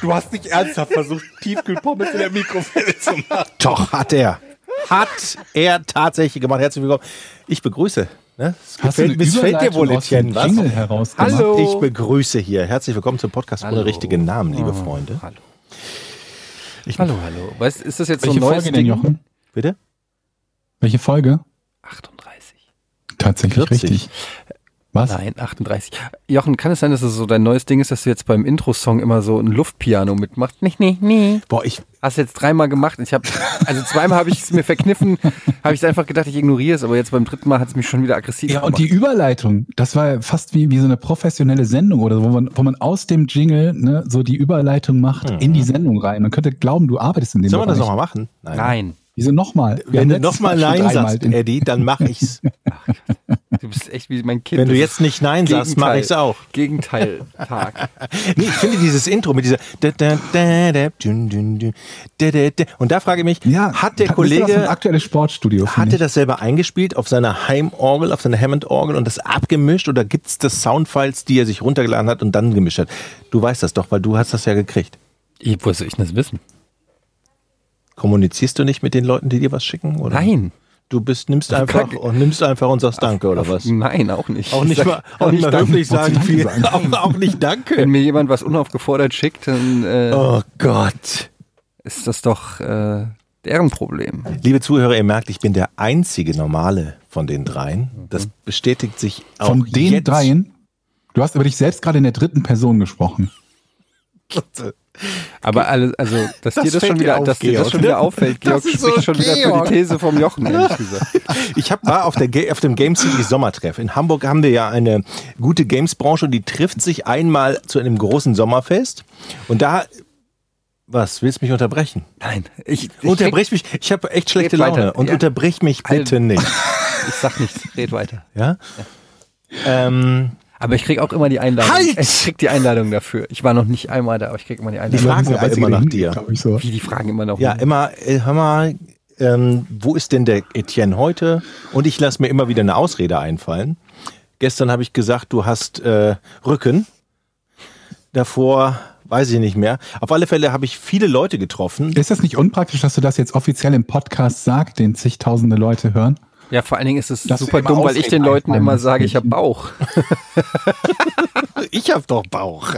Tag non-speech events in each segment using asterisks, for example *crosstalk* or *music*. Du hast nicht ernsthaft *laughs* versucht, Tiefkühlpommes in der Mikrofile zu machen. Doch, hat er. Hat er tatsächlich gemacht. Herzlich willkommen. Ich begrüße. Ne? Es gefällt, missfällt dir wohl, Etienne, was? heraus Hallo. Ich begrüße hier. Herzlich willkommen zum Podcast ohne richtigen Namen, liebe Ah. Freunde. Hallo. hallo, hallo. Weißt, ist das jetzt Welche so ein neues Folge denn, Ding? Jochen? Bitte? Welche Folge? 38. Tatsächlich 40. richtig. Was? Nein, 38. Jochen, kann es sein, dass es so dein neues Ding ist, dass du jetzt beim Intro-Song immer so ein Luftpiano mitmachst? Nicht, nicht, nicht. Boah, ich, Hast du jetzt dreimal gemacht. Ich habe, also zweimal habe ich es mir verkniffen, habe ich es einfach gedacht, ich ignoriere es, aber jetzt beim dritten Mal hat es mich schon wieder aggressiv Ja, und die gemacht. Überleitung, das war fast wie, wie so eine professionelle Sendung oder so, wo man, wo man aus dem Jingle ne, so die Überleitung macht in die Sendung rein. Man könnte glauben, du arbeitest in dem Hm. sollen wir das Bereich. nochmal machen? Nein, Wieso nochmal? Wir Wenn haben du letztes nochmal Mal schon Nein dreimal sagst, den- Eddie, dann mach *laughs* ich's. du bist echt wie mein Kind. Wenn du Das jetzt ist nicht Nein sagst, mach Gegenteil. ich's auch. Gegenteil, Tag. Nee, ich finde dieses Intro mit dieser *laughs* da, da, da, da, dün, dün, dün, da, da, da. und da frage ich mich, Ja, hat der das Ist das ein Kollege aktuelles Sportstudio. Hat finde er das selber eingespielt auf seiner Heimorgel, auf seiner Hammond-Orgel und das abgemischt oder gibt es das Soundfiles, die er sich runtergeladen hat und dann gemischt hat? Du weißt das doch, weil du hast das ja gekriegt. Ich, woher soll ich denn das wissen? Kommunizierst du nicht mit den Leuten, die dir was schicken? Oder? Nein. Du bist, nimmst Auf einfach keinen- und nimmst einfach und sagst Danke oder was? Nein, auch nicht. Auch nicht Ich mal, sag- auch nicht mal danke. höflich Wozu sagen Danke viel. sagen? *laughs* Auch, auch nicht Danke. Wenn mir jemand was unaufgefordert schickt, dann äh, Genau. Oh Gott. ist das doch äh, deren Problem. Liebe Zuhörer, ihr merkt, ich bin der einzige Normale von den dreien. Das bestätigt sich ich. auch Mhm. Von den jetzt. *laughs* dreien? Du hast über dich selbst gerade in der dritten Person gesprochen. Aber alle, also, dass Das dir das fällt schon dir wieder, auf, dass dir Georg, das schon ne? wieder auffällt, Georg, ist spricht so schon wieder Georg. für die These vom Jochen, ehrlich gesagt. Ich hab, war auf, der, Ga- auf dem Game City Sommertreff. In Hamburg haben wir ja eine gute Games-Branche, die trifft sich einmal zu einem großen Sommerfest. Und da. Was? Willst du mich unterbrechen? Nein, ich, ich, Unterbrich mich. Ich habe echt schlechte Red weiter. Laune. Und Ja. Also. unterbrich mich bitte Alter. nicht. krieg, ich sag nichts, red weiter. Ja? Ähm, Aber ich krieg auch immer die Einladung. Halt! Ich krieg die Einladung dafür. Ich war noch nicht einmal da, aber ich krieg immer die Die Einladung. fragen ja immer nach dir. Glaube ich so. Wie, die fragen immer noch. ja, immer. Äh, hör mal, ähm, wo ist denn der Etienne heute? Und ich lasse mir immer wieder eine Ausrede einfallen. Gestern habe ich gesagt, du hast äh, Rücken. Davor weiß ich nicht mehr. Auf alle Fälle habe ich viele Leute getroffen. Ist das nicht unpraktisch, dass du das jetzt offiziell im Podcast sagst, den zigtausende Leute hören? ja, vor allen Dingen ist es Dass super wir immer dumm, weil ich den Ausreden Leuten einfallen immer müssen. sage, ich habe Bauch. Ich habe doch Bauch.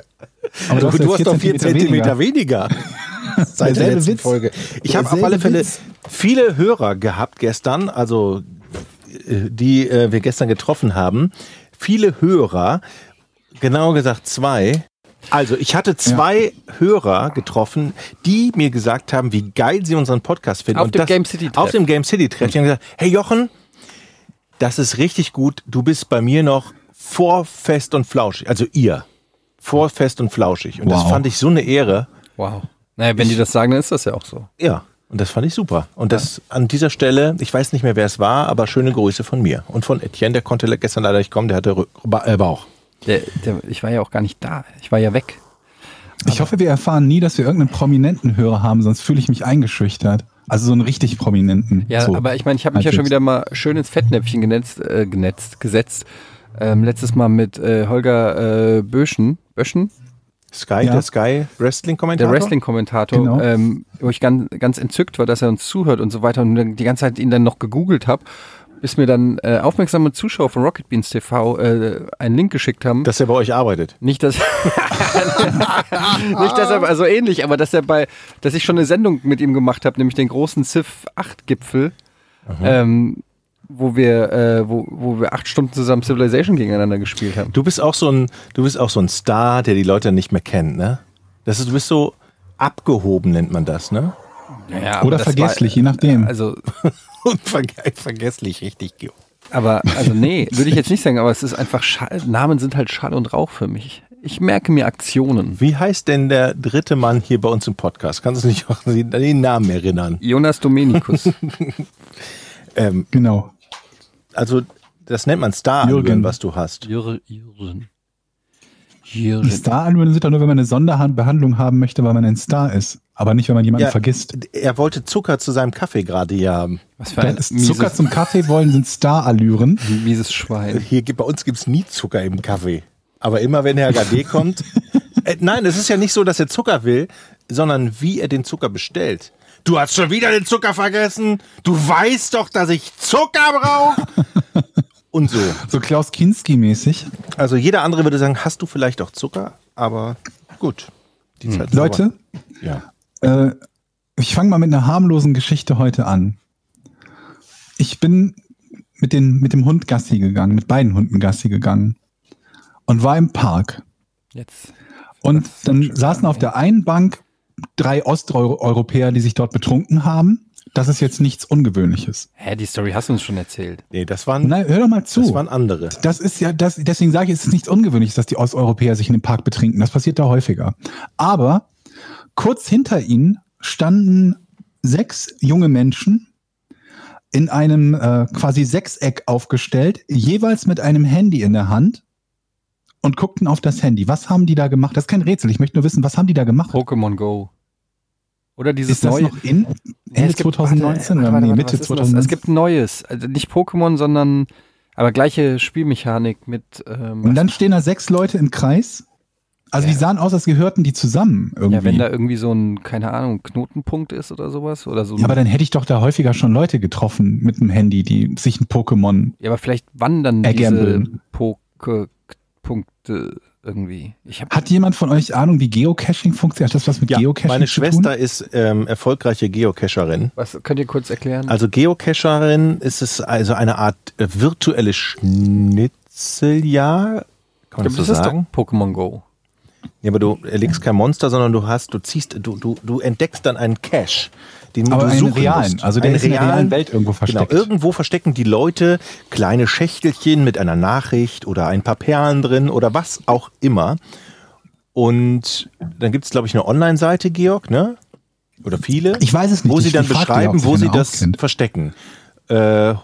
Aber Also Du, hast doch vier Zentimeter weniger. weniger. Seit Derselbe Witz. Ich habe auf Derselbe alle Fälle Witz. viele Hörer gehabt gestern, also äh, die äh, wir gestern getroffen haben. Viele Hörer, genauer gesagt zwei. Also ich hatte zwei Hörer getroffen, die mir gesagt haben, wie geil sie unseren Podcast finden. Auf Und dem das- Game City Treff. Auf dem Game City Treff. Die haben gesagt, hey Jochen, das ist richtig gut. Du bist bei mir noch vor Fest und Flauschig. Also ihr. Vor Fest und Flauschig. Und das Wow. fand ich so eine Ehre. Wow. Naja, wenn die das sagen, dann ist das ja auch so. Ja. Und das fand ich super. Und das an dieser Stelle, ich weiß nicht mehr, wer es war, aber schöne Grüße von mir. Und von Etienne, der konnte le- gestern leider nicht kommen, der hatte Rü- Ba- äh, Bauch. Der, der, ich war ja auch gar nicht da. Ich war ja weg. Ich hoffe, wir erfahren nie, dass wir irgendeinen prominenten Hörer haben, sonst fühle ich mich eingeschüchtert. Also so einen richtig prominenten. Ja, so. Also aber ich meine, ich habe mich ja Halbwegs. schon wieder mal schön ins Fettnäpfchen genetzt, äh, genetzt, gesetzt. Ähm, letztes Mal mit äh, Holger äh, Böschen, Böschen, Sky, Ja. der Sky Wrestling-Kommentator. der Wrestling-Kommentator, Genau. ähm, wo ich ganz, ganz entzückt war, dass er uns zuhört und so weiter und dann die ganze Zeit ihn dann noch gegoogelt habe, bis mir dann äh, aufmerksame Zuschauer von Rocket Beans TV äh, einen Link geschickt haben. Dass er bei euch arbeitet. Nicht, dass, *laughs* nicht, dass er, also ähnlich, aber dass er bei, dass ich schon eine Sendung mit ihm gemacht habe, nämlich den großen Civ 8-Gipfel, ähm, wo wir, äh, wo, wo wir acht Stunden zusammen Civilization gegeneinander gespielt haben. Du bist auch so ein, du bist auch so ein Star, der die Leute nicht mehr kennt, ne? Das ist, du bist so abgehoben, nennt man das, ne? Oder vergesslich, je nachdem. Also, Unvergesslich, richtig, Georg. aber, also nee, würde ich jetzt nicht sagen, aber es ist einfach, Schall, Namen sind halt Schall und Rauch für mich. Ich merke mir Aktionen. Wie heißt denn der dritte Mann hier bei uns im Podcast? Kannst du dich auch an den Namen erinnern? Jonas Domenikus. Ähm, Genau. also, das nennt man star Jürgen. was du hast. Jürgen. Jürgen. Die Jürgen. Star-Anwendungen sind doch nur, wenn man eine Sonderbehandlung haben möchte, weil man ein Star ist. Aber nicht, wenn man jemanden Ja. vergisst. Er wollte Zucker zu seinem Kaffee gerade hier haben. Was für Dann ein ist Zucker mieses, zum Kaffee wollen sind Star-Allüren. mieses Schwein. Hier, gibt- bei uns gibt es nie Zucker im Kaffee. Aber immer wenn Herr *laughs* Gade kommt. Äh, nein, es ist ja nicht so, dass er Zucker will, sondern wie er den Zucker bestellt. Du hast schon wieder den Zucker vergessen. Du weißt doch, dass ich Zucker brauche. *laughs* Und so. So Klaus Kinski-mäßig. Also jeder andere würde sagen, hast du vielleicht auch Zucker? Aber gut. Die Zeit ist Hm. Leute, vorbei. Ja. äh, ich fange mal mit einer harmlosen Geschichte heute an. Ich bin mit, den, mit dem Hund Gassi gegangen, mit beiden Hunden Gassi gegangen und war im Park. Jetzt. Und dann saßen auf der einen Bank drei Osteuropäer, die sich dort betrunken haben. Das ist jetzt nichts Ungewöhnliches. Hä, die Story hast du uns schon erzählt. Nee, das waren, Nein, hör doch mal zu. Hm. das waren andere. Das ist ja, das, deswegen sage ich, es ist nichts Ungewöhnliches, dass die Osteuropäer sich in dem Park betrinken. Das passiert da häufiger. Aber kurz hinter ihnen standen sechs junge Menschen in einem äh, quasi Sechseck aufgestellt, jeweils mit einem Handy in der Hand und guckten auf das Handy. Was haben die da gemacht? Das ist kein Rätsel. Ich möchte nur wissen, was haben die da gemacht? Pokémon Go. Oder Oh, dieses ist das neue. noch in? Nee, Ende es gibt- 2019 warte, oder warte, nee, warte, Mitte was ist denn das? Es 2019? gibt ein neues. Also nicht Pokémon, sondern aber gleiche Spielmechanik mit. Ähm, Und dann stehen da sechs Leute im Kreis. Also Ja. die sahen aus, als gehörten die zusammen irgendwie. ja, wenn da irgendwie so ein, keine Ahnung, Knotenpunkt ist oder sowas. Oder so ein, Ja, aber dann hätte ich doch da häufiger schon Leute getroffen mit einem Handy, die sich ein Pokémon. Ja, aber vielleicht wandern diese Ergambeln. Poke-Punkte irgendwie. Ich hab, Hat jemand von euch Ahnung, wie Geocaching funktioniert? Hat das was mit Ja, Geocaching meine zu Schwester tun? ist ähm, erfolgreiche Geocacherin. was könnt ihr kurz erklären? Also Geocacherin ist es also eine Art äh, virtuelle Schnitzeljagd. Ja, Kann man das aber so das ist doch sagen? Pokémon Go. Ja, aber du erlegst kein Monster, sondern du hast, du ziehst, du, du, du entdeckst dann einen Cache, den Aber du einen suchen realen, musst. also der Einen ist in der realen Welt irgendwo versteckt. Genau, irgendwo verstecken die Leute kleine Schächtelchen mit einer Nachricht oder ein paar Perlen drin oder was auch immer. Und dann gibt es, glaube ich, eine Online-Seite, Georg, ne? Oder viele? Ich weiß es nicht. Wo sie Ich- dann ich frag die, ob beschreiben, sie wo sie genau das kennt. verstecken. Äh,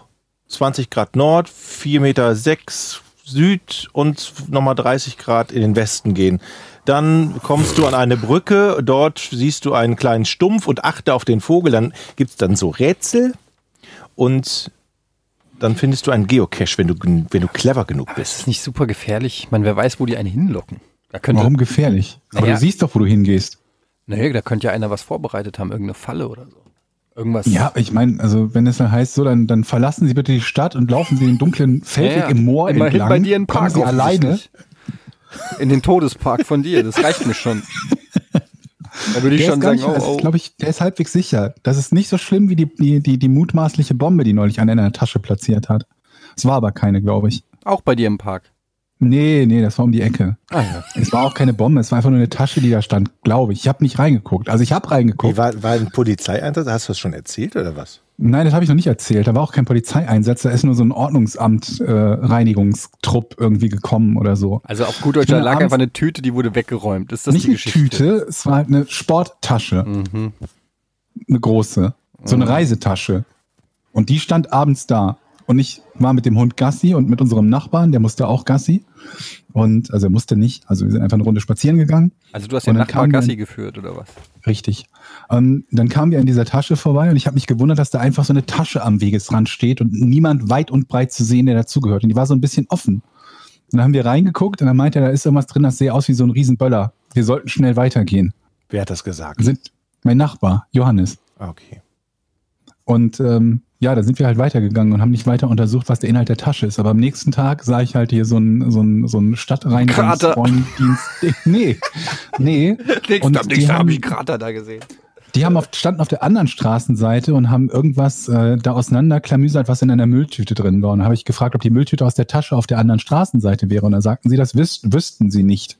20 Grad Nord, 4 Meter 6 Süd und nochmal 30 Grad in den Westen gehen. Dann kommst du an eine Brücke, dort siehst du einen kleinen Stumpf und achte auf den Vogel. Dann gibt es dann so Rätsel und dann findest du einen Geocache, wenn du, gen- wenn du clever genug Das bist. ist nicht super gefährlich. Ich meine, wer weiß, wo die einen hinlocken. Da könnte, Warum gefährlich? Aber Naja. du siehst doch, wo du hingehst. Naja, da könnte ja einer was vorbereitet haben, irgendeine Falle oder so. Irgendwas. Ja, ich meine, also wenn es dann heißt, so, dann, dann verlassen Sie bitte die Stadt und laufen Sie den dunklen Feldweg Ja, ja. im Moor Immerhin entlang. bei dir in den Park Kommen Sie alleine. offensichtlich. In den Todespark von dir, das reicht mir *laughs* schon. Da würde ich Der schon ist, gar sagen, nicht, also, oh, oh. glaube ich, der ist halbwegs sicher. Das ist nicht so schlimm wie die, die, die, die mutmaßliche Bombe, die neulich einer in der Tasche platziert hat. Es war aber keine, glaube ich. auch bei dir im Park. Nee, nee, das war um die Ecke. Ah, ja. Es war auch keine Bombe, es war einfach nur eine Tasche, die da stand, glaube ich. Ich habe nicht reingeguckt. Also ich habe reingeguckt. war, war ein Polizeieinsatz? Hast du das schon erzählt oder was? Nein, das habe ich noch nicht erzählt. Da war auch kein Polizeieinsatz, da ist nur so ein Ordnungsamt-Reinigungstrupp irgendwie gekommen oder so. Also auf gut Ich Deutsch, bin da lag abends- einfach eine Tüte, die wurde weggeräumt. Ist das nicht die eine Geschichte? Tüte, es war halt eine Sporttasche. Mhm. eine große, so eine Reisetasche. Und die stand abends da. Und ich war mit dem Hund Gassi und mit unserem Nachbarn, der musste auch Gassi. Und, also er musste nicht, also wir sind einfach eine Runde spazieren gegangen. Also du hast Und den dann Nachbar kam Gassi dann- geführt, oder was? Richtig. Ähm, dann kamen wir an dieser Tasche vorbei und ich habe mich gewundert, dass da einfach so eine Tasche am Wegesrand steht und niemand weit und breit zu sehen, der dazugehört. Und die war so ein bisschen offen. Und dann haben wir reingeguckt und dann meinte er, da ist irgendwas drin, das sähe aus wie so ein Riesenböller. Wir sollten schnell weitergehen. Wer hat das gesagt? Sind mein Nachbar, Johannes. Ah, Okay. Und ähm, ja, da sind wir halt weitergegangen und haben nicht weiter untersucht, was der Inhalt der Tasche ist. Aber am nächsten Tag sah ich halt hier so ein, so ein, so ein Krater. Stadtreinigungsräumdienst. *laughs* Nee, nee. Und die, haben, Krater da gesehen. die haben auf, standen auf der anderen Straßenseite und haben irgendwas äh, da auseinanderklamüsert, was in einer Mülltüte drin war. Und da habe ich gefragt, ob die Mülltüte aus der Tasche auf der anderen Straßenseite wäre. Und da sagten sie, das wüs wüssten sie nicht.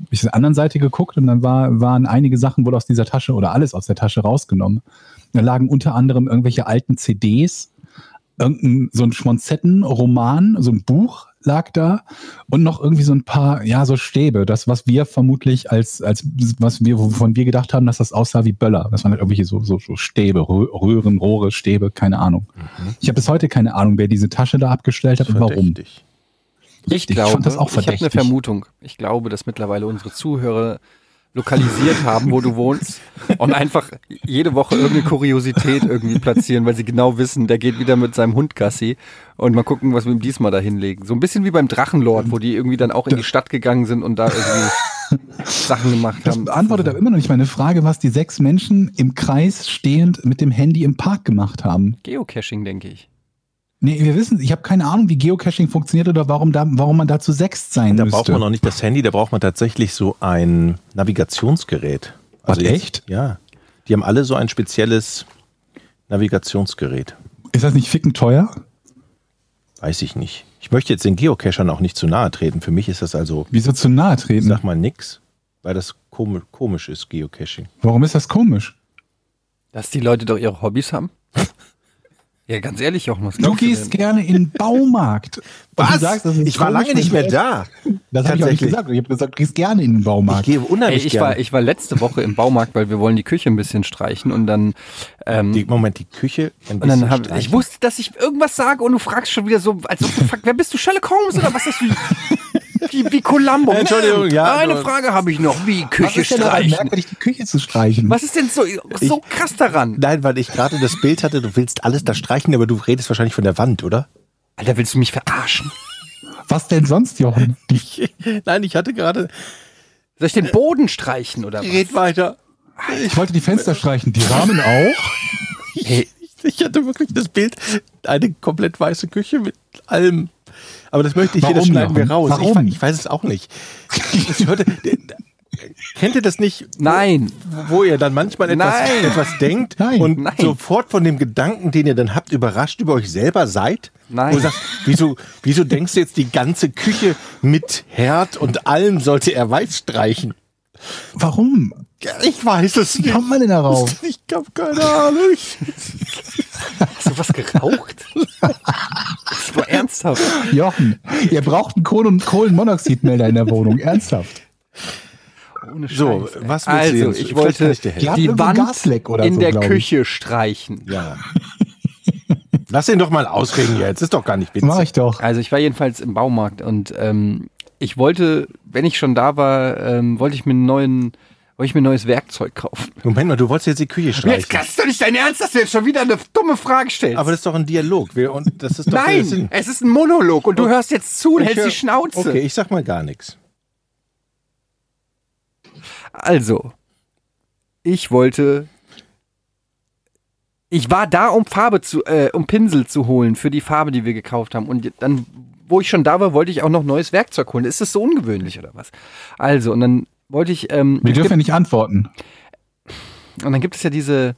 Hab Ich zur anderen Seite geguckt und dann war, waren einige Sachen wohl aus dieser Tasche oder alles aus der Tasche rausgenommen. Da lagen unter anderem irgendwelche alten CDs, irgendein so ein Schmonzetten-Roman, so ein Buch lag da und noch irgendwie so ein paar, ja, so Stäbe. Das, was wir vermutlich als, als was wir, wovon wir gedacht haben, dass das aussah wie Böller. Das waren halt irgendwelche so, so, so Stäbe, Rö- Röhren, Rohre, Stäbe, keine Ahnung. Ich habe bis heute keine Ahnung, wer diese Tasche da abgestellt hat und warum. Verdächtig. Ich Richtig, ich glaube, fand das auch ich habe eine verdächtig. Vermutung. Ich glaube, dass mittlerweile unsere Zuhörer lokalisiert haben, wo du *laughs* wohnst und einfach jede Woche irgendeine Kuriosität irgendwie platzieren, weil sie genau wissen, der geht wieder mit seinem Hund Gassi und mal gucken, was wir ihm diesmal da hinlegen. So ein bisschen wie beim Drachenlord, wo die irgendwie dann auch in die Stadt gegangen sind und da irgendwie *laughs* Sachen gemacht Das haben. beantwortet aber immer noch nicht meine Frage, was die sechs Menschen im Kreis stehend mit dem Handy im Park gemacht haben. Geocaching, denke ich. Nee, wir wissen, ich habe keine Ahnung, wie Geocaching funktioniert oder warum, da, warum man da zu sechs sein Da müsste. braucht man noch nicht das Handy, da braucht man tatsächlich so ein Navigationsgerät. Also Was, jetzt- echt? Ja. Die haben alle so ein spezielles Navigationsgerät. Ist das nicht ficken teuer? Weiß ich nicht. Ich möchte jetzt den Geocachern auch nicht zu nahe treten. Für mich ist das also, Wieso zu nahe ich treten? sag mal nix, weil das komi- komisch ist, Geocaching. Warum ist das komisch? Dass die Leute doch ihre Hobbys haben? Ja, ganz ehrlich, Jochen, was Du glaubst gehst gerne in *laughs* den Baumarkt. Und Du sagst, das ist ich war komisch, lange nicht mehr wenn- da. Das habe ich auch Tatsächlich. nicht gesagt. Ich habe gesagt, du gehst gerne in den Ich Baumarkt. gehe Ey, unheimlich ich, gerne. war, ich war letzte Woche im Baumarkt, weil wir wollen die Küche ein bisschen streichen und dann, ähm, die, Moment, die Küche ein und dann hab, streichen. ich wusste, dass ich irgendwas sage und du fragst schon wieder so, als ob du fuck, wer bist du, Sherlock Holmes oder was ist das wie, wie, wie Columbo? Entschuldigung, Ma'am, ja, Eine du- Frage habe ich noch, wie Was Küche ist denn daran streichen. merkwürdig, die Küche zu streichen? Was ist denn so, so krass daran? Nein, weil ich gerade das Bild hatte, du willst alles da streichen, aber du redest wahrscheinlich von der Wand, oder? Alter, willst du mich verarschen? Was denn sonst, Jochen? Die, *laughs* Nein, ich hatte gerade. Soll ich den Boden streichen oder was? Red weiter. ich wollte die Fenster streichen, die Rahmen auch. Hey, Ich hatte wirklich das Bild, eine komplett weiße Küche mit allem. Aber das möchte ich hier, das Warum, schneiden wir Jochen? raus. Ich, Warum? we- ich weiß es auch nicht. Ich hörte, kennt ihr das nicht, nein. wo ihr dann manchmal etwas, Nein. etwas denkt Nein. und Nein. sofort von dem Gedanken, den ihr dann habt, überrascht über euch selber seid? Nein. Wo ihr sagt, wieso, wieso denkst du jetzt die ganze Küche mit Herd und allem sollte er weiß streichen? Warum? Ich weiß es Wie kommt man denn darauf? Ich hab keine Ahnung. Hast du was geraucht? *laughs* das war ernsthaft. Jochen, ihr braucht einen Kohlen- und Kohlenmonoxidmelder in der Wohnung, ernsthaft. Ohne So, Scheiß, ey. was willst du Also, jetzt? ich Vielleicht wollte kann ich dir helfen. Ihr habt die irgendwo ein Wand Gasleck oder in so, der glaub ich. Küche streichen. Ja. Lass ihn doch mal ausreden jetzt. Ist doch gar nicht witzig. Mach ich doch. Also ich war jedenfalls im Baumarkt und ähm, ich wollte, wenn ich schon da war, ähm, wollte ich mir einen neuen, wollte ich mir ein neues Werkzeug kaufen. Moment mal, du wolltest jetzt die Küche Jetzt streichen. kannst du nicht dein Ernst, dass du jetzt schon wieder eine dumme Frage stellst. Aber das ist doch ein Dialog. Wir, und das ist doch der Nein, Sinn. es ist ein Monolog und du hörst jetzt zu und Ich hältst hör- die Schnauze. Okay, ich sag mal gar nichts. Also, ich wollte. Ich war da, um Farbe zu, äh, um Pinsel zu holen für die Farbe, die wir gekauft haben. Und dann, wo ich schon da war, wollte ich auch noch neues Werkzeug holen. Ist das so ungewöhnlich oder was? Also, und dann wollte ich, ähm, Wir dürfen ja nicht antworten. und dann gibt es ja diese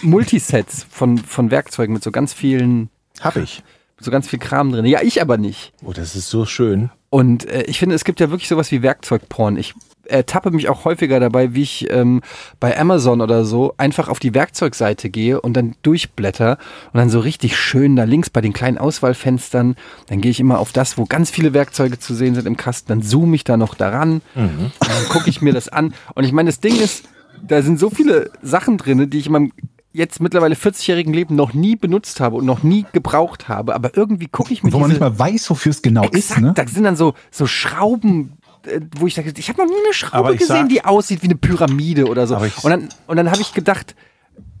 Multisets von, von Werkzeugen mit so ganz vielen, Hab ich. mit so ganz viel Kram drin. Ja, ich aber nicht. Oh, das ist so schön. Und äh, ich finde, es gibt ja wirklich sowas wie Werkzeugporn. Ich ertappe mich auch häufiger dabei, wie ich ähm, bei Amazon oder so einfach auf die Werkzeugseite gehe und dann durchblätter und dann so richtig schön da links bei den kleinen Auswahlfenstern, dann gehe ich immer auf das, wo ganz viele Werkzeuge zu sehen sind im Kasten, dann zoome ich da noch daran, Mhm. und dann gucke ich mir das an. Und ich meine, das Ding ist, da sind so viele Sachen drin, die ich in meinem jetzt mittlerweile 40-jährigen Leben noch nie benutzt habe und noch nie gebraucht habe, aber irgendwie gucke ich mir Wo man diese- nicht mal weiß, wofür es genau Exakt, ist, ne? da sind dann so, so Schrauben, äh, wo ich dachte, ich habe noch nie eine Aber Schraube ich gesehen, sag- die aussieht wie eine Pyramide oder so. Aber ich- Und dann, und dann habe ich gedacht,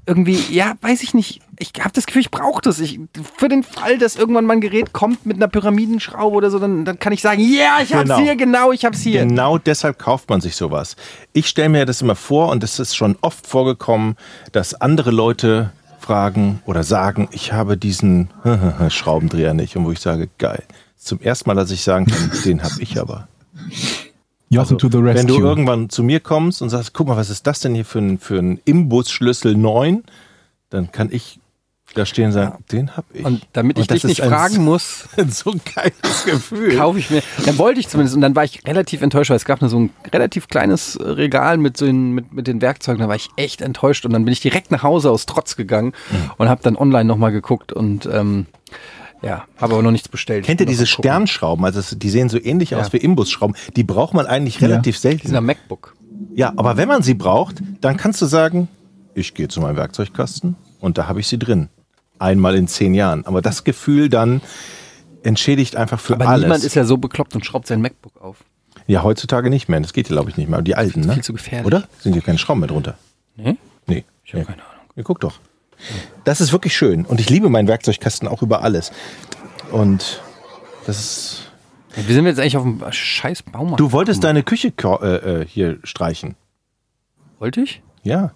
irgendwie, ja, weiß ich nicht, ich habe das Gefühl, ich brauche das. Ich, für den Fall, dass irgendwann mal ein Gerät kommt mit einer Pyramidenschraube oder so, dann, dann kann ich sagen, ja, ich hab's Genau. hier, genau, ich hab's hier. Genau deshalb kauft man sich sowas. Ich stelle mir das immer vor und es ist schon oft vorgekommen, dass andere Leute fragen oder sagen, ich habe diesen *laughs* Schraubendreher nicht. Und wo ich sage, geil. Zum ersten Mal, dass ich sagen kann, den habe ich aber. Jochen to the rescue. Also, Wenn du irgendwann zu mir kommst und sagst, guck mal, was ist das denn hier für ein, für ein Imbusschlüssel 9, dann kann ich da stehen und sagen, den hab ich. Und damit ich das dich nicht ist ein fragen muss, So, so *laughs* ein geiles Gefühl. kaufe ich mir. Dann wollte ich zumindest und dann war ich relativ enttäuscht, weil es gab nur so ein relativ kleines äh, Regal mit, so den, mit, mit den Werkzeugen. Da war ich echt enttäuscht Mhm. und dann bin ich direkt nach Hause aus Trotz gegangen und habe dann online nochmal geguckt und ähm, Ja, habe aber noch nichts bestellt. Kennt ihr Noch diese mal gucken. Sternschrauben? Also es- die sehen so ähnlich Ja. aus wie Imbusschrauben. Die braucht man eigentlich Ja. relativ Die sind selten. am MacBook. Ja, aber wenn man sie braucht, dann kannst du sagen, ich gehe zu meinem Werkzeugkasten und da habe ich sie drin. Einmal in zehn Jahren. Aber das Gefühl dann entschädigt einfach für Aber alles. niemand ist ja so bekloppt und schraubt sein MacBook auf. Ja, heutzutage nicht mehr. Das geht, glaube ich, nicht mehr. Aber Die alten, ne? viel zu gefährlich. Oder? Sind ja keine Schrauben mehr drunter. Nee? Nee. Ich habe nee. keine Ahnung. Ja, guck doch. Das ist wirklich schön. Und ich liebe meinen Werkzeugkasten auch über alles. Und das ist. Wie sind wir jetzt eigentlich auf dem scheiß Baumarkt? Du wolltest deine Küche ko- äh, äh, hier streichen. Wollte ich? Ja.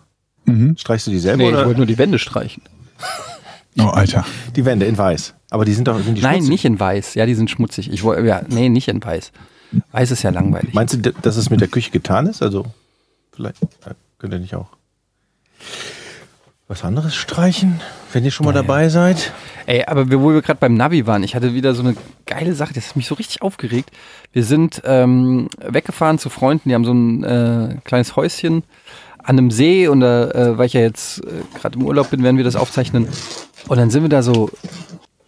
Streichst du die selber Nee, ich oder wollte nur die Wände streichen. Oh, Alter. die Wände in weiß? Aber die sind doch sind die Nein, schmutzig? nicht in weiß. Ja, die sind schmutzig. Ich wollte, ja, nee, nicht in weiß. Weiß ist ja langweilig. Meinst du, d- dass es mit der Küche getan ist? Also, vielleicht äh, könnt ihr nicht auch was anderes streichen, wenn ihr schon mal dabei seid. Ey, aber wir- wo wir gerade beim Navi waren, ich hatte wieder so eine geile Sache, das hat mich so richtig aufgeregt. Wir sind ähm, weggefahren zu Freunden, die haben so ein äh, kleines Häuschen an einem See und da, äh, weil ich ja jetzt äh, gerade im Urlaub bin, werden wir das aufzeichnen. Und dann sind wir da so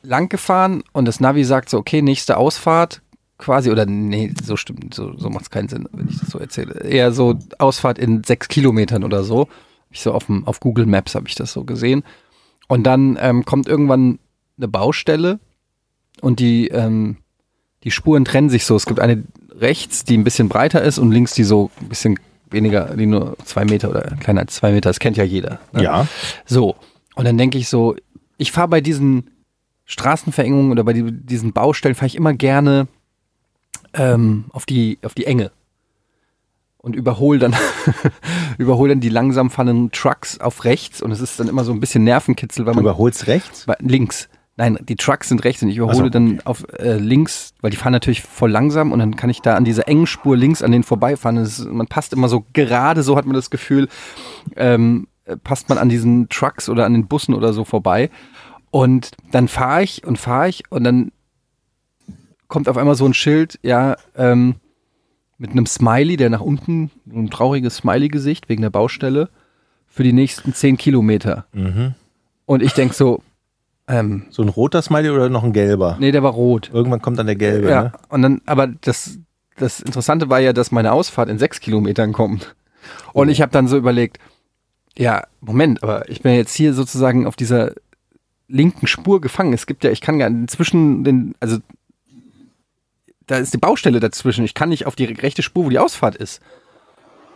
lang gefahren und das Navi sagt so, okay, nächste Ausfahrt quasi, oder nee, so stimmt, so, so macht es keinen Sinn, wenn ich das so erzähle. Eher so Ausfahrt in sechs Kilometern oder so. Ich so auf, dem, auf Google Maps habe ich das so gesehen. Und dann ähm, kommt irgendwann eine Baustelle und die, ähm, die Spuren trennen sich so. Es gibt eine rechts, die ein bisschen breiter ist und links, die so ein bisschen weniger, die nur zwei Meter oder kleiner als zwei Meter. Das kennt ja jeder. ne? Ja. So. Und dann denke ich so, ich fahre bei diesen Straßenverengungen oder bei die, diesen Baustellen fahre ich immer gerne ähm, auf, die, auf die Enge. Und überhole dann, *laughs* überhole dann die langsam fahrenden Trucks auf rechts und es ist dann immer so ein bisschen Nervenkitzel, weil Du man überholst rechts. Ba- links. Nein, die Trucks sind rechts und ich überhole Ach so. dann auf äh, links, weil die fahren natürlich voll langsam und dann kann ich da an dieser engen Spur links an denen vorbeifahren. Das ist, man passt immer so gerade, so hat man das Gefühl, ähm, äh, passt man an diesen Trucks oder an den Bussen oder so vorbei. Und dann fahre ich und fahre ich und dann kommt auf einmal so ein Schild, ja, ähm, mit einem Smiley, der nach unten, ein trauriges Smiley-Gesicht wegen der Baustelle, für die nächsten 10 Kilometer. Mhm. Und ich denke so, ähm, So ein roter Smiley oder noch ein gelber? Nee, der war rot. Irgendwann kommt dann der gelbe. Ja. Ne? Und dann, aber das, das Interessante war ja, dass meine Ausfahrt in sechs Kilometern kommt. Und ich habe dann so überlegt, ja, Moment, aber ich bin ja jetzt hier sozusagen auf dieser linken Spur gefangen. Es gibt ja, ich kann gar zwischen den, also da ist die Baustelle dazwischen. Ich kann nicht auf die rechte Spur, wo die Ausfahrt ist.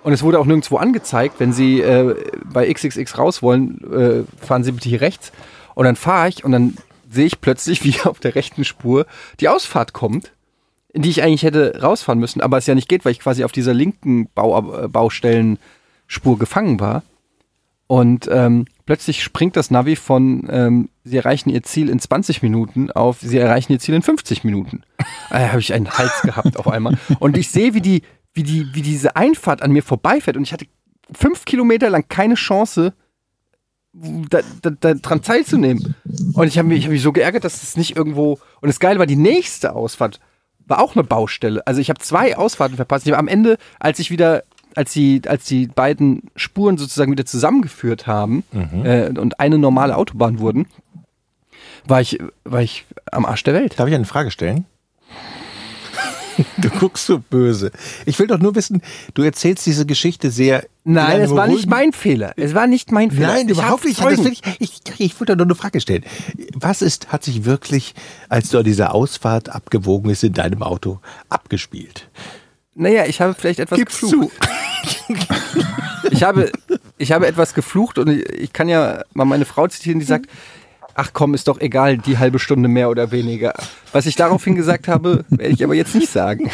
Und es wurde auch nirgendwo angezeigt, wenn Sie äh, bei XXX raus wollen, äh, fahren Sie bitte hier rechts. Und dann fahre ich und dann sehe ich plötzlich, *laughs* wie auf der rechten Spur die Ausfahrt kommt, in die ich eigentlich hätte rausfahren müssen, aber es ja nicht geht, weil ich quasi auf dieser linken Bau, äh, Baustellenspur gefangen war. Und ähm, plötzlich springt das Navi von, ähm, Sie erreichen Ihr Ziel in 20 Minuten auf, Sie erreichen Ihr Ziel in 50 Minuten. Da habe ich einen Hals gehabt auf einmal. Und ich sehe, wie, die, wie, die, wie diese Einfahrt an mir vorbeifährt. Und ich hatte fünf Kilometer lang keine Chance, da, da, da dran teilzunehmen. Und ich habe mich, ich hab mich so geärgert, dass es nicht irgendwo. Und das Geile war, die nächste Ausfahrt war auch eine Baustelle. Also ich habe zwei Ausfahrten verpasst. Ich hab am Ende, als ich wieder, als die, als die beiden Spuren sozusagen wieder zusammengeführt haben Mhm. äh, und eine normale Autobahn wurden, war ich, war ich am Arsch der Welt. Darf ich eine Frage stellen? *laughs* Du guckst so böse. Ich will doch nur wissen, du erzählst diese Geschichte sehr. Nein, es war lange- nicht mein Fehler. Es war nicht mein Fehler. Nein, überhaupt nicht. Das will ich, ich, ich wollte doch nur eine Frage stellen. Was ist, hat sich wirklich, als du an dieser Ausfahrt abgewogen ist, in deinem Auto abgespielt? Naja, ich habe vielleicht etwas Gib's geflucht. ich, habe, ich habe etwas geflucht und ich, ich kann ja mal meine Frau zitieren, die sagt, ach komm, ist doch egal, die halbe Stunde mehr oder weniger. Was ich daraufhin gesagt habe, werde ich aber jetzt nicht sagen.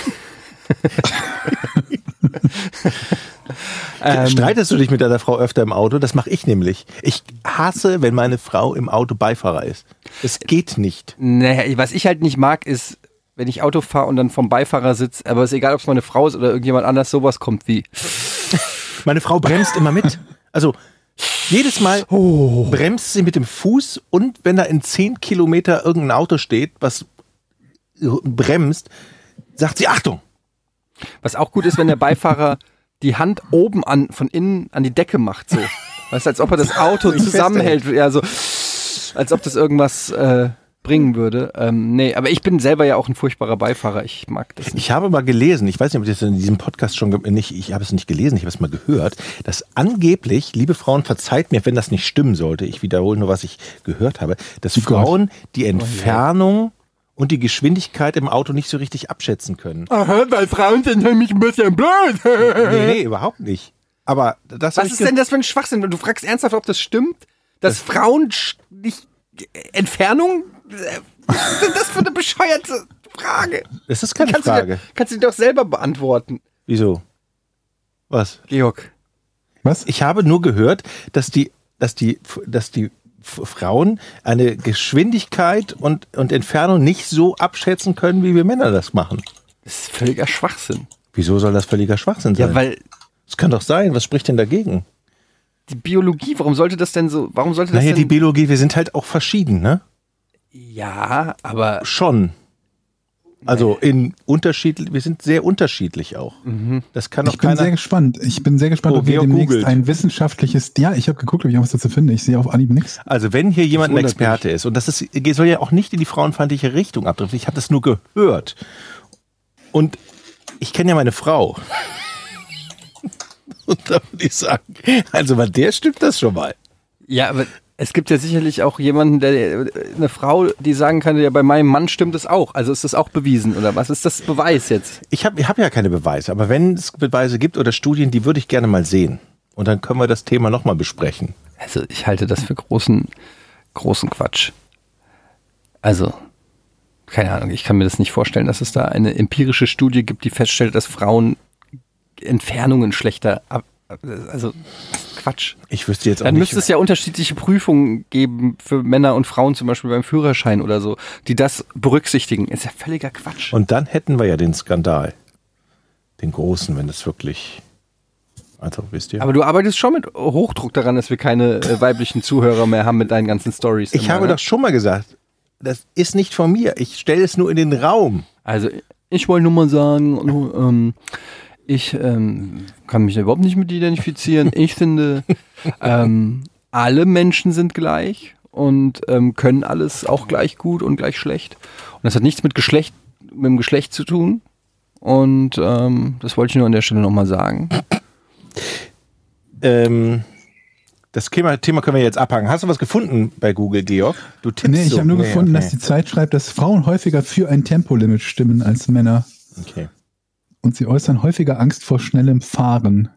Ähm. Streitest du dich mit deiner Frau öfter im Auto? Das mache ich nämlich. Ich hasse, wenn meine Frau im Auto Beifahrer ist. Es geht nicht. Naja, was ich halt nicht mag, ist, wenn ich Auto fahre und dann vom Beifahrer sitze, aber es ist egal, ob es meine Frau ist oder irgendjemand anders, sowas kommt wie. Meine Frau bremst immer mit. Also jedes Mal Oh. bremst sie mit dem Fuß und wenn da in 10 Kilometer irgendein Auto steht, was bremst, sagt sie Achtung. Was auch gut ist, wenn der Beifahrer die Hand oben an, von innen an die Decke macht, so. Weißt du, als ob er das Auto zusammenhält. Ja, so, als ob das irgendwas äh, bringen würde. Ähm, nee, aber ich bin selber ja auch ein furchtbarer Beifahrer. Ich mag das nicht. Ich habe mal gelesen, ich weiß nicht, ob ich das in diesem Podcast schon, ge- nicht, ich habe es nicht gelesen, ich habe es mal gehört, dass angeblich, liebe Frauen, verzeiht mir, wenn das nicht stimmen sollte, ich wiederhole nur, was ich gehört habe, dass Frauen Oh, die Entfernung und die Geschwindigkeit im Auto nicht so richtig abschätzen können. Aha, weil Frauen sind nämlich ein bisschen blöd. Nee, nee, überhaupt nicht. Aber das hab Äh, *laughs* Was ich ist ge- denn das für ein Schwachsinn? Du fragst ernsthaft, ob das stimmt, dass Frauen sch- nicht Entfernung? Äh, Was ist denn das für eine bescheuerte Frage? Das ist keine kannst Du Frage. dir, kannst du dir doch selber beantworten. Wieso? Was? Georg. Was? Ich habe nur gehört, dass die, dass die, dass die F- Frauen eine Geschwindigkeit und, und Entfernung nicht so abschätzen können, wie wir Männer das machen. Das ist völliger Schwachsinn. Wieso soll das völliger Schwachsinn sein? Ja, weil das kann doch sein. Was spricht denn dagegen? die Biologie, warum sollte das denn so, warum sollte das Naja, die denn... Biologie, wir sind halt auch verschieden, ne? ja, aber Schon. Also in unterschiedlich, wir sind sehr unterschiedlich auch. Das kann doch Ich bin sehr keiner. gespannt. Ich bin sehr gespannt, Oh, ob wir Georg demnächst googelt. ein wissenschaftliches. Ja, ich habe geguckt, ob ich auch was dazu finde. Ich sehe auf Anhieb nichts. Also wenn hier jemand ein wundert Experte ist, und das ist, soll ja auch nicht in die frauenfeindliche Richtung abdriften, ich habe das nur gehört. Und ich kenne ja meine Frau. *laughs* Und da würde ich sagen, also bei der stimmt das schon mal. Ja, aber es gibt ja sicherlich auch jemanden, der eine Frau, die sagen kann, ja, bei meinem Mann stimmt es auch. Also ist das auch bewiesen oder was ist das Beweis jetzt? Ich habe ich hab ja keine Beweise, aber wenn es Beweise gibt oder Studien, die würde ich gerne mal sehen. Und dann können wir das Thema nochmal besprechen. Also ich halte das für großen, großen Quatsch. Also, keine Ahnung, ich kann mir das nicht vorstellen, dass es da eine empirische Studie gibt, die feststellt, dass Frauen Entfernungen schlechter ab. Also Quatsch. Ich wüsste jetzt auch Dann nicht. müsste es ja unterschiedliche Prüfungen geben für Männer und Frauen, zum Beispiel beim Führerschein oder so, die das berücksichtigen. Ist ja völliger Quatsch. und dann hätten wir ja den Skandal. Den großen, wenn das wirklich. Also, wisst ihr. Aber du arbeitest schon mit Hochdruck daran, dass wir keine äh, weiblichen Zuhörer mehr haben mit deinen ganzen Stories. ne? Ich habe doch schon mal gesagt, das ist nicht von mir. Ich stelle es nur in den Raum. Also, ich wollte nur mal sagen, ähm, ich ähm, kann mich überhaupt nicht mit identifizieren. Ich finde, ähm, alle Menschen sind gleich und ähm, können alles auch gleich gut und gleich schlecht. Und das hat nichts mit Geschlecht, mit dem Geschlecht zu tun. Und ähm, das wollte ich nur an der Stelle nochmal sagen. Ähm, das Thema, Thema können wir jetzt abhaken. Hast du was gefunden bei Google, Georg? Du tippst Nee, ich so. habe nur Nee, gefunden, okay. dass die Zeit schreibt, dass Frauen häufiger für ein Tempolimit stimmen als Männer. Okay. Und sie äußern häufiger Angst vor schnellem Fahren.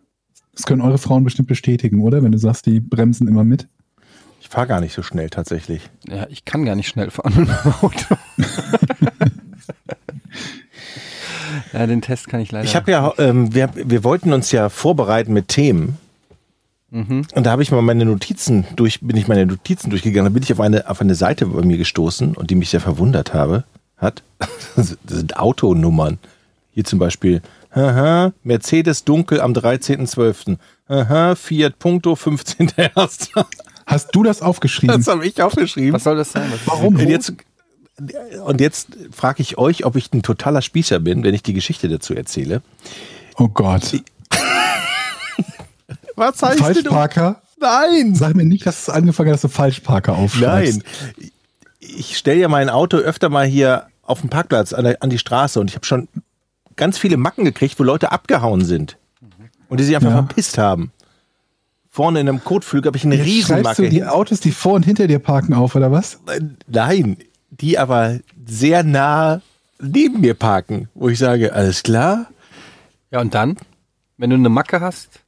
Das können eure Frauen bestimmt bestätigen, oder? Wenn du sagst, die bremsen immer mit. Ich fahre gar nicht so schnell tatsächlich. Ja, ich kann gar nicht schnell fahren mit dem Auto. ja, den Test kann ich leider. Ich habe ja, ähm, wir, wir wollten uns ja vorbereiten mit Themen. Und da habe ich mal meine Notizen durch, bin ich meine Notizen durchgegangen. Da bin ich auf eine, auf eine Seite bei mir gestoßen und die mich sehr verwundert habe, hat. *laughs* Das sind Autonummern. Hier zum Beispiel, haha, Mercedes dunkel am 13.12. Haha, Fiat Punto 15.01. Hast du das aufgeschrieben? *laughs* Das habe ich aufgeschrieben. Was soll das sein? Was ist- Warum? Und jetzt, und jetzt frage ich euch, ob ich ein totaler Spießer bin, wenn ich die Geschichte dazu erzähle. Oh Gott. Was heißt denn? um Falschparker? Nein! Sag mir nicht, dass es angefangen hat, dass du Falschparker aufschreibst. Nein. Ich stelle ja mein Auto öfter mal hier auf den Parkplatz an, der, an die Straße und ich habe schon ganz viele Macken gekriegt, wo Leute abgehauen sind. Und die sich einfach Ja. verpisst haben. Vorne in einem Kotflügel habe ich eine Jetzt schreibst du Riesenmacke. die Autos, die vor und hinter dir parken, auf, oder was? Nein, die aber sehr nah neben mir parken, wo ich sage, alles klar, Ja, und dann? Wenn du eine Macke hast?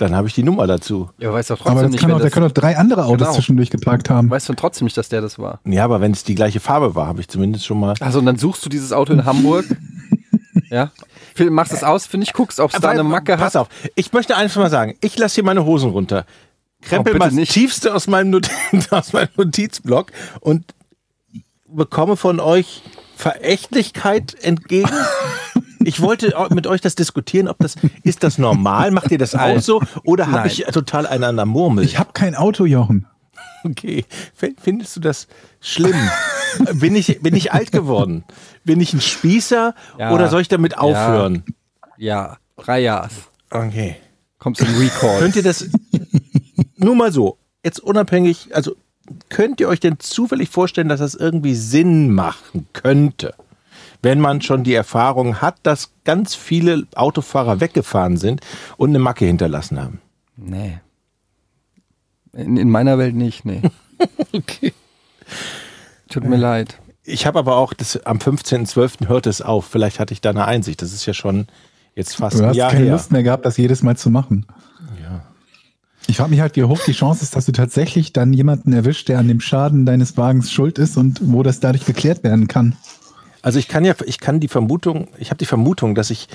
dann habe ich die Nummer dazu. Ja, weißt du trotzdem Aber das nicht, kann wer auch, da können auch drei andere Autos Genau. zwischendurch geparkt haben. weißt du trotzdem nicht, dass der das war. Ja, aber wenn es die gleiche Farbe war, habe ich zumindest schon mal. Also, und dann suchst du dieses Auto in *laughs* Hamburg. ja. Fi- Machst es aus, finde ich, guckst, ob es da eine Macke Pass hat. auf, ich möchte eins mal sagen, ich lasse hier meine Hosen runter. Oh, Krempel bitte mal das nicht. tiefste aus meinem, Not *laughs* aus meinem Notizblock und bekomme von euch Verächtlichkeit *laughs* entgegen. Ich wollte au- mit euch das diskutieren, ob das ist das normal, macht ihr das auch so oder Nein. habe ich total einen an der Murmel? Ich habe kein Auto, Jochen. okay, F- findest du das schlimm? *laughs* bin ich bin ich alt geworden? Bin ich ein Spießer Ja. oder soll ich damit aufhören? Ja, drei Jahre. Okay. Kommst du in Recall. *laughs* Könnt ihr das nur mal so, jetzt unabhängig, also könnt ihr euch denn zufällig vorstellen, dass das irgendwie Sinn machen könnte? Wenn man schon die Erfahrung hat, dass ganz viele Autofahrer weggefahren sind und eine Macke hinterlassen haben. Nee. In, in meiner Welt nicht, *laughs* nee. Okay. Tut mir leid. Ich habe aber auch, das, am 15.12. hört es auf. Vielleicht hatte ich da eine Einsicht. Das ist ja schon jetzt fast Du ein hast Jahr keine her. Lust mehr gehabt, das jedes Mal zu machen. Ja. Ich frage mich halt, wie hoch die Chance ist, dass du tatsächlich dann jemanden erwischt, der an dem Schaden deines Wagens schuld ist und wo das dadurch geklärt werden kann. Also ich kann ja, ich kann die Vermutung, ich habe die Vermutung, dass ich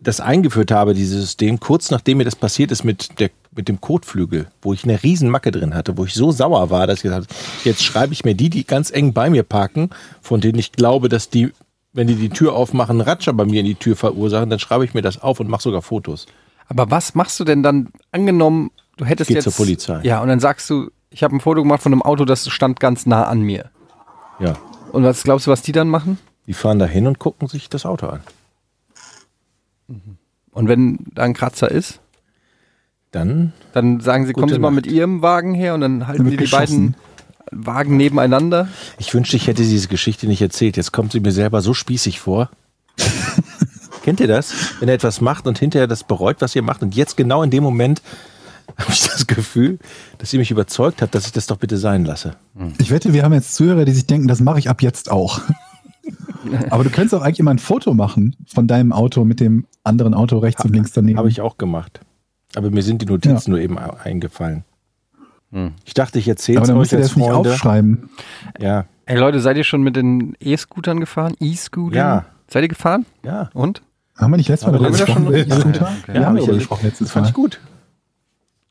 das eingeführt habe, dieses System, kurz nachdem mir das passiert ist mit, der, mit dem Kotflügel, wo ich eine riesen Macke drin hatte, wo ich so sauer war, dass ich gesagt habe, jetzt schreibe ich mir die, die ganz eng bei mir parken, von denen ich glaube, dass die, wenn die die Tür aufmachen, einen Ratscher bei mir in die Tür verursachen, dann schreibe ich mir das auf und mache sogar Fotos. Aber was machst du denn dann, angenommen, du hättest Geh jetzt... zur Polizei. Ja, und dann sagst du, ich habe ein Foto gemacht von einem Auto, das stand ganz nah an mir. Ja, Und was glaubst du, was die dann machen? die fahren da hin und gucken sich das Auto an. Und wenn da ein Kratzer ist, Dann dann sagen sie, Gute kommen Sie mal Nacht. mit Ihrem Wagen her und dann halten Dann sie wird die beiden Wagen nebeneinander. Ich wünschte, ich hätte diese Geschichte nicht erzählt. Jetzt kommt sie mir selber so spießig *laughs* vor. Kennt ihr das? Wenn ihr etwas macht und hinterher das bereut, was ihr macht. Und jetzt genau in dem Moment *laughs* habe ich das Gefühl, dass ihr mich überzeugt habt, dass ich das doch bitte sein lasse. Ich wette, wir haben jetzt Zuhörer, die sich denken, das mache ich ab *laughs* jetzt auch. Aber du könntest auch eigentlich immer ein Foto machen von deinem Auto mit dem anderen Auto rechts und links daneben. Habe ich auch gemacht. Aber mir sind die Notizen nur eben a- eingefallen. Ich dachte, ich erzähle Aber es dann musst euch du als das nicht Freunde. aufschreiben. Ja, Ey Leute, seid ihr schon mit den E-Scootern gefahren? E-Scootern? Ja. Seid ihr gefahren? ja. Und? Haben wir nicht letztes Mal Aber darüber haben wir da gesprochen? schon- Ist gut, Ja, oder? okay. Ja, Ja, haben ich wir erlebt. gesprochen letztes Das fand Mal. ich gut.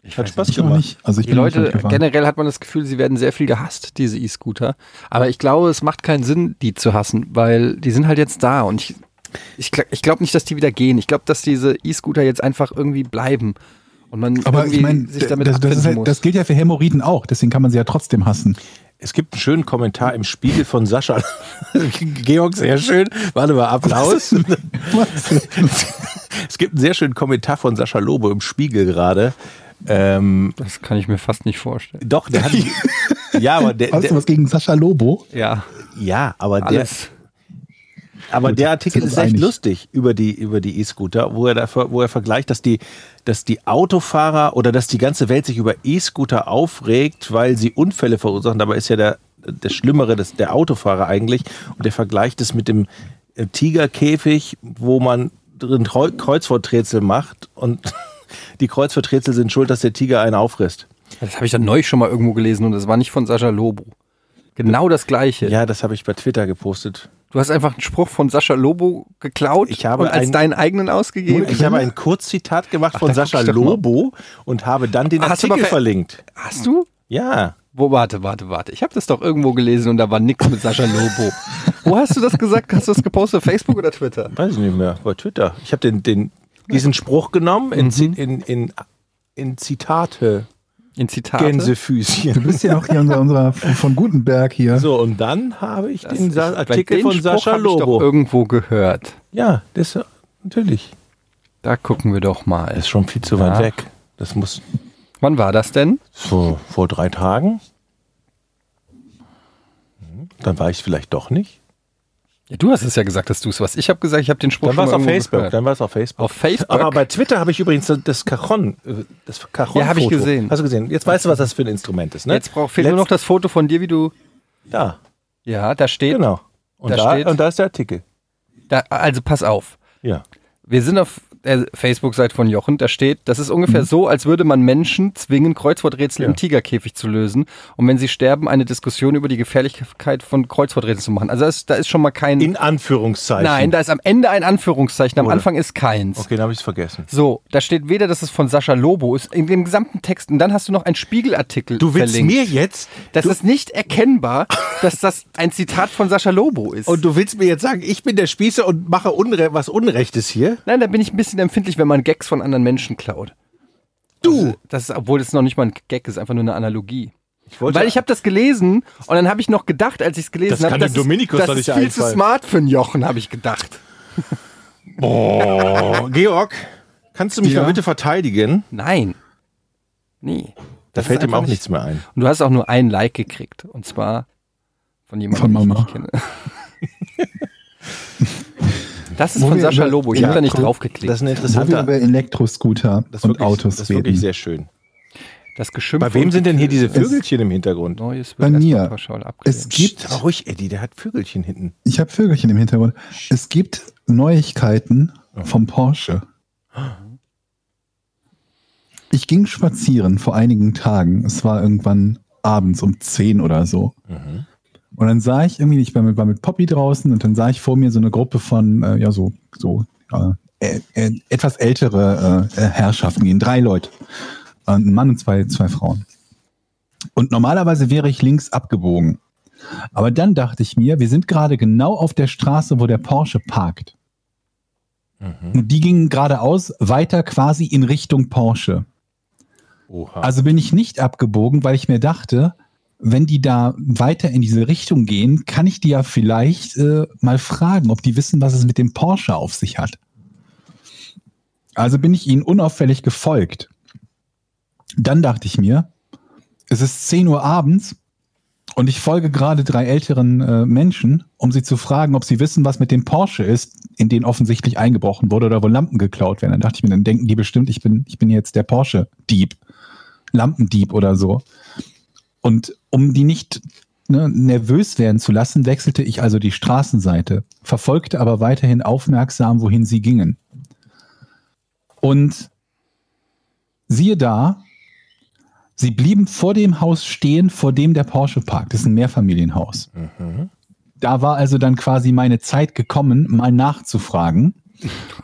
Ich Hat Spaß Ich auch gemacht. nicht. Also ich Die bin nicht Leute, mitgefahren. generell hat man das Gefühl, sie werden sehr viel gehasst, diese E-Scooter. Aber ich glaube, es macht keinen Sinn, die zu hassen, weil die sind halt jetzt da und ich, ich, gl- ich glaube nicht, dass die wieder gehen. Ich glaube, dass diese E-Scooter jetzt einfach irgendwie bleiben und man Aber irgendwie ich meine, sich damit das, das, abfinden ist halt, muss. das gilt ja für Hämorrhoiden auch, deswegen kann man sie ja trotzdem hassen. *laughs* Es gibt einen schönen Kommentar im Spiegel von Sascha. *laughs* Georg, sehr schön. Warte mal, Applaus. *laughs* es gibt einen sehr schönen Kommentar von Sascha Lobo im Spiegel gerade. Ähm, das kann ich mir fast nicht vorstellen. doch, *laughs* der hat. ja, aber der, Hast du der, was gegen Sascha Lobo? Ja, ja, aber der, alles. aber der sind Artikel uns ist echt einig. lustig über die über die E-Scooter, wo er da, ver- wo er vergleicht, dass die dass die Autofahrer oder dass die ganze Welt sich über E-Scooter aufregt, weil sie Unfälle verursachen. Dabei ist ja der der Schlimmere das, der Autofahrer eigentlich und der vergleicht es mit dem äh, Tigerkäfig, wo man drin Kreu- Kreuzworträtsel macht und *laughs* die Kreuzworträtsel sind schuld, dass der Tiger einen auffrisst. Das habe ich dann neulich schon mal irgendwo gelesen und das war nicht von Sascha Lobo. Genau das Gleiche. Ja, das habe ich bei Twitter gepostet. Du hast einfach einen Spruch von Sascha Lobo geklaut Ich habe und als ein- deinen eigenen ausgegeben. Ich habe ein Kurzzitat gemacht von da guck Sascha ich doch mal. Lobo und habe dann den Hast du Artikel aber ver- verlinkt. Hast du? Ja, Wo, warte, warte, warte. Ich habe das doch irgendwo gelesen und da war nix mit Sascha Lobo. Wo hast du das gesagt? Hast du das gepostet? Facebook oder Twitter? weiß ich nicht mehr, bei Twitter. Ich habe den, den, diesen Spruch genommen in, Zi- in, in, in Mhm. Zitate, In Zitate. Du Gänsefüßchen. bist ja auch hier unser, unser von Gutenberg hier. So, und dann habe ich den Sa Bei Artikel den von Spruch Sascha hab Ich doch Lobo. irgendwo gehört. Ja, das natürlich. Da gucken wir doch mal. Das ist schon viel zu weit weg. Das muss Wann war das denn? so vor drei Tagen. Hm, Dann war ich vielleicht doch nicht. Ja, du hast es ja gesagt, dass du es warst. Ich habe gesagt, ich habe den Spruch Dann war es schon auf mal irgendwo Facebook. gehört. Dann war es auf Facebook. Auf Facebook? Aber bei Twitter habe ich übrigens das Cajon, äh, das Cajon Ja, habe ich gesehen. Hast du gesehen? Jetzt weißt du, was das für ein Instrument ist, ne? Jetzt braucht fehlt nur noch das Foto von dir, wie du. Da, Ja, da steht. genau. Und Da da, steht- und da ist der Artikel. Da, also pass auf. Ja. Wir sind auf der Facebook-Seite von Jochen, da steht, das ist ungefähr Mhm. so, als würde man Menschen zwingen, Kreuzworträtsel im Tigerkäfig zu lösen und wenn sie sterben, eine Diskussion über die Gefährlichkeit von Kreuzworträtseln zu machen. Also da ist, da ist schon mal kein... In Anführungszeichen. nein, da ist am Ende ein Anführungszeichen, am Oder? Anfang ist keins. Okay, dann habe ich es vergessen. So, da steht weder, dass es von Sascha Lobo ist, in dem gesamten Text und dann hast du noch einen Spiegelartikel Du willst verlinkt. mir jetzt das ist nicht erkennbar, dass das ein Zitat von Sascha Lobo ist. und du willst mir jetzt sagen, ich bin der Spießer und mache Unre was Unrechtes hier? Nein, da bin ich ein bisschen empfindlich, wenn man Gags von anderen Menschen klaut. Also, Du. Das ist, obwohl es noch nicht mal ein Gag ist, einfach nur eine Analogie. wollte- Weil ich habe das gelesen und dann habe ich noch gedacht, als ich es gelesen Das habe, kann das, dem Dominikus ist, doch das ist nicht viel zu einfallen. smart für einen Jochen, habe ich gedacht. Oh, *laughs* Georg, kannst du mich Ja. mal bitte verteidigen? Nein. Nee. Da Das ist fällt ihm einfach auch nicht- nichts mehr ein. Und du hast auch nur ein Like gekriegt. Und zwar von jemandem, Von den ich Mama. nicht kenne. *laughs* Das ist Wo von wir Sascha über- Lobo. Ich Ja, habe da nicht cool. drauf Das geklickt. ist ein Wo wir interessanter. über Elektroscooter Das ist und wirklich, Autos das ist reden. wirklich sehr schön. äh, Das Geschimpf. Bei wem und sind denn hier diese Getöse. Vögelchen im Hintergrund? Neues Bei wird mir. erstmal pauschal abgelehnt. Es gibt- Psst, ruhig, Eddie, der hat Vögelchen hinten. ich habe Vögelchen im Hintergrund. Es gibt Neuigkeiten vom Porsche. Ich ging spazieren vor einigen Tagen. Es war irgendwann abends um 10 oder so. Mhm. Und dann sah ich irgendwie, ich war mit, war mit Poppy draußen und dann sah ich vor mir so eine Gruppe von, äh, ja, so, so äh, ä- ä- etwas ältere äh, Herrschaften gehen. Drei Leute. Äh, Ein Mann und zwei, zwei Frauen. Und normalerweise wäre ich links abgebogen. Aber dann dachte ich mir, wir sind gerade genau auf der Straße, wo der Porsche parkt. Und die gingen geradeaus weiter quasi in Richtung Porsche. Oha. Also bin ich nicht abgebogen, weil ich mir dachte, wenn die da weiter in diese Richtung gehen, kann ich die ja vielleicht äh, mal fragen, ob die wissen, was es mit dem Porsche auf sich hat. Also bin ich ihnen unauffällig gefolgt. Dann dachte ich mir, es ist 10 Uhr abends und ich folge gerade drei älteren äh, Menschen, um sie zu fragen, ob sie wissen, was mit dem Porsche ist, in den offensichtlich eingebrochen wurde oder wo Lampen geklaut werden. Dann dachte ich mir, dann denken die bestimmt, ich bin, ich bin jetzt der Porsche-Dieb. Lampendieb oder so. Und um die nicht ne, nervös werden zu lassen, wechselte ich also die Straßenseite, verfolgte aber weiterhin aufmerksam, wohin sie gingen. Und siehe da, sie blieben vor dem Haus stehen, vor dem der Porsche parkt. Das ist ein Mehrfamilienhaus. Da war also dann quasi meine Zeit gekommen, mal nachzufragen.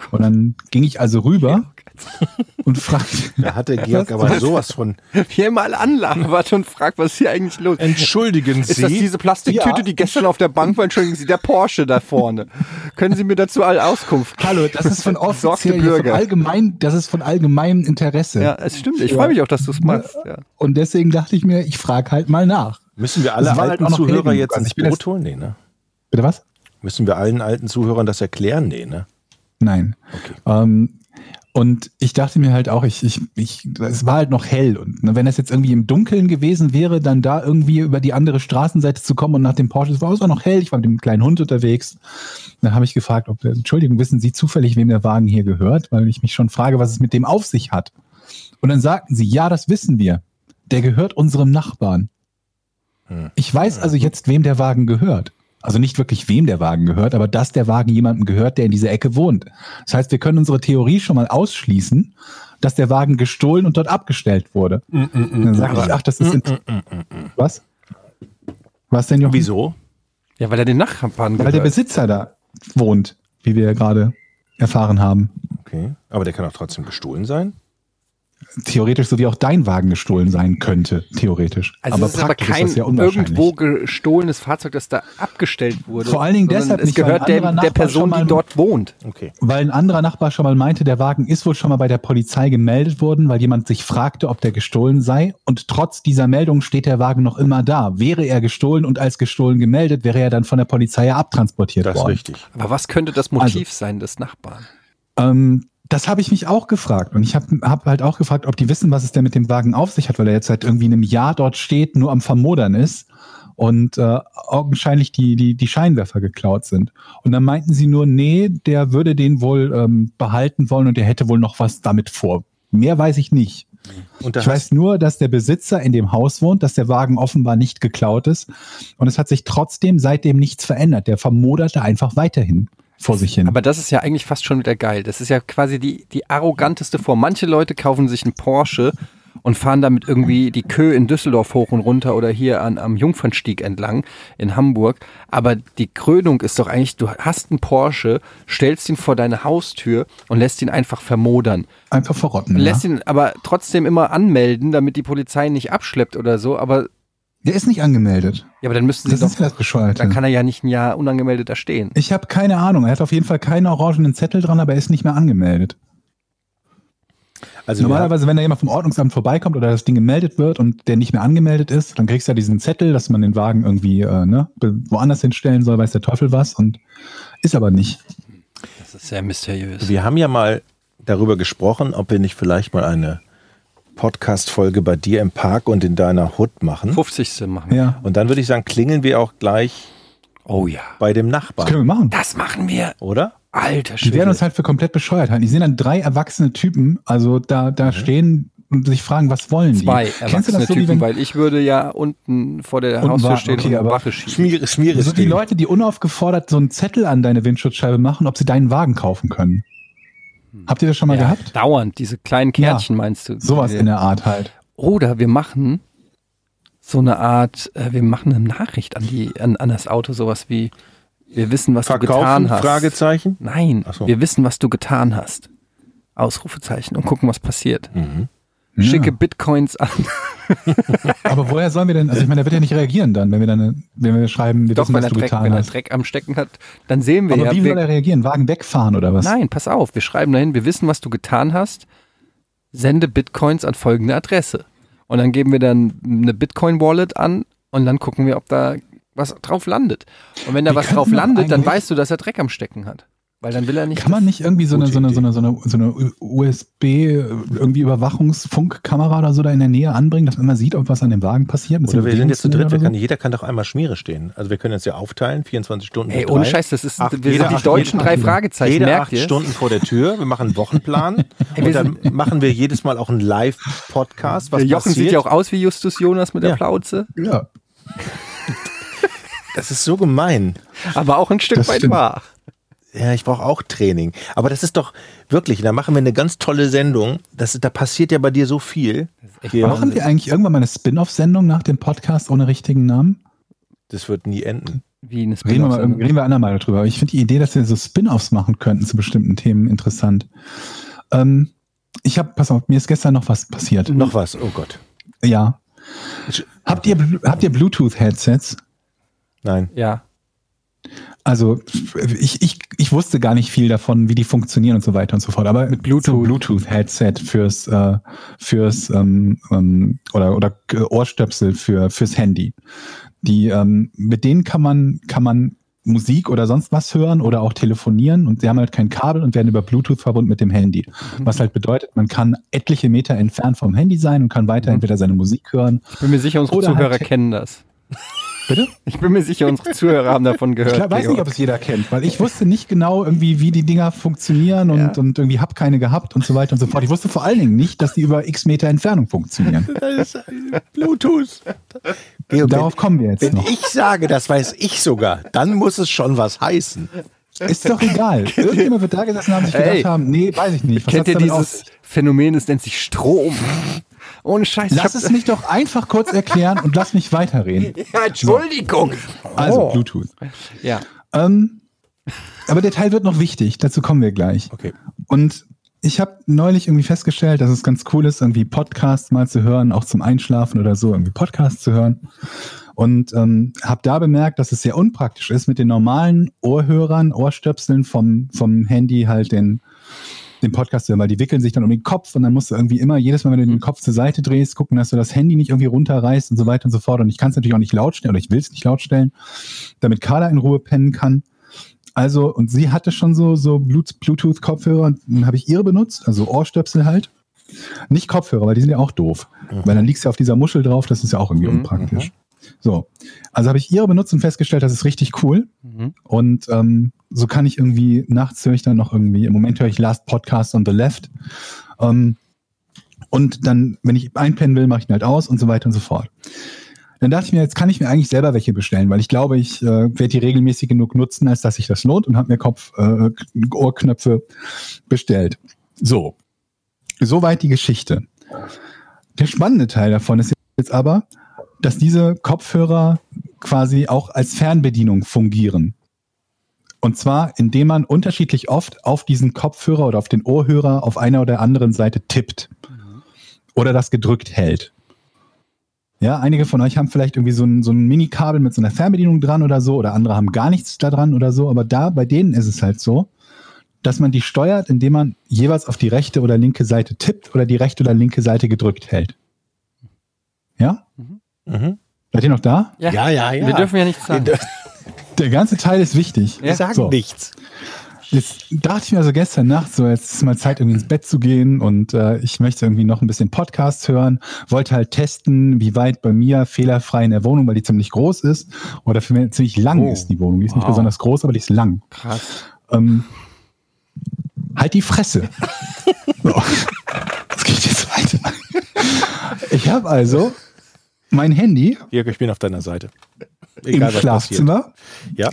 Und dann ging ich also rüber und fragte, Da hatte Georg aber sowas *laughs* von. Hier mal *laughs* anlabert und fragt, was ist hier eigentlich los Entschuldigen Ist das diese Plastiktüte, Äh, Ja. die gestern auf der Bank war? Entschuldigen Sie, der Porsche da vorne. Können Sie mir dazu alle Auskunft geben? Hallo, das *laughs* ist von Sorgte offiziell, von Bürger. allgemein, das ist von allgemeinem Interesse. Ja, es stimmt. Ich freue mich auch, dass du es machst. Ja. Und deswegen dachte ich mir, ich frage halt mal nach. Müssen wir alle Das war halt alten auch noch hell Zuhörer genug. jetzt Also ins ich bin Boot jetzt- holen? Nee, ne? Bitte was? Müssen wir allen alten Zuhörern das erklären? Nee, ne? Nein. Okay. Ähm, und ich dachte mir halt auch, ich, ich, ich, es war halt noch hell. Und ne, wenn das jetzt irgendwie im Dunkeln gewesen wäre, dann da irgendwie über die andere Straßenseite zu kommen und nach dem Porsche, es war es war noch hell, ich war mit dem kleinen Hund unterwegs. Dann habe ich gefragt, ob, Entschuldigung, wissen Sie zufällig, wem der Wagen hier gehört? Weil ich mich schon frage, was es mit dem auf sich hat. Und dann sagten sie, ja, das wissen wir. Der gehört unserem Nachbarn. Hm. Ich weiß also jetzt, wem der Wagen gehört. Also nicht wirklich, wem der Wagen gehört, aber dass der Wagen jemandem gehört, der in dieser Ecke wohnt. Das heißt, wir können unsere Theorie schon mal ausschließen, dass der Wagen gestohlen und dort abgestellt wurde. Mm, Und dann sage ich, ach, das ist... int- Was? Was denn, Jochen? Wieso? ja, weil er den Nachbarn Weil der gehört. Besitzer da wohnt, wie wir ja gerade erfahren haben. Okay. Aber der kann auch trotzdem gestohlen sein. Theoretisch, so wie auch dein Wagen gestohlen sein könnte, theoretisch. Also es ist aber praktisch kein das ja unwahrscheinlich. irgendwo gestohlenes Fahrzeug, das da abgestellt wurde. Vor allen Dingen sondern deshalb Es nicht, weil gehört ein der, anderer der Nachbar schon Person, mal- die dort wohnt. Okay. Weil ein anderer Nachbar schon mal meinte, der Wagen ist wohl schon mal bei der Polizei gemeldet worden, weil jemand sich fragte, ob der gestohlen sei. Und trotz dieser Meldung steht der Wagen noch immer da. Wäre er gestohlen und als gestohlen gemeldet, wäre er dann von der Polizei ja abtransportiert Das ist worden. richtig. Aber was könnte das Also Motiv sein des Nachbarn? Ähm, das habe ich mich auch gefragt. Und ich habe hab halt auch gefragt, ob die wissen, was es denn mit dem Wagen auf sich hat, weil er jetzt seit irgendwie einem Jahr dort steht, nur am Vermodern ist und äh, augenscheinlich die, die, die Scheinwerfer geklaut sind. Und dann meinten sie nur, nee, der würde den wohl ähm, behalten wollen und der hätte wohl noch was damit vor. Mehr weiß ich nicht. Und da Ich weiß nur, dass der Besitzer in dem Haus wohnt, dass der Wagen offenbar nicht geklaut ist. Und es hat sich trotzdem seitdem nichts verändert. Der vermoderte einfach weiterhin vor sich hin. Aber das ist ja eigentlich fast schon wieder geil. Das ist ja quasi die, die arroganteste Form. Manche Leute kaufen sich einen Porsche und fahren damit irgendwie die Kö in Düsseldorf hoch und runter oder hier an, am Jungfernstieg entlang in Hamburg. Aber die Krönung ist doch eigentlich, du hast einen Porsche, stellst ihn vor deine Haustür und lässt ihn einfach vermodern. einfach verrotten. ja. Lässt ihn aber trotzdem immer anmelden, damit die Polizei ihn nicht abschleppt oder so. Aber, Der ist nicht angemeldet. ja, aber dann müssten sie Das ist ja doch, das Bescheuerte. dann kann er ja nicht ein Jahr unangemeldet da stehen. ich habe keine Ahnung. Er hat auf jeden Fall keinen orangenen Zettel dran, aber er ist nicht mehr angemeldet. also wir haben- Normalerweise, wenn da jemand vom Ordnungsamt vorbeikommt oder das Ding gemeldet wird und der nicht mehr angemeldet ist, dann kriegst du ja diesen Zettel, dass man den Wagen irgendwie äh, ne, be- woanders hinstellen soll, weiß der Teufel was und ist aber nicht. Das ist sehr mysteriös. Wir haben ja mal darüber gesprochen, ob wir nicht vielleicht mal eine Podcast-Folge bei dir im Park und in deiner Hut machen. 50. machen. Ja. Und dann würde ich sagen, klingeln wir auch gleich Oh ja. bei dem Das können Nachbarn, wir machen. Das machen wir. oder? Alter Die werden Schwede. uns halt für komplett bescheuert halten. Ich sehe dann drei erwachsene Typen, also da, da stehen und sich fragen, was wollen die? Mhm. Zwei halt Kennst du erwachsene das so, wie Typen, wenn, weil ich würde ja unten vor der Unten Haustür warten, stehen okay, und aber- Wache schieben. Schmiere, schmiere so Also die Leute, die unaufgefordert so einen Zettel an deine Windschutzscheibe machen, ob sie deinen Wagen kaufen können? Habt ihr das schon mal gehabt? Dauernd, diese kleinen Kärtchen meinst du? Sowas in der Art halt. Oder wir machen so eine Art, äh, wir machen eine Nachricht an, die, an, an das Auto, sowas wie, wir wissen, was du Verkaufen? getan hast. Fragezeichen. Nein, Ach so. wir wissen, was du getan hast. Ausrufezeichen und gucken, was passiert. Mhm. Ja. Schicke Bitcoins an. Aber woher sollen wir denn, also ich meine, der wird ja nicht reagieren dann, wenn wir dann, eine- wenn wir schreiben, wir *laughs* Doch, wissen, wenn was er, du Dreck, getan wenn er hast. Dreck am Stecken hat, dann sehen wir Aber ja. wie wir, soll er reagieren? Wagen wegfahren oder was? Nein, pass auf, wir schreiben dahin, wir wissen, was du getan hast, sende Bitcoins an folgende Adresse. Und dann geben wir dann eine Bitcoin-Wallet an und dann gucken wir, ob da was drauf landet. Und wenn da Wir was drauf könnten doch landet, dann eigentlich- weißt du, dass er Dreck am Stecken hat. Weil dann will er nicht. Kann man nicht irgendwie so eine, so eine, so eine, so eine, so eine USB, irgendwie Überwachungsfunkkamera oder so da in der Nähe anbringen, dass man mal sieht, ob was an dem Wagen passiert? Mit so Oder einem wir sind jetzt zu Dingsen dritt, wir oder können, jeder kann doch einmal Schmiere stehen. Also wir können uns ja aufteilen, 24 Stunden. Ey, durch ohne drei. Scheiß, das ist, Acht- wir jeder sind die acht- deutschen jede- drei Fragezeichen, Jede merkt acht ihr? Stunden vor der Tür, wir machen *laughs* einen Wochenplan wir und dann machen wir jedes Mal auch einen Live-Podcast, was Der Äh, Jochen passiert. sieht ja auch aus wie Justus Jonas mit der Ja. Plauze, so? Ja. das ist so gemein. aber auch ein Stück Das weit stimmt. wahr. Ja, ich brauche auch Training. Aber das ist doch wirklich, da machen wir eine ganz tolle Sendung. Das, da passiert ja bei dir so viel. Hier. Machen wir eigentlich irgendwann mal eine Spin-off-Sendung nach dem Podcast ohne richtigen Namen? Das wird nie enden. Wie eine Reden wir, mal, Spin-off-Sendung. reden wir andermal darüber. Aber ich finde die Idee, dass wir so Spin-offs machen könnten zu bestimmten Themen interessant. Ähm, ich habe, pass auf, mir ist gestern noch was passiert. Noch was, oh Gott. Ja. Habt ihr, Blu- habt ihr Bluetooth-Headsets? *laughs* Nein. Ja. Also ich, ich, ich wusste gar nicht viel davon, wie die funktionieren und so weiter und so fort. Aber mit Bluetooth, so ein Bluetooth-Headset fürs äh, fürs ähm, ähm, oder oder Ohrstöpsel für fürs Handy. Die ähm, mit denen kann man kann man Musik oder sonst was hören oder auch telefonieren und sie haben halt kein Kabel und werden über Bluetooth verbunden mit dem Handy. Was halt bedeutet, man kann etliche Meter entfernt vom Handy sein und kann weiter entweder seine Musik hören. Ich bin mir sicher, unsere Oder Zuhörer halt- kennen das. Bitte? Ich bin mir sicher, unsere Zuhörer haben davon gehört. Ich glaub, weiß Georg. nicht, ob es jeder kennt, weil ich wusste nicht genau irgendwie, wie die Dinger funktionieren und, Ja. und irgendwie hab keine gehabt und so weiter und so fort. Ich wusste vor allen Dingen nicht, dass die über x Meter Entfernung funktionieren. Das ist Bluetooth. Georg, Darauf kommen wir jetzt wenn, noch. wenn ich sage, das weiß ich sogar, dann muss es schon was heißen. Ist doch egal. Irgendjemand wird da gesessen haben, sich gedacht Ey. haben, nee, weiß ich nicht. Was Kennt hat's ihr damit auf dieses sich? Phänomen, es nennt sich Strom? Ohne Scheiß. ich Lass hab- es mich doch einfach kurz erklären und lass mich weiterreden. *laughs* ja, Entschuldigung. Oh. Also Bluetooth. Ja. Ähm, aber der Teil wird noch wichtig, dazu kommen wir gleich. Okay. Und ich habe neulich irgendwie festgestellt, dass es ganz cool ist, irgendwie Podcasts mal zu hören, auch zum Einschlafen oder so, irgendwie Podcasts zu hören. Und ähm, habe da bemerkt, dass es sehr unpraktisch ist, mit den normalen Ohrhörern, Ohrstöpseln vom, vom Handy halt den, den Podcast zu hören, weil die wickeln sich dann um den Kopf und dann musst du irgendwie immer jedes Mal, wenn du Mhm. den Kopf zur Seite drehst, gucken, dass du das Handy nicht irgendwie runterreißt und so weiter und so fort. Und ich kann es natürlich auch nicht laut stellen oder ich will es nicht laut stellen, damit Carla in Ruhe pennen kann. Also, und sie hatte schon so, so Blut- Bluetooth-Kopfhörer und dann habe ich ihre benutzt, also Ohrstöpsel halt. Nicht Kopfhörer, weil die sind ja auch doof. Weil dann liegst du ja auf dieser Muschel drauf, das ist ja auch irgendwie Mhm, unpraktisch. So, also habe ich ihre benutzt und festgestellt, das ist richtig cool. Mhm. Und ähm, so kann ich irgendwie nachts höre ich dann noch irgendwie, im Moment höre ich Last Podcast on the Left. Ähm, und dann, wenn ich einpennen will, mache ich ihn halt aus und so weiter und so fort. Dann dachte ich mir, jetzt kann ich mir eigentlich selber welche bestellen, weil ich glaube, ich äh, werde die regelmäßig genug nutzen, als dass sich das lohnt und habe mir Kopf, äh, Ohrknöpfe bestellt. So. Soweit die Geschichte. Der spannende Teil davon ist jetzt aber, dass diese Kopfhörer quasi auch als Fernbedienung fungieren. Und zwar, indem man unterschiedlich oft auf diesen Kopfhörer oder auf den Ohrhörer auf einer oder anderen Seite tippt oder das gedrückt hält. Ja, einige von euch haben vielleicht irgendwie so ein, so ein Mini-Kabel mit so einer Fernbedienung dran oder so, oder andere haben gar nichts da dran oder so, aber da, bei denen ist es halt so, dass man die steuert, indem man jeweils auf die rechte oder linke Seite tippt oder die rechte oder linke Seite gedrückt hält. Ja? Mhm. Seid ihr noch da? Ja. Ja, ja, ja. Wir dürfen ja nichts sagen. Wir Der ganze Teil ist wichtig. Wir sagen So. nichts. Jetzt dachte ich mir also gestern Nacht, so jetzt ist mal Zeit, irgendwie ins Bett zu gehen und äh, ich möchte irgendwie noch ein bisschen Podcast hören. Wollte halt testen, wie weit bei mir fehlerfrei in der Wohnung, weil die ziemlich groß ist oder für mich ziemlich lang Oh, ist die Wohnung. Die ist nicht wow. besonders groß, aber die ist lang. Krass. Ähm, halt *laughs* die Fresse. so. Es geht jetzt weiter. Ich habe also mein Handy Jörg, ich bin auf deiner Seite. im Schlafzimmer. Ja.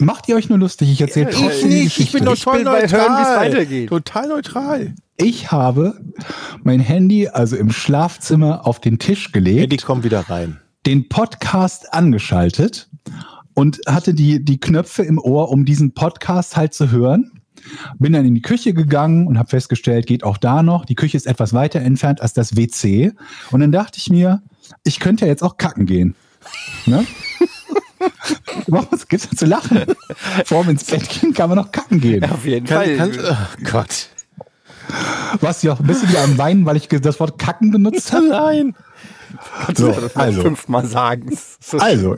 Macht ihr euch nur lustig? Ich erzähle Ich trotzdem die nicht, ich Geschichte. bin total will mal hören, neutral. wie's weitergeht. Total neutral. Ich habe mein Handy also im Schlafzimmer auf den Tisch gelegt, Eddie, komm wieder rein. den Podcast angeschaltet und hatte die, die Knöpfe im Ohr, um diesen Podcast halt zu hören. Bin dann in die Küche gegangen und habe festgestellt, geht auch da noch. Die Küche ist etwas weiter entfernt als das WC. Und dann dachte ich mir, ich könnte ja jetzt auch kacken gehen. Ne? Was gibt's denn zu lachen? Vorm ins Bett gehen kann man noch kacken gehen. Auf jeden Kann, Fall. kannst, oh Gott. Was ja auch ein bisschen wie am Weinen, weil ich ge- das Wort kacken benutzt habe. Nein. *laughs* So, das mal also, fünfmal sagen. So also,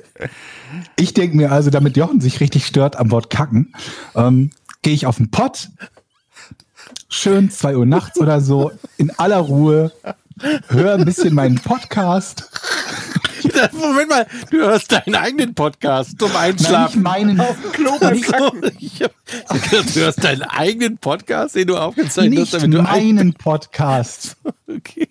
ich denke mir also, damit Jochen sich richtig stört am Wort kacken, ähm, gehe ich auf den Pott, schön 2 Uhr nachts oder so, in aller Ruhe, höre ein bisschen meinen Podcast, Moment mal, du hörst deinen eigenen Podcast zum Nein, ich Einschlafen. meinen, *laughs* ich ich hab gedacht, du hörst deinen eigenen Podcast, den du aufgezeichnet hast, nicht damit du ein- meinen Podcast. okay.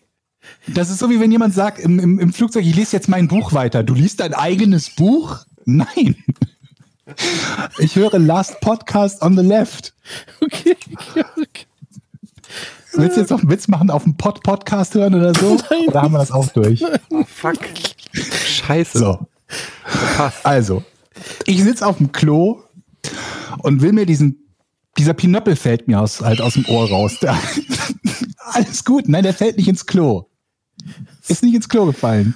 Das ist so, wie wenn jemand sagt im, im, im Flugzeug, ich lese jetzt mein Buch weiter. Du liest dein eigenes Buch? Nein. Ich höre Last Podcast on the Left. okay. okay. Willst du jetzt noch einen Witz machen, auf einen Pod-Podcast hören oder so? Da haben wir das auch durch. fuck. Scheiße. So. Also, ich sitze auf dem Klo und will mir diesen, dieser Pinöppel fällt mir aus, halt aus dem Ohr raus. *laughs* Da, alles gut, nein, der fällt nicht ins Klo. Ist nicht ins Klo gefallen.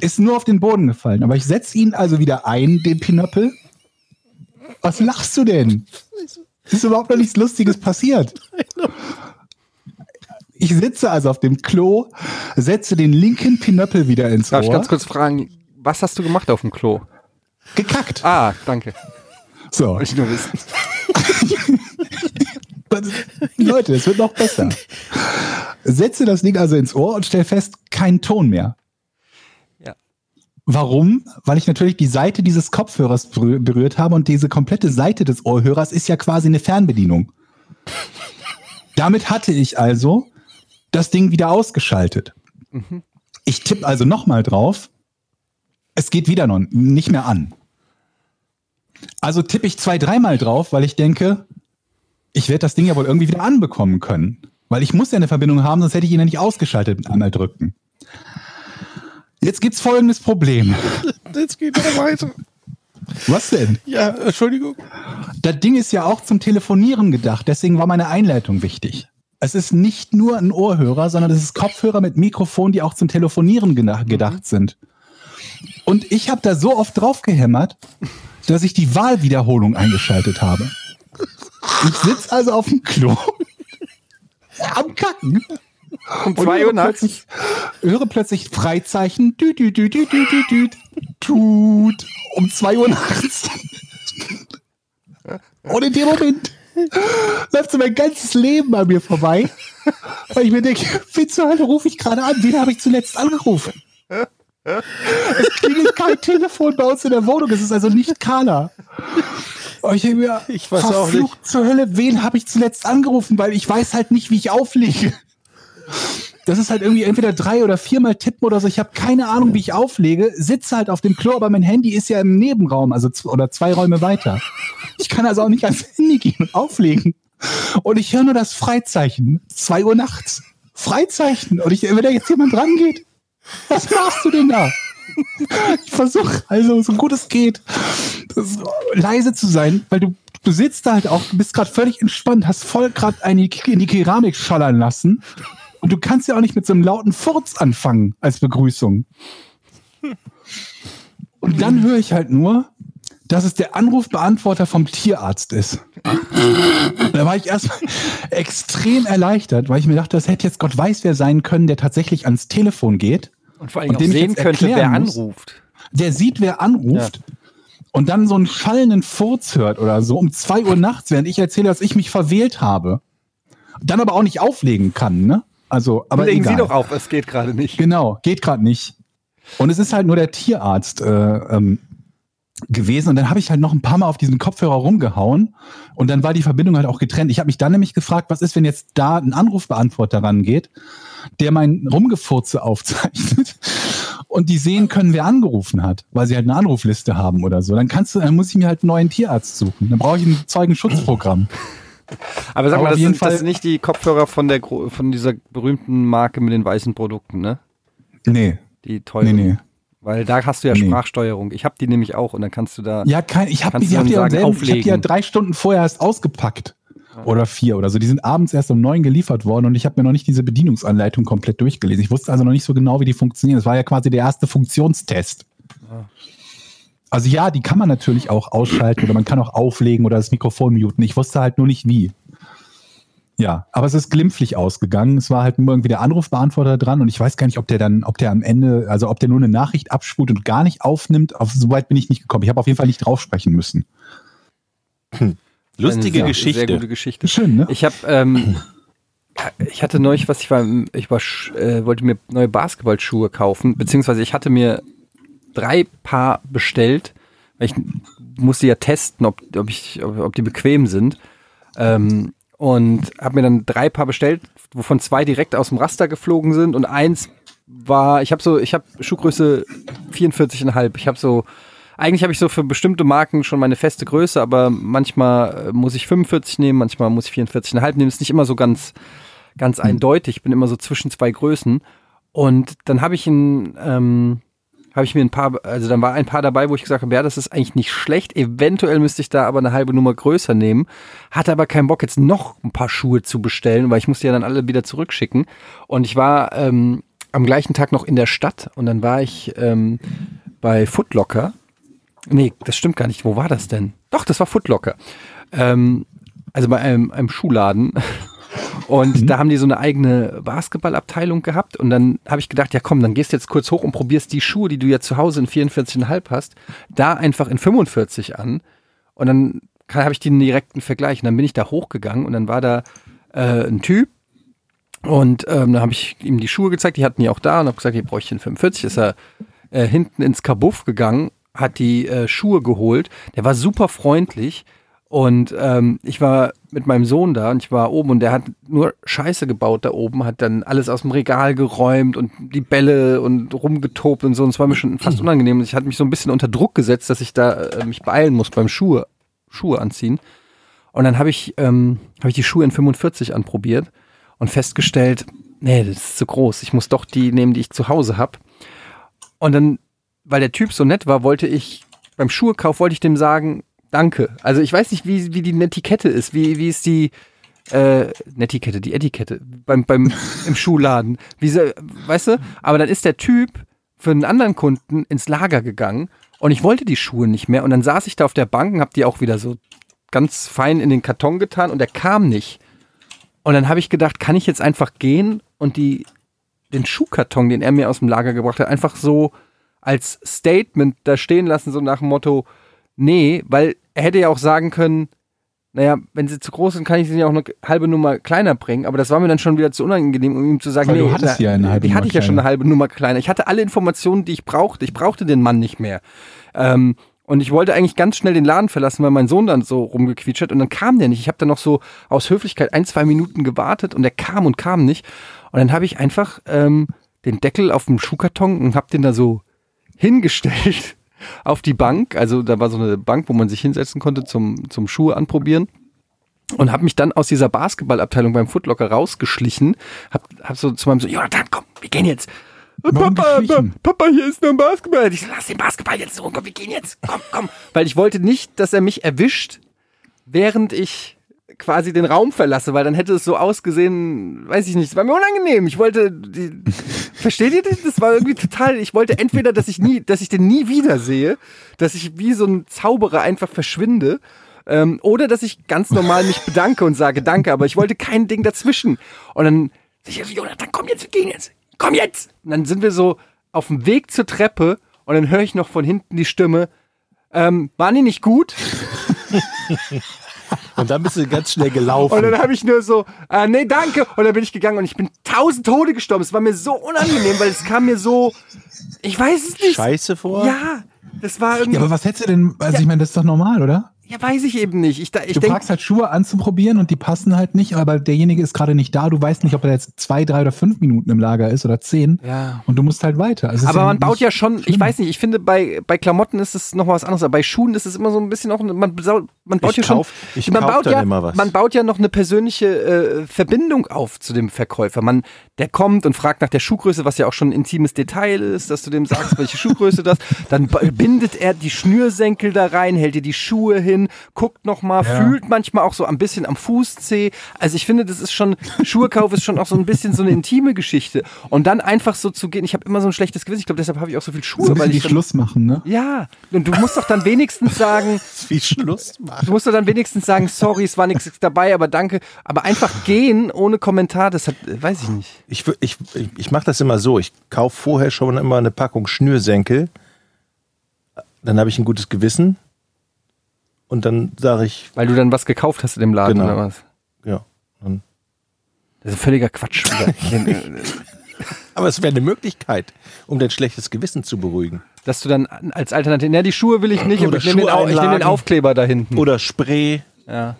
Ist nur auf den Boden gefallen. Aber ich setze ihn also wieder ein, den Pinöppel. Was lachst du denn? Ist überhaupt noch nichts Lustiges passiert. Ich sitze also auf dem Klo, setze den linken Pinöppel wieder ins Darf ich Ohr. ganz kurz fragen, was hast du gemacht auf dem Klo? Gekackt. Ah, danke. So. Wollte ich nur wissen. Das- Leute, es wird noch besser. Setze das Ding also ins Ohr und stell fest, kein Ton mehr. Ja. Warum? Weil ich natürlich die Seite dieses Kopfhörers berü- berührt habe und diese komplette Seite des Ohrhörers ist ja quasi eine Fernbedienung. Damit hatte ich also das Ding wieder ausgeschaltet. Ich tippe also nochmal drauf. Es geht wieder noch nicht mehr an. Also tippe ich zwei, dreimal drauf, weil ich denke, ich werde das Ding ja wohl irgendwie wieder anbekommen können. Weil ich muss ja eine Verbindung haben, sonst hätte ich ihn ja nicht ausgeschaltet mit einmal drücken. Jetzt gibt's folgendes Problem. Jetzt geht wieder weiter. Was denn? Ja, Entschuldigung. Das Ding ist ja auch zum Telefonieren gedacht, deswegen war meine Einleitung wichtig. Es ist nicht nur ein Ohrhörer, sondern es ist Kopfhörer mit Mikrofon, die auch zum Telefonieren gena- gedacht sind. Und ich habe da so oft drauf gehämmert, dass ich die Wahlwiederholung eingeschaltet habe. Ich sitze also auf dem Klo *laughs* am Kacken Um zwei höre Uhr nachts. plötzlich- Höre plötzlich Freizeichen. Düt, düt, düt, düt, düt, düt, düt, tut. Um 2 Uhr nachts. Und in dem Moment läuft so mein ganzes Leben an mir vorbei. Weil ich mir denke, wie zur Hölle rufe ich gerade an? Wen habe ich zuletzt angerufen? Es klingelt kein Telefon bei uns in der Wohnung. Es ist also nicht Carla. Und ich, denke mir, Ich weiß auch verflucht zur Hölle, wen habe ich zuletzt angerufen? Weil ich weiß halt nicht, wie ich auflege. Das ist halt irgendwie entweder drei oder viermal tippen oder so. Ich habe keine Ahnung, wie ich auflege. Sitze halt auf dem Klo, aber mein Handy ist ja im Nebenraum, also z- oder zwei Räume weiter. Ich kann also auch nicht ans Handy gehen und auflegen. Und ich höre nur das Freizeichen. Zwei Uhr nachts. Freizeichen. Und ich, wenn da jetzt jemand rangeht, was machst du denn da? Ich versuche also, so gut es geht, so leise zu sein, weil du, du sitzt da halt auch, du bist gerade völlig entspannt, hast voll gerade eine Kicke in die Keramik schallern lassen. Und du kannst ja auch nicht mit so einem lauten Furz anfangen als Begrüßung. Und dann höre ich halt nur, dass es der Anrufbeantworter vom Tierarzt ist. Da war ich erstmal *laughs* extrem erleichtert, weil ich mir dachte, das hätte jetzt Gott weiß wer sein können, der tatsächlich ans Telefon geht Und vor allem Und auch dem ich sehen jetzt könnte, wer erklären muss. anruft. der sieht, wer anruft. und dann so einen schallenden Furz hört oder so um 2 Uhr nachts, während ich erzähle, dass ich mich verwählt habe, dann aber auch nicht auflegen kann, ne? Also, aber Legen egal. Sie doch auf, es geht gerade nicht. Genau, geht gerade nicht. Und es ist halt nur der Tierarzt äh, ähm, gewesen. Und dann habe ich halt noch ein paar Mal auf diesen Kopfhörer rumgehauen. Und dann war die Verbindung halt auch getrennt. Ich habe mich dann nämlich gefragt, was ist, wenn jetzt da ein Anrufbeantworter rangeht, der mein Rumgefurze aufzeichnet *laughs* und die sehen können, wer angerufen hat, weil sie halt eine Anrufliste haben oder so. Dann kannst du, dann muss ich mir halt einen neuen Tierarzt suchen. Dann brauche ich ein Zeugenschutzprogramm. Aber sag Aber mal, auf das jeden sind, das Fall- sind nicht die Kopfhörer von, der, gro- von dieser berühmten Marke mit den weißen Produkten, ne? Nee, Die nee, teuren. nee. Weil da hast du ja Nee. Sprachsteuerung. Ich habe die nämlich auch und dann kannst du da. Ja, kein, ich habe die, Kannst die du hab die, dann ja sagen, selber- ich hab die ja auflegen? drei Stunden vorher erst ausgepackt. Oder vier oder so. Die sind abends erst um neun geliefert worden und ich habe mir noch nicht diese Bedienungsanleitung komplett durchgelesen. Ich wusste also noch nicht so genau, wie die funktionieren. Das war ja quasi der erste Funktionstest. Also ja, die kann man natürlich auch ausschalten oder man kann auch auflegen oder das Mikrofon muten. Ich wusste halt nur nicht wie. Ja, aber es ist glimpflich ausgegangen. Es war halt nur irgendwie der Anrufbeantworter dran und ich weiß gar nicht, ob der dann, ob der am Ende, also ob der nur eine Nachricht abspult und gar nicht aufnimmt. Auf, so weit bin ich nicht gekommen. Ich habe auf jeden Fall nicht drauf sprechen müssen. Lustige eine sehr, Geschichte. Sehr gute Geschichte. Schön, ne? Ich habe, ähm, ich hatte neulich was, ich war, im- ich war, sch- äh, wollte mir neue Basketballschuhe kaufen, beziehungsweise ich hatte mir drei Paar bestellt, weil ich musste ja testen, ob, ob, ich, ob, ob die bequem sind. Ähm, und habe mir dann drei Paar bestellt, wovon zwei direkt aus dem Raster geflogen sind und eins war, ich habe so, ich habe Schuhgröße 44,5. Ich habe so, eigentlich habe ich so für bestimmte Marken schon meine feste Größe, aber manchmal äh, muss ich 45 nehmen, manchmal muss ich 44,5 nehmen. Ist nicht immer so ganz, ganz eindeutig. Ich bin immer so zwischen zwei Größen. Und dann habe ich ein, ähm, habe ich mir ein paar, also dann war ein paar dabei, wo ich gesagt habe, ja, das ist eigentlich nicht schlecht. Eventuell müsste ich da aber eine halbe Nummer größer nehmen. Hatte aber keinen Bock, jetzt noch ein paar Schuhe zu bestellen, weil ich musste ja dann alle wieder zurückschicken. Und ich war ähm, am gleichen Tag noch in der Stadt und dann war ich ähm, bei Footlocker. Nee, das stimmt gar nicht. Wo war das denn? Doch, das war Footlocker. Ähm, also bei einem, einem Schuhladen. Und da haben die so eine eigene Basketballabteilung gehabt. Und dann habe ich gedacht, ja komm, dann gehst du jetzt kurz hoch und probierst die Schuhe, die du ja zu Hause in 44,5 hast, da einfach in 45 an. Und dann kann- habe ich den direkten Vergleich. Und dann bin ich da hochgegangen und dann war da äh, ein Typ. Und ähm, dann habe ich ihm die Schuhe gezeigt, die hatten die auch da und habe gesagt, hier bräuchte ich in 45. Ist er äh, hinten ins Kabuff gegangen, hat die äh, Schuhe geholt. Der war super freundlich. Und ähm, ich war mit meinem Sohn da und ich war oben und der hat nur Scheiße gebaut da oben, hat dann alles aus dem Regal geräumt und die Bälle und rumgetobt und so. Und es war mir schon fast unangenehm. Und ich hatte mich so ein bisschen unter Druck gesetzt, dass ich da äh, mich beeilen muss beim Schuhe, Schuhe anziehen. Und dann habe ich, ähm, hab ich die Schuhe in 45 anprobiert und festgestellt, nee, das ist zu groß. Ich muss doch die nehmen, die ich zu Hause habe. Und dann, weil der Typ so nett war, wollte ich, beim Schuhekauf wollte ich dem sagen, danke. Also ich weiß nicht, wie, wie die Netiquette ist, wie, wie ist die äh, Netiquette, die Etikette beim, beim, *laughs* im Schuhladen. Wie, so- weißt du? Aber dann ist der Typ für einen anderen Kunden ins Lager gegangen und ich wollte die Schuhe nicht mehr. Und dann saß ich da auf der Bank und hab die auch wieder so ganz fein in den Karton getan und er kam nicht. Und dann habe ich gedacht, kann ich jetzt einfach gehen und die, den Schuhkarton, den er mir aus dem Lager gebracht hat, einfach so als Statement da stehen lassen, so nach dem Motto, nee, weil er hätte ja auch sagen können, naja, wenn sie zu groß sind, kann ich sie ja auch eine halbe Nummer kleiner bringen. Aber das war mir dann schon wieder zu unangenehm, um ihm zu sagen, Weil du nee, hattest na, ja eine halbe die hatte Nummer ich ja schon kleiner. eine halbe Nummer kleiner. Ich hatte alle Informationen, die ich brauchte. Ich brauchte den Mann nicht mehr. Ähm, und ich wollte eigentlich ganz schnell den Laden verlassen, weil mein Sohn dann so rumgequietscht hat. Und dann kam der nicht. Ich habe dann noch so aus Höflichkeit ein, zwei Minuten gewartet und der kam und kam nicht. Und dann habe ich einfach ähm, den Deckel auf dem Schuhkarton und habe den da so hingestellt *laughs* auf die Bank. Also da war so eine Bank, wo man sich hinsetzen konnte zum, zum Schuhe anprobieren. Und habe mich dann aus dieser Basketballabteilung beim Footlocker rausgeschlichen. Hab, hab so zu meinem Sohn, Jonathan, komm, wir gehen jetzt. Warum Papa, geschlichen? Papa, hier ist nur ein Basketball. Ich so, lass den Basketball jetzt so, komm, wir gehen jetzt. Komm, komm. Weil ich wollte nicht, dass er mich erwischt, während ich quasi den Raum verlasse, weil dann hätte es so ausgesehen, weiß ich nicht, es war mir unangenehm. Ich wollte, die, *laughs* versteht ihr das? Das war irgendwie total, ich wollte entweder, dass ich nie, dass ich den nie wiedersehe, dass ich wie so ein Zauberer einfach verschwinde, ähm, oder dass ich ganz normal mich bedanke und sage Danke, aber ich wollte kein Ding dazwischen. Und dann, ich so, Jonathan, komm jetzt, wir gehen jetzt, komm jetzt. Und dann sind wir so auf dem Weg zur Treppe und dann höre ich noch von hinten die Stimme, Ähm, waren die nicht gut? Und dann bist du ganz schnell Und gelaufen. dann habe ich nur so, äh, nee, danke. Und dann bin ich gegangen und ich bin tausend Tode gestorben. Es war mir so unangenehm, weil es kam mir so, ich weiß es nicht. Scheiße vor. Ja, das war irgendwie, Ja, aber was hättest du denn? Also ich meine, das ist doch normal, oder? ja, weiß ich eben nicht. Ich, da- ich Du denke, fragst halt Schuhe anzuprobieren und die passen halt nicht, aber derjenige ist gerade nicht da. Du weißt nicht, ob er jetzt zwei, drei oder fünf Minuten im Lager ist oder zehn. Ja. Und du musst halt weiter. Also es ist Aber man baut nicht ja schon, ich schlimm. weiß nicht, ich finde bei, bei Klamotten ist es noch mal was anderes, aber bei Schuhen ist es immer so ein bisschen auch, man, besau- man baut Ich ja schon, kauf- ich man kauf baut dann ja, immer was. man baut ja noch eine persönliche äh, Verbindung auf zu dem Verkäufer. Man, der kommt und fragt nach der Schuhgröße, was ja auch schon ein intimes Detail ist, dass du dem sagst, welche Schuhgröße das, dann ba- bindet er die Schnürsenkel da rein, hält dir die Schuhe hin, guckt noch mal, fühlt manchmal auch so ein bisschen am Fußzeh. Also ich finde, das ist schon, Schuhekauf ist schon auch so ein bisschen so eine intime Geschichte. Und dann einfach so zu gehen, ich habe immer so ein schlechtes Gewissen, ich glaube, deshalb habe ich auch so viel Schuhe, so ein bisschen weil die ich dann, Schluss machen, ne? ja, und du musst doch dann wenigstens sagen, Wie Schluss machen. du musst doch dann wenigstens sagen, sorry, es war nichts dabei, aber danke. Aber einfach gehen ohne Kommentar, das hat, äh, weiß ich nicht. Ich, wür- ich, ich, ich mache das immer so. Ich kaufe vorher schon immer eine Packung Schnürsenkel. Dann habe ich ein gutes Gewissen. Und dann sage ich, Weil du dann was gekauft hast in dem Laden Genau. oder was? ja. Dann. Das ist völliger *laughs* Quatsch. Aber es wäre eine Möglichkeit, um dein schlechtes Gewissen zu beruhigen. Dass du dann als Alternative, na, die Schuhe will ich nicht, aber Oder ich nehme den, Au- ich nehm den Schuheinlagen. Aufkleber da hinten. Oder Spray. Ja.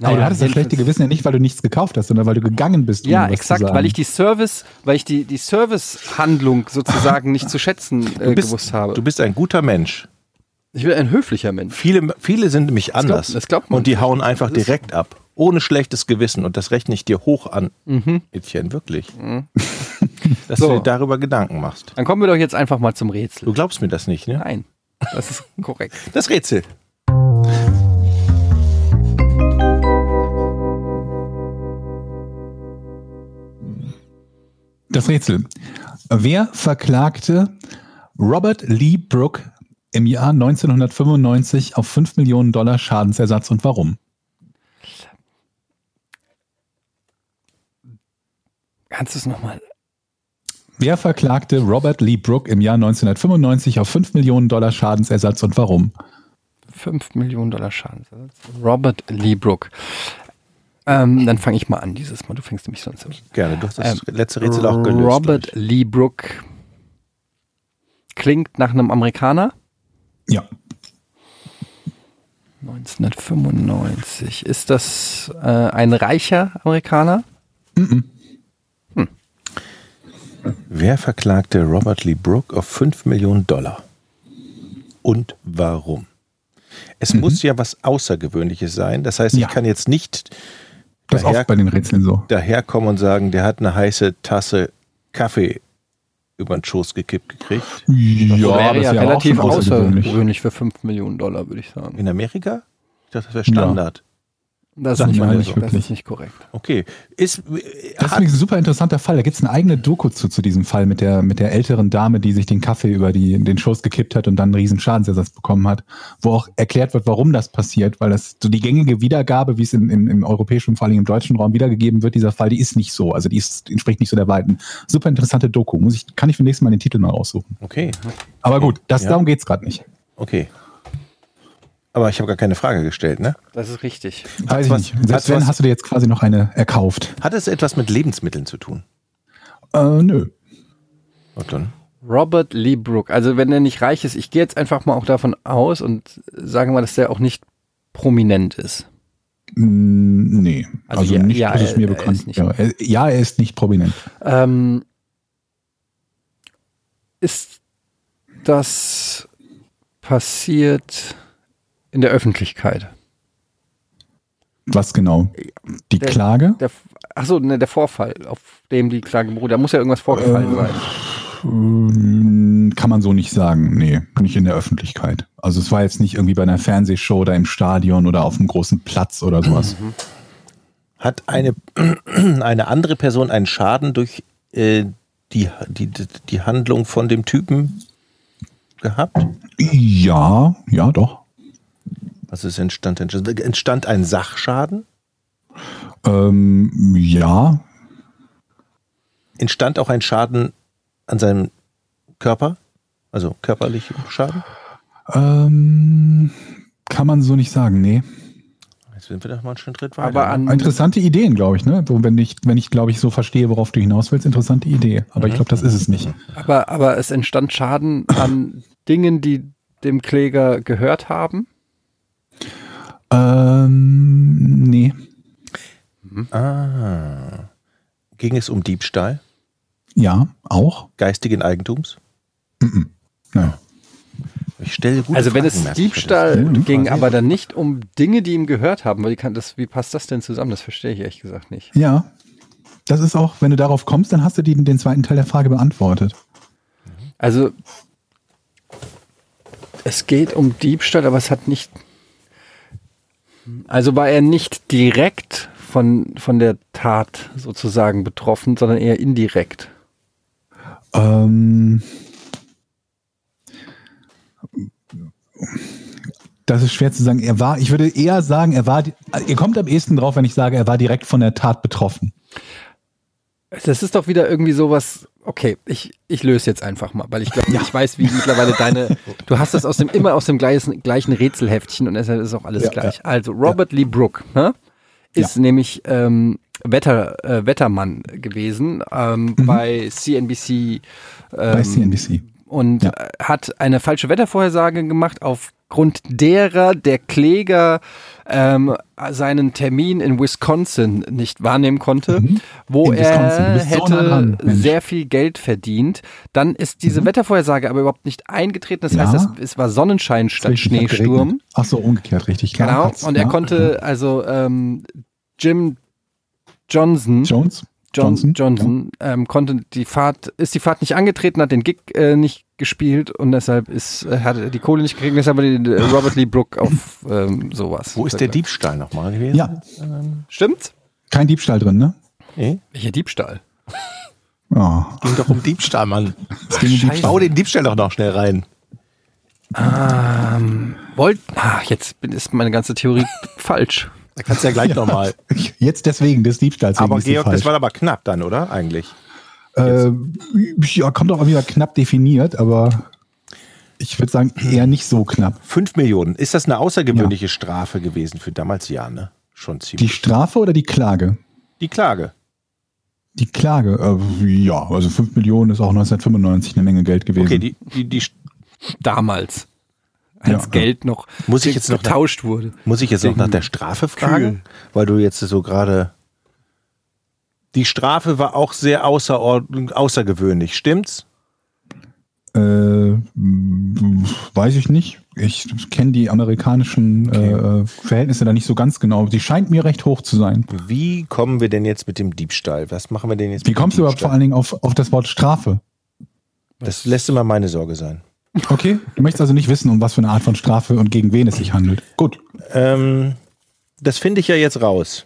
Aber du hattest das schlechte jedenfalls- Gewissen ja nicht, weil du nichts gekauft hast, sondern weil du gegangen bist. Ja, was zu exakt, sagen. weil ich die Service, weil ich die, die Servicehandlung sozusagen nicht zu schätzen äh, Du bist, gewusst habe. du bist ein guter Mensch. ich bin ein höflicher Mensch. Viele, viele sind nämlich anders. das glaubt man und die nicht. hauen einfach Das ist- direkt ab. Ohne schlechtes Gewissen. Und das rechne ich dir hoch an, Etienne, wirklich. Dass Mhm. So. du dir darüber Gedanken machst. Dann kommen wir doch jetzt einfach mal zum Rätsel. Du glaubst mir das nicht, ne? Nein, das ist korrekt. Das Rätsel. Das Rätsel. Wer verklagte Robert Lee Brook im Jahr 1995 auf 5 Millionen Dollar Schadensersatz und warum? Kannst du es nochmal? Wer verklagte Robert Lee Brook im Jahr 1995 auf 5 Millionen Dollar Schadensersatz und warum? 5 Millionen Dollar Schadensersatz. Robert Lee Brook. Ähm, dann fange ich mal an dieses Mal. Du fängst nämlich sonst an. Gerne, du hast das Ähm, letzte Rätsel auch gelöst. Robert glaub Lee Brook klingt nach einem Amerikaner. Ja. 1995. Ist das äh, ein reicher Amerikaner? ich. Wer verklagte Robert Lee Brook auf 5 Millionen Dollar? Und warum? Mhm. Es muss ja was Außergewöhnliches sein. Das heißt, Ja. ich kann jetzt nicht Das ist Daher- oft bei den Rätseln so. daherkommen und sagen, der hat eine heiße Tasse Kaffee über den Schoß gekippt gekriegt. Ja, das ist ja auch relativ schon außergewöhnlich. außergewöhnlich für 5 Millionen Dollar, würde ich sagen. In Amerika? Ich dachte, das wäre Standard. Das ist, Sagt nicht, man ja korrekt. so. das ist nicht korrekt. Okay. Ist, Das ist hat, übrigens ein super interessanter Fall. Da gibt es eine eigene Doku zu, zu diesem Fall mit der, mit der älteren Dame, die sich den Kaffee über die, den Schoß gekippt hat und dann einen riesen Schadensersatz bekommen hat, wo auch erklärt wird, warum das passiert, weil das so die gängige Wiedergabe, wie es im, im, im europäischen, vor allem im deutschen Raum wiedergegeben wird, dieser Fall, die ist nicht so. Also die ist, die entspricht nicht so der weiten. Super interessante Doku. Muss ich, kann ich für nächstes Mal den Titel mal aussuchen. okay. Aber gut, das, Ja. darum geht's grad gerade nicht. Okay. Aber ich habe gar keine Frage gestellt, ne? Das ist richtig. Weiß ich was- nicht. Selbst hat's wenn, was- hast du dir jetzt quasi noch eine erkauft. Hat es etwas mit Lebensmitteln zu tun? Äh, nö. Und dann? Robert Lee Brook. Also wenn er nicht reich ist, ich gehe jetzt einfach mal auch davon aus und sagen wir, dass der auch nicht prominent ist. Mm, Nee, Also also, ja- nicht, ja, dass es mir er- er bekannt ist nicht- wäre. Er- Ja, er ist nicht prominent. Ähm, ist das passiert in der Öffentlichkeit? Was genau? Die Der- Klage? Der, achso, ne, der Vorfall, auf dem die Klage beruht. Da muss ja irgendwas vorgefallen Äh, sein. Mm, Kann man so nicht sagen. Nee, nicht in der Öffentlichkeit. Also es war jetzt nicht irgendwie bei einer Fernsehshow oder im Stadion oder auf einem großen Platz oder sowas. Mhm. Hat eine, *clears throat* eine andere Person einen Schaden durch äh, die, die, die Handlung von dem Typen gehabt? Ja, ja, doch. Was ist entstand? Entstand ein Sachschaden? Ähm, ja, Entstand auch ein Schaden an seinem Körper? Also körperlicher Schaden? Ähm, kann man so nicht sagen, nee. Jetzt sind wir doch mal einen schönen Schritt weiter. Aber an, ne? Interessante Ideen, glaube ich, ne? So, wenn ich, wenn ich, glaube ich, so verstehe, worauf du hinaus willst, interessante Idee. Aber ich glaube, das ist es nicht. aber, aber es entstand Schaden an Dingen, die dem Kläger gehört haben. Ähm, nee. ah. Ging es um Diebstahl, Ja, auch. geistigen Eigentums? Nein. Ich stelle gute also wenn Fragen, es merke ich, Diebstahl das- Mhm. ging, aber dann nicht um Dinge, die ihm gehört haben. Weil die kann das, wie passt das denn zusammen? Das verstehe ich ehrlich gesagt nicht. Ja. Das ist auch, wenn du darauf kommst, dann hast du die, den zweiten Teil der Frage beantwortet. Also es geht um Diebstahl, aber es hat nicht. Also war er nicht direkt von, von der Tat sozusagen betroffen, sondern eher indirekt. Ähm, das ist schwer zu sagen. Er war, ich würde eher sagen, er war, ihr kommt am ehesten drauf, wenn ich sage, er war direkt von der Tat betroffen. Das ist doch wieder irgendwie sowas. Okay, ich, ich löse jetzt einfach mal, weil ich glaube, ich weiß, wie mittlerweile deine. Du hast das aus dem, immer aus dem gleichen, gleichen Rätselheftchen und deshalb ist auch alles Ja, gleich. Also, Robert Lee Brooke ne, ist nämlich ähm, Wetter, äh, Wettermann gewesen ähm, Mhm. bei CNBC. Bei ähm, CNBC. und Ja. äh, hat eine falsche Wettervorhersage gemacht, aufgrund derer der Kläger ähm, seinen Termin in Wisconsin nicht wahrnehmen konnte, wo Mhm. In Wisconsin. Du er bist so nah hätte dran, Mensch. Mhm. sehr viel Geld verdient. Dann ist diese Wettervorhersage aber überhaupt nicht eingetreten. Das Ja. heißt, es, es war Sonnenschein statt Richtig, hat Schneesturm. geregnet. Ach so, umgekehrt, richtig. Klar, Genau. hat's, Und er ja. Mhm. konnte also ähm, Jim Johnson, Jones? Johnson, Johnson, Hm? Johnson ähm, konnte die Fahrt, ist die Fahrt nicht angetreten, hat den Gig äh, nicht gespielt und deshalb ist, äh, hat er die Kohle nicht gekriegt, deshalb hat den äh, Robert Lee Brook *laughs* auf ähm, sowas. Wo ist der Diebstahl nochmal gewesen? Ja, Stimmt? kein Diebstahl drin, ne? Nee? Welcher Diebstahl? Ja. Hm? Ging doch um Diebstahl, Mann. es ging um Diebstahl. Bau den Diebstahl doch noch schnell rein. Wollt, ah, jetzt bin- ist meine ganze *laughs* Theorie falsch. Da kannst du ja gleich nochmal. Jetzt deswegen des Diebstahls. wegen Aber ist sie Georg, das falsch. war aber knapp dann, oder? Eigentlich. äh, ja, kommt auch wieder knapp definiert, aber ich würde sagen, eher nicht so knapp. Fünf Millionen. Ist das eine außergewöhnliche Strafe gewesen für damals? Ja, ne? Schon Die ziemlich. Strafe oder die Klage? Die Klage. Die Klage, äh, ja, also 5 Millionen ist auch 1995 eine Menge Geld gewesen. Okay, die, die, die, Damals. Als Ja. Geld noch Muss ich jetzt noch- getauscht wurde. muss ich jetzt noch nach der Strafe fragen? Weil du jetzt so gerade. Die Strafe war auch sehr außerordentlich, außergewöhnlich, stimmt's? äh, mh, weiß ich nicht. Ich kenne die amerikanischen äh, Verhältnisse da nicht so ganz genau. Die scheint mir recht hoch zu sein. Wie kommen wir denn jetzt mit dem Diebstahl? Was machen wir denn jetzt Wie mit kommst du dem überhaupt vor Diebstahl? allen Dingen auf, auf das Wort Strafe? Das lässt immer meine Sorge sein. Okay, du möchtest also nicht wissen, um was für eine Art von Strafe und gegen wen es sich handelt. Gut. Ähm, das finde ich ja jetzt raus.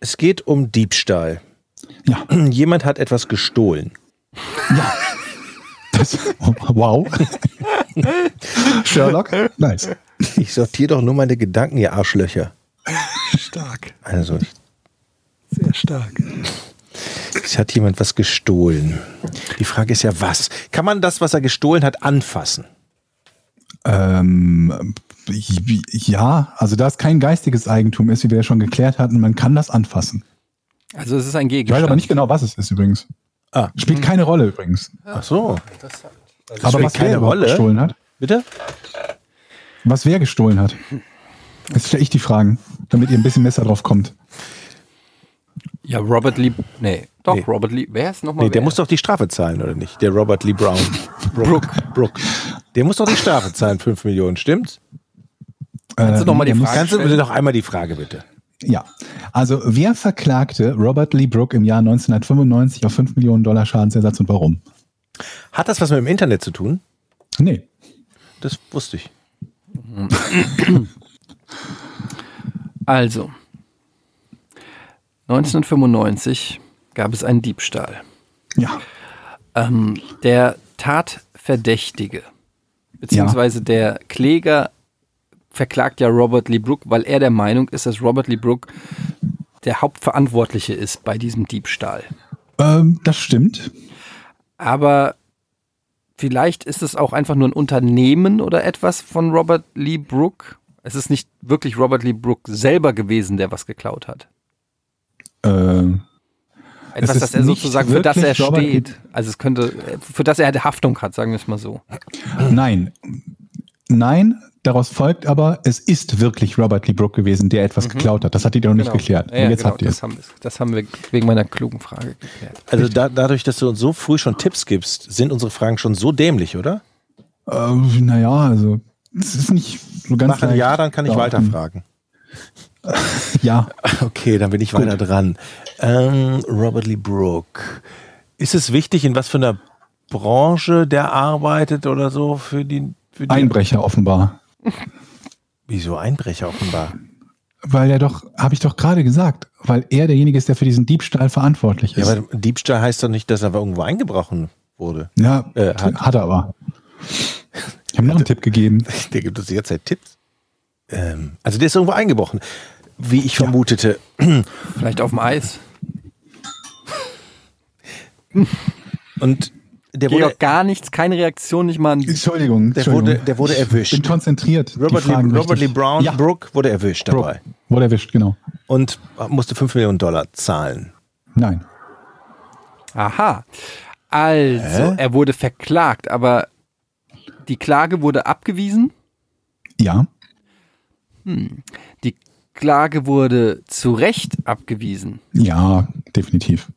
Es geht um Diebstahl. *clears throat* Ja. Jemand hat etwas gestohlen. Ja. Das, *laughs* wow. Sherlock? Nice. Ich sortiere doch nur meine Gedanken, ihr Arschlöcher. Stark, Also, sehr stark. es hat jemand was gestohlen. Die Frage ist ja, was? Kann man das, was er gestohlen hat, anfassen? Ähm, ja, also da es kein geistiges Eigentum ist, wie wir ja schon geklärt hatten, man kann das anfassen. Also es ist ein Ich weiß Gegenstand. aber nicht genau, was es ist übrigens. Ah. Spielt keine Rolle übrigens. Ach so. aber spielt was keine wer überhaupt Rolle? gestohlen hat? Bitte? Was wer gestohlen hat? Jetzt stelle ich die Fragen, damit ihr ein bisschen besser drauf kommt. ja, Robert Lee. Nee, doch, Nee. Robert Lee. Wer ist nochmal? Nee, der wer? muss doch die Strafe zahlen, oder nicht? Der Robert Lee *laughs* Brown. Brooke. Brooke. Der muss doch die Strafe zahlen, 5 Millionen, stimmt's? Kannst du noch mal die der muss- Frage- Kannst du bitte noch einmal die Frage, bitte? Ähm, Ja. Also, wer verklagte Robert Lee Brooke im Jahr 1995 auf 5 Millionen Dollar Schadensersatz und warum? Hat das was mit dem Internet zu tun? Nee. Das wusste ich. Also, 1995 gab es einen Diebstahl. Ja. Ähm, der Tatverdächtige, beziehungsweise der Kläger, verklagt ja Robert Lee Brook, weil er der Meinung ist, dass Robert Lee Brook der Hauptverantwortliche ist bei diesem Diebstahl. Ähm, das stimmt. Aber vielleicht ist es auch einfach nur ein Unternehmen oder etwas von Robert Lee Brook. Es ist nicht wirklich Robert Lee Brook selber gewesen, der was geklaut hat. Ähm, Etwas, ist das er nicht sozusagen, für das er wirklich Robert Lee- steht. Also es könnte, für das er halt Haftung hat, sagen wir es mal so. nein. Nein, daraus folgt aber, es ist wirklich Robert Lee Brook gewesen, der Mhm. etwas geklaut hat. Das hat ihr doch nicht geklärt. Ja, ja, Und jetzt genau, habt ihr es. das haben, das haben wir wegen meiner klugen Frage geklärt. Also da, dadurch, dass du uns so früh schon Tipps gibst, sind unsere Fragen schon so dämlich, oder? Ähm, naja, also es ist nicht so ganz Nach einem leicht Jahr, dann kann ich behaupten. weiterfragen. Ja, Okay, dann bin ich weiter dran. Ähm, Robert Lee Brook. Ist es wichtig, in was für einer Branche der arbeitet oder so für die, für die Einbrecher offenbar. Wieso Einbrecher offenbar? Weil er doch, habe ich doch gerade gesagt, weil er derjenige ist, der für diesen Diebstahl verantwortlich Ja, ist. aber Diebstahl heißt doch nicht, dass er irgendwo eingebrochen wurde. Ja, Äh, t- hat- hat, er aber. Ich habe noch einen *laughs* Tipp gegeben. Der gibt uns die ganze Zeit Tipps. Ähm, also der ist irgendwo eingebrochen, wie ich vermutete. Vielleicht auf dem Eis. Und der wurde, Georg, gar nichts, keine Reaktion, nicht mal ein Entschuldigung, der wurde, der wurde Ich bin erwischt. konzentriert. die Robert Lee, Fragen Robert Lee richtig. Brown Ja, Brook wurde erwischt Brooke. dabei Wurde erwischt, genau. und musste 5 Millionen Dollar zahlen. Nein. Aha. Also, Hä? er wurde verklagt, aber die Klage wurde abgewiesen. Ja. Die Klage wurde zu Recht abgewiesen. Ja, definitiv.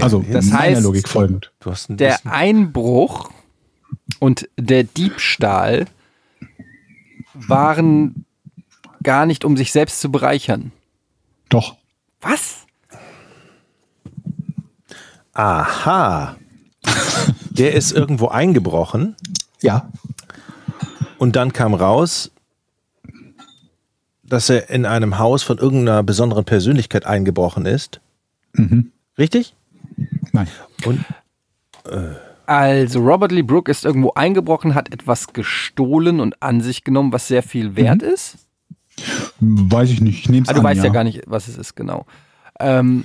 Also Das meiner heißt, Logik folgend. Du hast ein Der bisschen- Einbruch und der Diebstahl waren gar nicht, um sich selbst zu bereichern. Doch. Was? Aha. Der ist irgendwo eingebrochen Ja. und dann kam raus, dass er in einem Haus von irgendeiner besonderen Persönlichkeit eingebrochen ist. Mhm. Richtig? Nein. Und Also, Robert Lee Brook ist irgendwo eingebrochen, hat etwas gestohlen und an sich genommen, was sehr viel wert Mhm. ist. Weiß ich nicht. Ich nehme es Ah, du weißt ja. gar nicht, was es ist, genau. Ähm,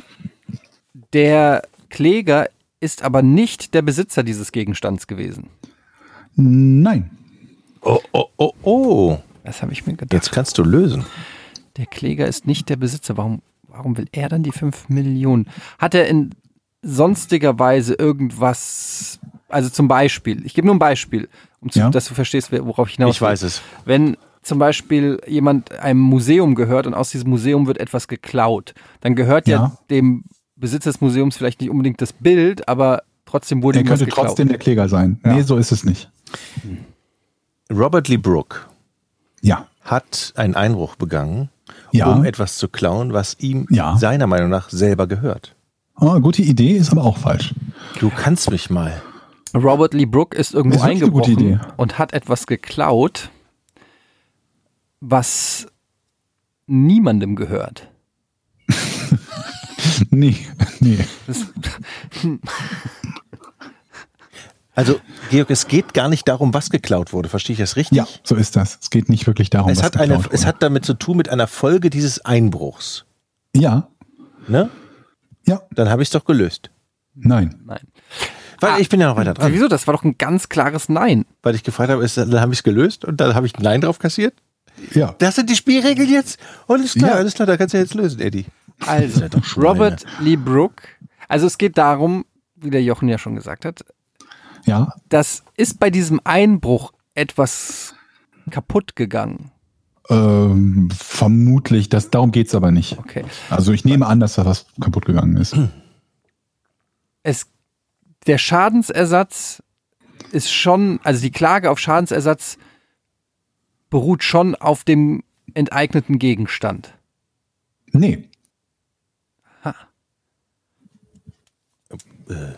der Kläger ist aber nicht der Besitzer dieses Gegenstands gewesen. Nein. oh, oh, oh, oh. Das habe ich mir gedacht. Jetzt kannst du lösen. Der Kläger ist nicht der Besitzer. Warum, warum will er dann die 5 Millionen? Hat er in sonstiger Weise irgendwas, also zum Beispiel, ich gebe nur ein Beispiel, um zu, Ja. dass du verstehst, wer- worauf ich hinaus Ich will. weiß es. Wenn zum Beispiel jemand einem Museum gehört und aus diesem Museum wird etwas geklaut, dann gehört ja, Ja. dem Besitzer des Museums vielleicht nicht unbedingt das Bild, aber trotzdem wurde Er ihm was könnte geklaut. trotzdem der Kläger sein. Nee, so ist es nicht. Robert Lee Brook Ja. hat einen Einbruch begangen, Ja. um etwas zu klauen, was ihm Ja. seiner Meinung nach selber gehört. Oh, gute Idee, ist aber auch falsch. Du kannst mich mal. Robert Lee Brook ist irgendwo Das ist wirklich eine gute eingebrochen Idee. und hat etwas geklaut, was niemandem gehört. *laughs* Nee, nee. Also, Georg, es geht gar nicht darum, was geklaut wurde. Verstehe ich das richtig? Ja, so ist das. Es geht nicht wirklich darum, Es was hat, eine, geklaut es wurde. hat damit zu tun mit einer Folge dieses Einbruchs. Ja, Ne? ja, Dann habe ich es doch gelöst. nein. Nein. Weil Ah. ich bin ja noch weiter dran. Wieso? Das war doch ein ganz klares Nein. Weil ich gefragt habe, ist, dann habe ich es gelöst und dann habe ich ein Nein drauf kassiert. Ja, Das sind die Spielregeln jetzt. Und ist klar, Ja. alles klar, da kannst du jetzt lösen, Eddie. Also, doch Schweine. Robert Lee Brook, also es geht darum, wie der Jochen ja schon gesagt hat, ja, das ist bei diesem Einbruch etwas kaputt gegangen. ähm, vermutlich. Das, darum geht es aber nicht. Okay. Also ich nehme an, dass da was kaputt *clears throat* gegangen ist. Es, der Schadensersatz ist schon, also die Klage auf Schadensersatz beruht schon auf dem enteigneten Gegenstand. Nee, äh,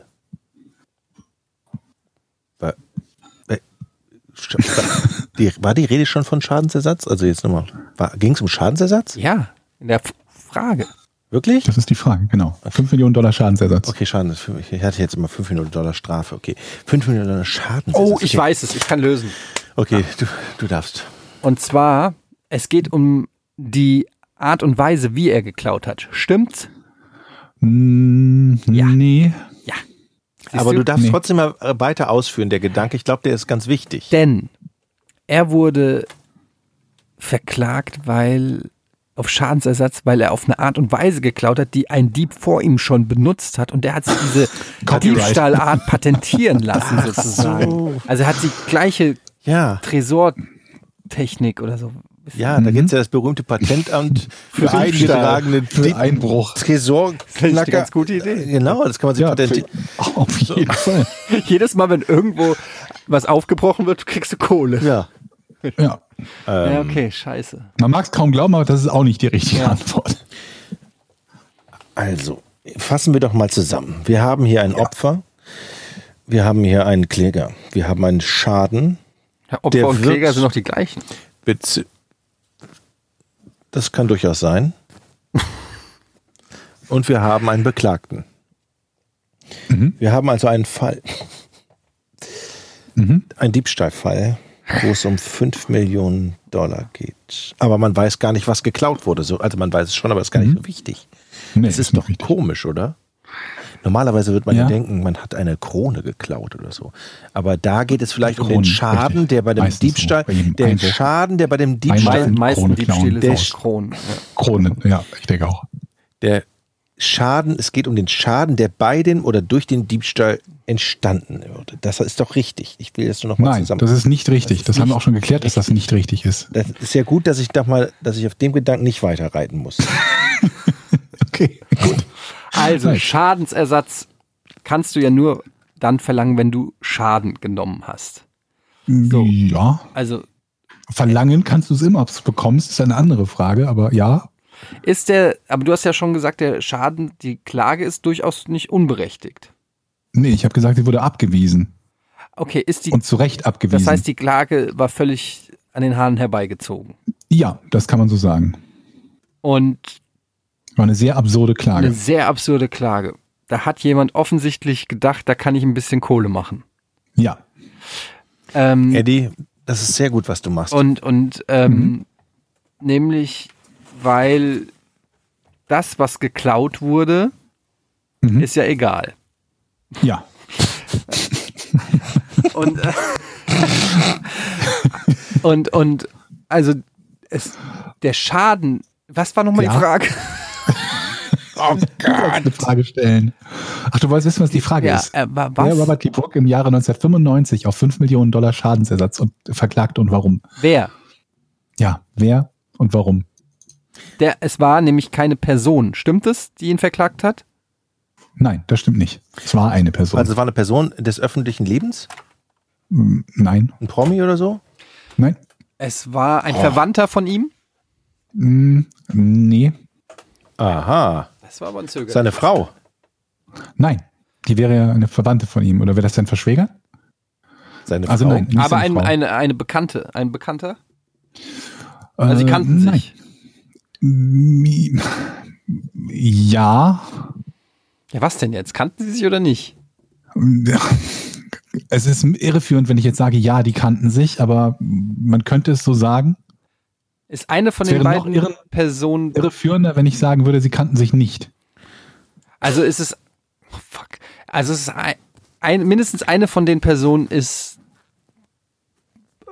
Sch- war- Die, war die Rede schon von Schadensersatz? Also jetzt nochmal. Ging es um Schadensersatz? Ja, in der F Frage. Wirklich? das ist die Frage, genau. 5 Millionen Dollar Schadensersatz. Okay, Schaden ist für mich. Ich hatte jetzt immer 5 Millionen Dollar Strafe. Okay. 5 Millionen Dollar Schadensersatz. Oh, okay. ich weiß es, ich kann lösen. Okay, du, du darfst. Und zwar, es geht um die Art und Weise, wie er geklaut hat. Stimmt's? Mm, Ja. Nee, Ja. Aber du? du darfst Nee. trotzdem mal äh, weiter ausführen, der Gedanke. Ich glaube, der ist ganz wichtig. Denn er wurde verklagt, weil auf Schadensersatz, weil er auf eine Art und Weise geklaut hat, die ein Dieb vor ihm schon benutzt hat und der hat sich *laughs* diese Copyright. Diebstahlart patentieren lassen sozusagen. Also er hat die gleiche ja, Tresortechnik oder so. ja, Mhm. da gibt es ja das berühmte *laughs* Patentamt für eingetragene Für Di- Einbruch. Tresorknacker. ganz gute Idee. Genau, das kann man sich Ja, für, patentieren. *laughs* auf jeden Fall. *laughs* Jedes Mal, wenn irgendwo was aufgebrochen wird, kriegst du Kohle. Ja. Ja. Ähm, Ja, okay, scheiße. Man mag es kaum glauben, aber das ist auch nicht die richtige Antwort. Also, fassen wir doch mal zusammen. Wir haben hier ein Opfer, wir haben hier einen Kläger, wir haben einen Schaden. Ja, Der Opfer und wird- Kläger sind noch die gleichen. Bez- Das kann durchaus sein. Und wir haben einen Beklagten. Wir haben also einen Fall. Ein Diebstahlfall, wo es um 5 Millionen Dollar geht. Aber man weiß gar nicht, was geklaut wurde. So, Also man weiß es schon, aber es ist gar nicht so wichtig. Nee, Das ist ist doch nicht richtig. komisch, oder? Normalerweise wird man ja. Ja. denken, man hat eine Krone geklaut oder so. Aber da geht es vielleicht um den Kronen, Schaden, richtig. der bei dem Meistens so, Diebstahl, bei jedem der Einbruch. Schaden, der bei dem Mei- Diebstahl, Einbruch. Meisten Krone Diebstähle klauen. sind aus Kronen. Ja. Krone, ja, ich denke auch. der Schaden, es geht um den Schaden, der bei dem oder durch den Diebstahl entstanden würde. Das ist doch richtig. Ich will das nur nochmal Nein, zusammen. das ist nicht richtig. Das, ist haben wir nicht auch schon geklärt, dass das nicht richtig ist. Das ist ja gut, dass ich doch mal, dass ich auf dem Gedanken nicht weiterreiten *laughs* muss. Okay, gut. Also Nice. Schadensersatz kannst du ja nur dann verlangen, wenn du Schaden genommen hast. Ja, Also verlangen kannst du es immer, ob du es bekommst, ist eine andere Frage, aber ja. ist der, aber du hast ja schon gesagt, der Schaden, die Klage ist durchaus nicht unberechtigt. Nee, ich habe gesagt, sie wurde abgewiesen. Okay, ist die, Und zu Recht abgewiesen. das heißt, die Klage war völlig an den Haaren herbeigezogen. ja, das kann man so sagen. Und War eine sehr absurde Klage. eine sehr absurde Klage. Da hat jemand offensichtlich gedacht, da kann ich ein bisschen Kohle machen. Ja. Ähm, Eddie, das ist sehr gut, was du machst. Und, und ähm, Mhm. nämlich, weil das, was geklaut wurde, Mhm. ist ja egal. Ja. Und, *laughs* äh, und, und also es, der Schaden, was war nochmal Ja. die Frage? Eine Frage stellen. Ach, du wolltest wissen, was die Frage Ja, ist. äh, wa- Wer was? Robert D. Brooke im Jahre 1995 auf 5 Millionen Dollar Schadensersatz und verklagt und warum? Wer? Ja, wer und warum? Der, es war nämlich keine Person, stimmt es, die ihn verklagt hat? Nein, das stimmt nicht. Es war eine Person. Also es war eine Person des öffentlichen Lebens, Mm, Nein, ein Promi oder so? nein, Es war Oh. ein Verwandter von ihm? mm, nee, Aha, Das war aber ein Zögern. seine Frau. nein. Die wäre ja eine Verwandte von ihm. Oder wäre das sein Verschwäger? Seine Also Frau. nein. nicht Aber seine ein, Frau. eine, eine Bekannte, ein Bekannter? Also sie Äh, kannten nein. sich. Mi- Ja, Ja, was denn jetzt? Kannten sie sich oder nicht? es ist irreführend, wenn ich jetzt sage, ja, die kannten sich, aber man könnte es so sagen. Ist eine von Es den wäre noch beiden irren- Personen. Irreführender, wenn ich sagen würde, sie kannten sich nicht. Also ist es. Oh fuck. Also es ist ein, ein, mindestens eine von den Personen ist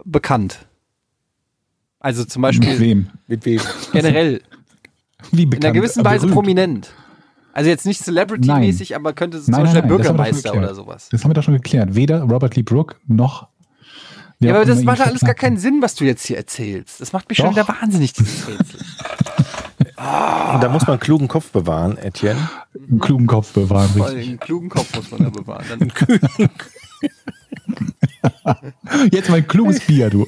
bekannt. Also zum *laughs* Mit Beispiel wem? Mit wem? generell, Wie in einer gewissen Weise berühmt. prominent. Also jetzt nicht Celebrity-mäßig, aber könnte zum Nein, Beispiel nein, der nein, das haben wir doch Bürgermeister geklärt. oder sowas. Das haben wir doch schon geklärt. Weder Robert Lee Brooke noch. wer Ja, auch aber das immer macht ihn alles gar verklagt keinen Sinn, was du jetzt hier erzählst. Das macht mich schon wieder Doch. wahnsinnig, dieses *laughs* Rätsel. Und da muss man klugen Kopf bewahren, Etienne. hat. Einen klugen Kopf bewahren. Vor allem richtig. den klugen Kopf muss man da bewahren. *laughs* Dann Jetzt mein kluges Bier, du.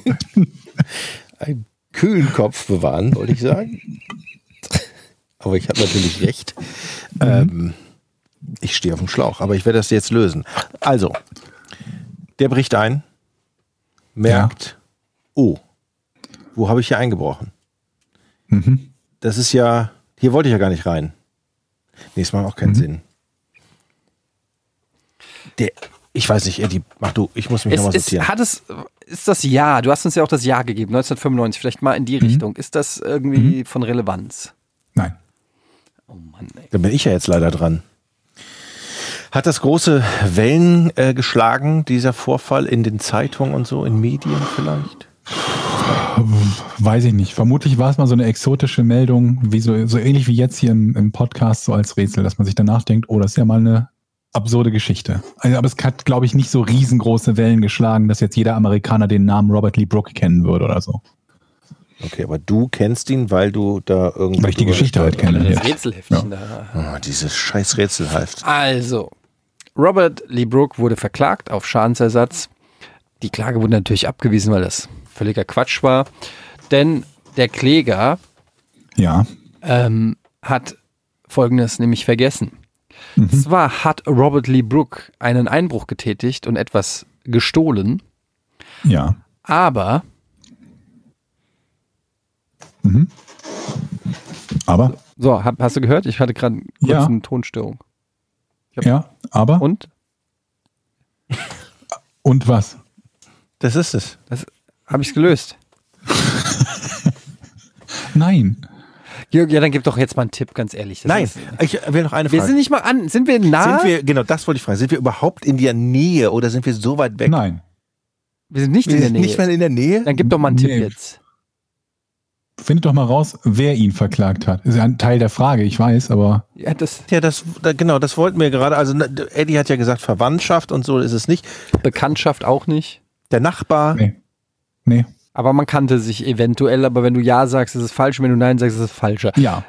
einen kühlen Kopf bewahren, wollte ich sagen. Aber ich habe natürlich recht. Ähm, ich stehe auf dem Schlauch, aber ich werde das jetzt lösen. Also, der bricht ein, merkt, oh, wo habe ich hier eingebrochen? Mhm. Das ist ja, hier wollte ich ja gar nicht rein. Nächstes Mal auch keinen Sinn. Der, ich weiß nicht, Eddie, mach du, ich muss mich Ist, nochmal ist, sortieren. hat es, ist das Jahr, du hast uns ja auch das Jahr gegeben, 1995, vielleicht mal in die Richtung. Ist das irgendwie von Relevanz? Nein. Oh Mann, ey. Dann bin ich ja jetzt leider dran. Hat das große Wellen äh, geschlagen, dieser Vorfall in den Zeitungen und so, in Medien vielleicht? Weiß ich nicht. Vermutlich war es mal so eine exotische Meldung, wie so, so ähnlich wie jetzt hier im, im Podcast, so als Rätsel, dass man sich danach denkt, oh, das ist ja mal eine absurde Geschichte. Also, aber es hat, glaube ich, nicht so riesengroße Wellen geschlagen, dass jetzt jeder Amerikaner den Namen Robert Lee Brooke kennen würde oder so. Okay, aber du kennst ihn, weil du da irgendwie. Weil ich die Geschichte halt kenne. Das Ja. Rätselheftchen da. Oh, dieses scheiß Rätselhaft. Also, Robert Lee Brooke wurde verklagt auf Schadensersatz. Die Klage wurde natürlich abgewiesen, weil das völliger Quatsch war. Denn der Kläger ja. ähm, hat Folgendes nämlich vergessen. Zwar hat Robert Lee Brooke einen Einbruch getätigt und etwas gestohlen, Ja. aber Aber. so, hab, hast du gehört? Ich hatte gerade kurz Ja. eine Tonstörung. Ja. Aber. Und, Und? was? Das ist es. Habe ich es gelöst? Nein. Jörg, ja, dann gib doch jetzt mal einen Tipp, ganz ehrlich. Das Nein, Ist, ich äh, will noch eine Frage. wir sind nicht mal an. Sind wir nah? Sind wir, genau, das wollte ich fragen. Sind wir überhaupt in der Nähe oder sind wir so weit weg? Nein. Wir sind nicht Wir in der sind Nähe. nicht mal in der Nähe? Dann gib doch mal einen Tipp Nee. jetzt. Findet doch mal raus, wer ihn verklagt hat. Ist ja ein Teil der Frage, ich weiß, aber Ja, das Ja, das, da, genau, das wollten wir gerade. Also, na, Eddie hat ja gesagt, Verwandtschaft und so ist es nicht. Bekanntschaft auch nicht. Der Nachbar, nee. Nee. Aber man kannte sich eventuell, aber wenn du Ja sagst, ist es falsch, und wenn du Nein sagst, ist es falscher. Ja.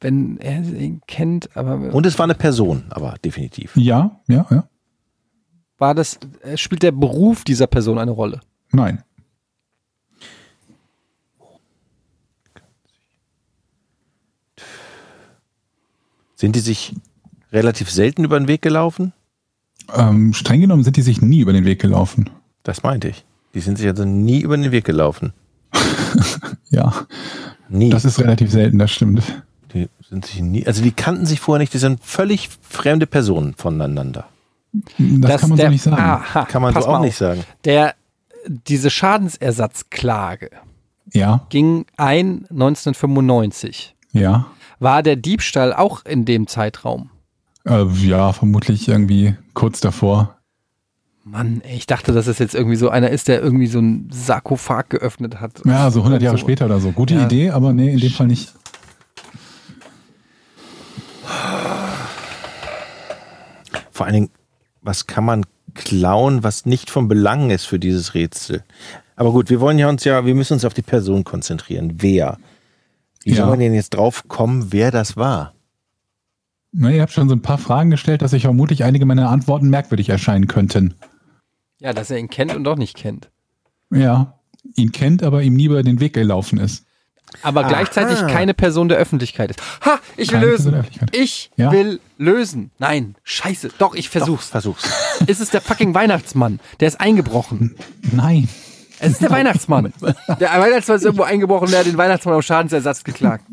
Wenn er ihn kennt, aber Und es war eine Person, aber definitiv. Ja, ja, ja. war das, äh, spielt der Beruf dieser Person eine Rolle? Nein. Sind die sich relativ selten über den Weg gelaufen? Ähm, streng genommen sind die sich nie über den Weg gelaufen. Das meinte ich. Die sind sich also nie über den Weg gelaufen. Ja. Nie. Das ist relativ selten, das stimmt. die sind sich nie, also die kannten sich vorher nicht, die sind völlig fremde Personen voneinander. Das, Dass kann man der, Ah. so nicht sagen. Aha, Kann man pass so auch mal nicht auf. sagen. Der, diese Schadensersatzklage Ja, ging ein 1995. ja. War der Diebstahl auch in dem Zeitraum? Äh, ja, vermutlich irgendwie kurz davor. Mann, ey, ich dachte, dass es jetzt irgendwie so einer ist, der irgendwie so einen Sarkophag geöffnet hat. Also, Ja, so 100 Jahre So. später oder so. Gute Ja. Idee, aber nee, in dem Fall nicht. Vor allen Dingen, was kann man klauen, was nicht von Belang ist für dieses Rätsel? Aber gut, wir wollen ja uns ja, wir müssen uns auf die Person konzentrieren. Wer? Wie Ja. soll man denn jetzt drauf kommen, wer das war? Na, ihr habt schon so ein paar Fragen gestellt, dass sich vermutlich einige meiner Antworten merkwürdig erscheinen könnten. Ja, dass er ihn kennt und doch nicht kennt. Ja, ihn kennt, aber ihm nie über den Weg gelaufen ist. Aber gleichzeitig keine Person der Öffentlichkeit ist. Ha, ich will Keine Person der lösen. Öffentlichkeit. Ich Ja. will lösen. Nein, scheiße. Doch, ich versuch's. Versuch's. *laughs* Es ist der fucking Weihnachtsmann. Der ist *laughs* eingebrochen. Nein. Es ist der Weihnachtsmann. Genau. Der Weihnachtsmann ist irgendwo eingebrochen und er hat den Weihnachtsmann auf Schadensersatz geklagt.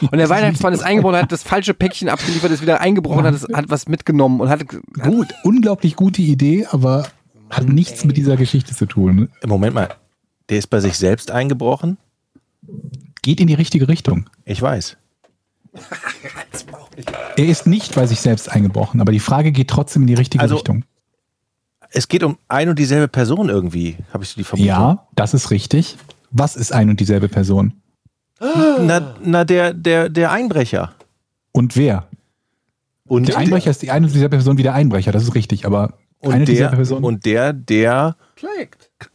Und der Weihnachtsmann ist eingebrochen, hat das falsche Päckchen abgeliefert, ist wieder eingebrochen, hat, das, hat was mitgenommen und hat, Gut, unglaublich gute Idee, aber hat nichts mit dieser Geschichte zu tun. Moment mal, der ist bei sich selbst eingebrochen? Geht in die richtige Richtung. Ich weiß. Er ist nicht bei sich selbst eingebrochen, aber die Frage geht trotzdem in die richtige Also, Richtung. Es geht um ein und dieselbe Person irgendwie, habe ich so die Vermutung. Ja, das ist richtig. Was ist ein und dieselbe Person? Na, na der, der, der Einbrecher. Und wer? Und Der Einbrecher ist die eine und dieselbe Person wie der Einbrecher, das ist richtig, aber und eine und der, dieselbe Person. Und der, der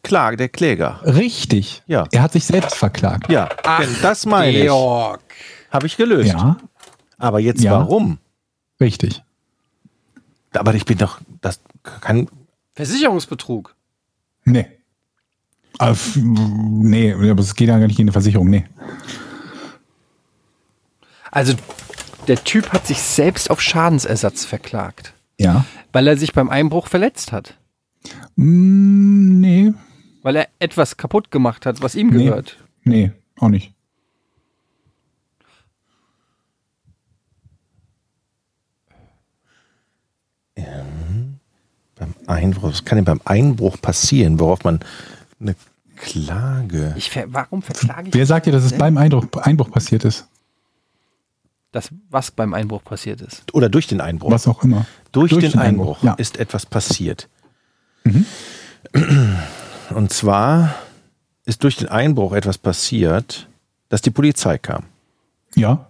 klagt, der Kläger. richtig. Ja. Er hat sich selbst verklagt. Ja, denn Genau, das meine ich. Georg. Habe ich gelöst. Ja, Aber jetzt Ja. warum? richtig. Aber ich bin doch, das kann, Versicherungsbetrug. Nee. Ah, f- Nee, aber es geht ja gar nicht in eine Versicherung. Nee. Also der Typ hat sich selbst auf Schadensersatz verklagt, Ja. weil er sich beim Einbruch verletzt hat, Mm, nee. weil er etwas kaputt gemacht hat, was ihm Nee. gehört. Nee, auch nicht. beim Einbruch, was kann denn beim Einbruch passieren, worauf man eine Klage. Ich ver warum verklage ich? Wer sagt dir, dass es beim Einbruch, Einbruch passiert ist? das, was beim Einbruch passiert ist. Oder durch den Einbruch. was auch immer. Durch, den, Einbruch, ja. Mhm. ist etwas passiert. Und zwar ist durch den Einbruch etwas passiert, dass die Polizei kam Ja,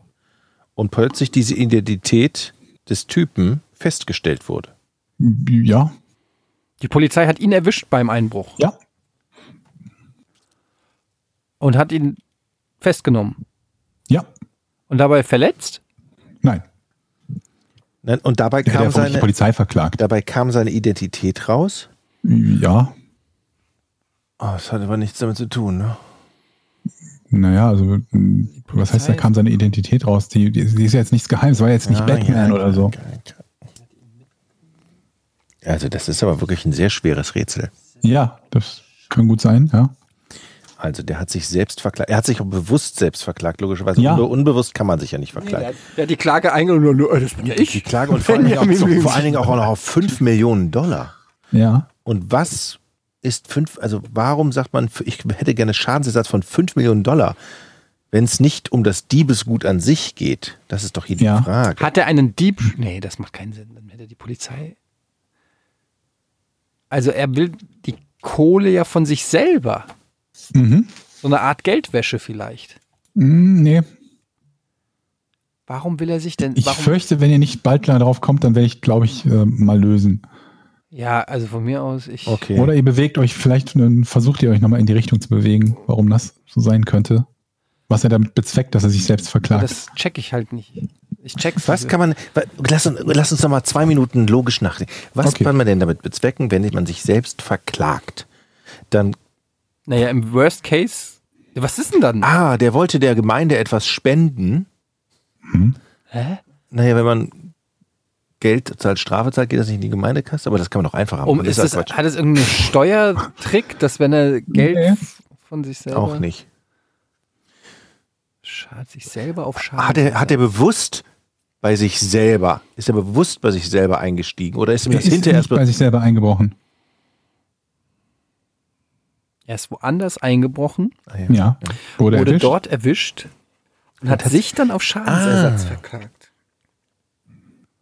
und plötzlich diese Identität des Typen festgestellt wurde. ja, Die Polizei hat ihn erwischt beim Einbruch ja. und hat ihn festgenommen Ja, und dabei verletzt. nein. Ne? Und dabei Der hat ja kam, vermutlich die seine, Polizei verklagt. dabei kam seine Identität raus. Ja, Oh, das hat aber nichts damit zu tun. Ne? naja, also m, was heißt, da kam seine Identität raus. Die, die, die ist ja jetzt nichts Geheimes, war jetzt nicht Ah, Ja, Batman ja, oder so. Also das ist aber wirklich ein sehr schweres Rätsel. Ja, das kann gut sein, ja. Also der hat sich selbst verklagt. Er hat sich auch bewusst selbst verklagt, logischerweise. Ja. Unbe unbewusst kann man sich ja nicht verklagen. Ja, die Klage eingenommen. Das bin ja Die Klage *laughs* und vor allen, Dingen auch, zu- vor allen Dingen auch noch auf 5 Millionen Dollar. Ja, Und was ist 5, also warum sagt man, ich hätte gerne Schadensersatz von 5 Millionen Dollar, wenn es nicht um das Diebesgut an sich geht? Das ist doch hier die Ja. Frage. Hat er einen Dieb? Nee, das macht keinen Sinn. Dann hätte die Polizei. Also er will die Kohle ja von sich selber. Mhm. So eine Art Geldwäsche vielleicht. Hm, nee. Warum will er sich denn? Ich warum, fürchte, wenn ihr nicht bald klar drauf kommt, dann werde ich, glaube ich, äh, mal lösen. ja, also von mir aus, ich. Okay. Oder ihr bewegt euch vielleicht, dann versucht ihr euch nochmal in die Richtung zu bewegen, warum das so sein könnte. Was er damit bezweckt, dass er sich selbst verklagt. Das check ich halt nicht. Ich check's. was nicht. kann man, wa- lass uns, lass uns noch mal zwei Minuten logisch nachdenken. Was Okay. kann man denn damit bezwecken, wenn man sich selbst verklagt? Dann, Naja, im Worst Case. Was ist denn dann? ah, der wollte der Gemeinde etwas spenden. Hä? Naja, wenn man Geld zahlt, Strafe zahlt, geht das nicht in die Gemeindekasse, aber das kann man doch einfach haben. Um, ist das, ja Quatsch. hat das irgendeinen Steuertrick, dass wenn er Geld Nee. von sich selber. auch nicht. Schadet sich selber Ah, auf Schaden. Hat er, hat er bewusst bei sich selber, ist er bewusst bei sich selber eingestiegen oder ist ihm Er das ist hinterher nicht erst bei sich selber eingebrochen. er ist woanders eingebrochen. Ah, ja. Ja. Wurde, wurde erwischt. dort erwischt und hat sich dann auf Schadensersatz Ah. verklagt.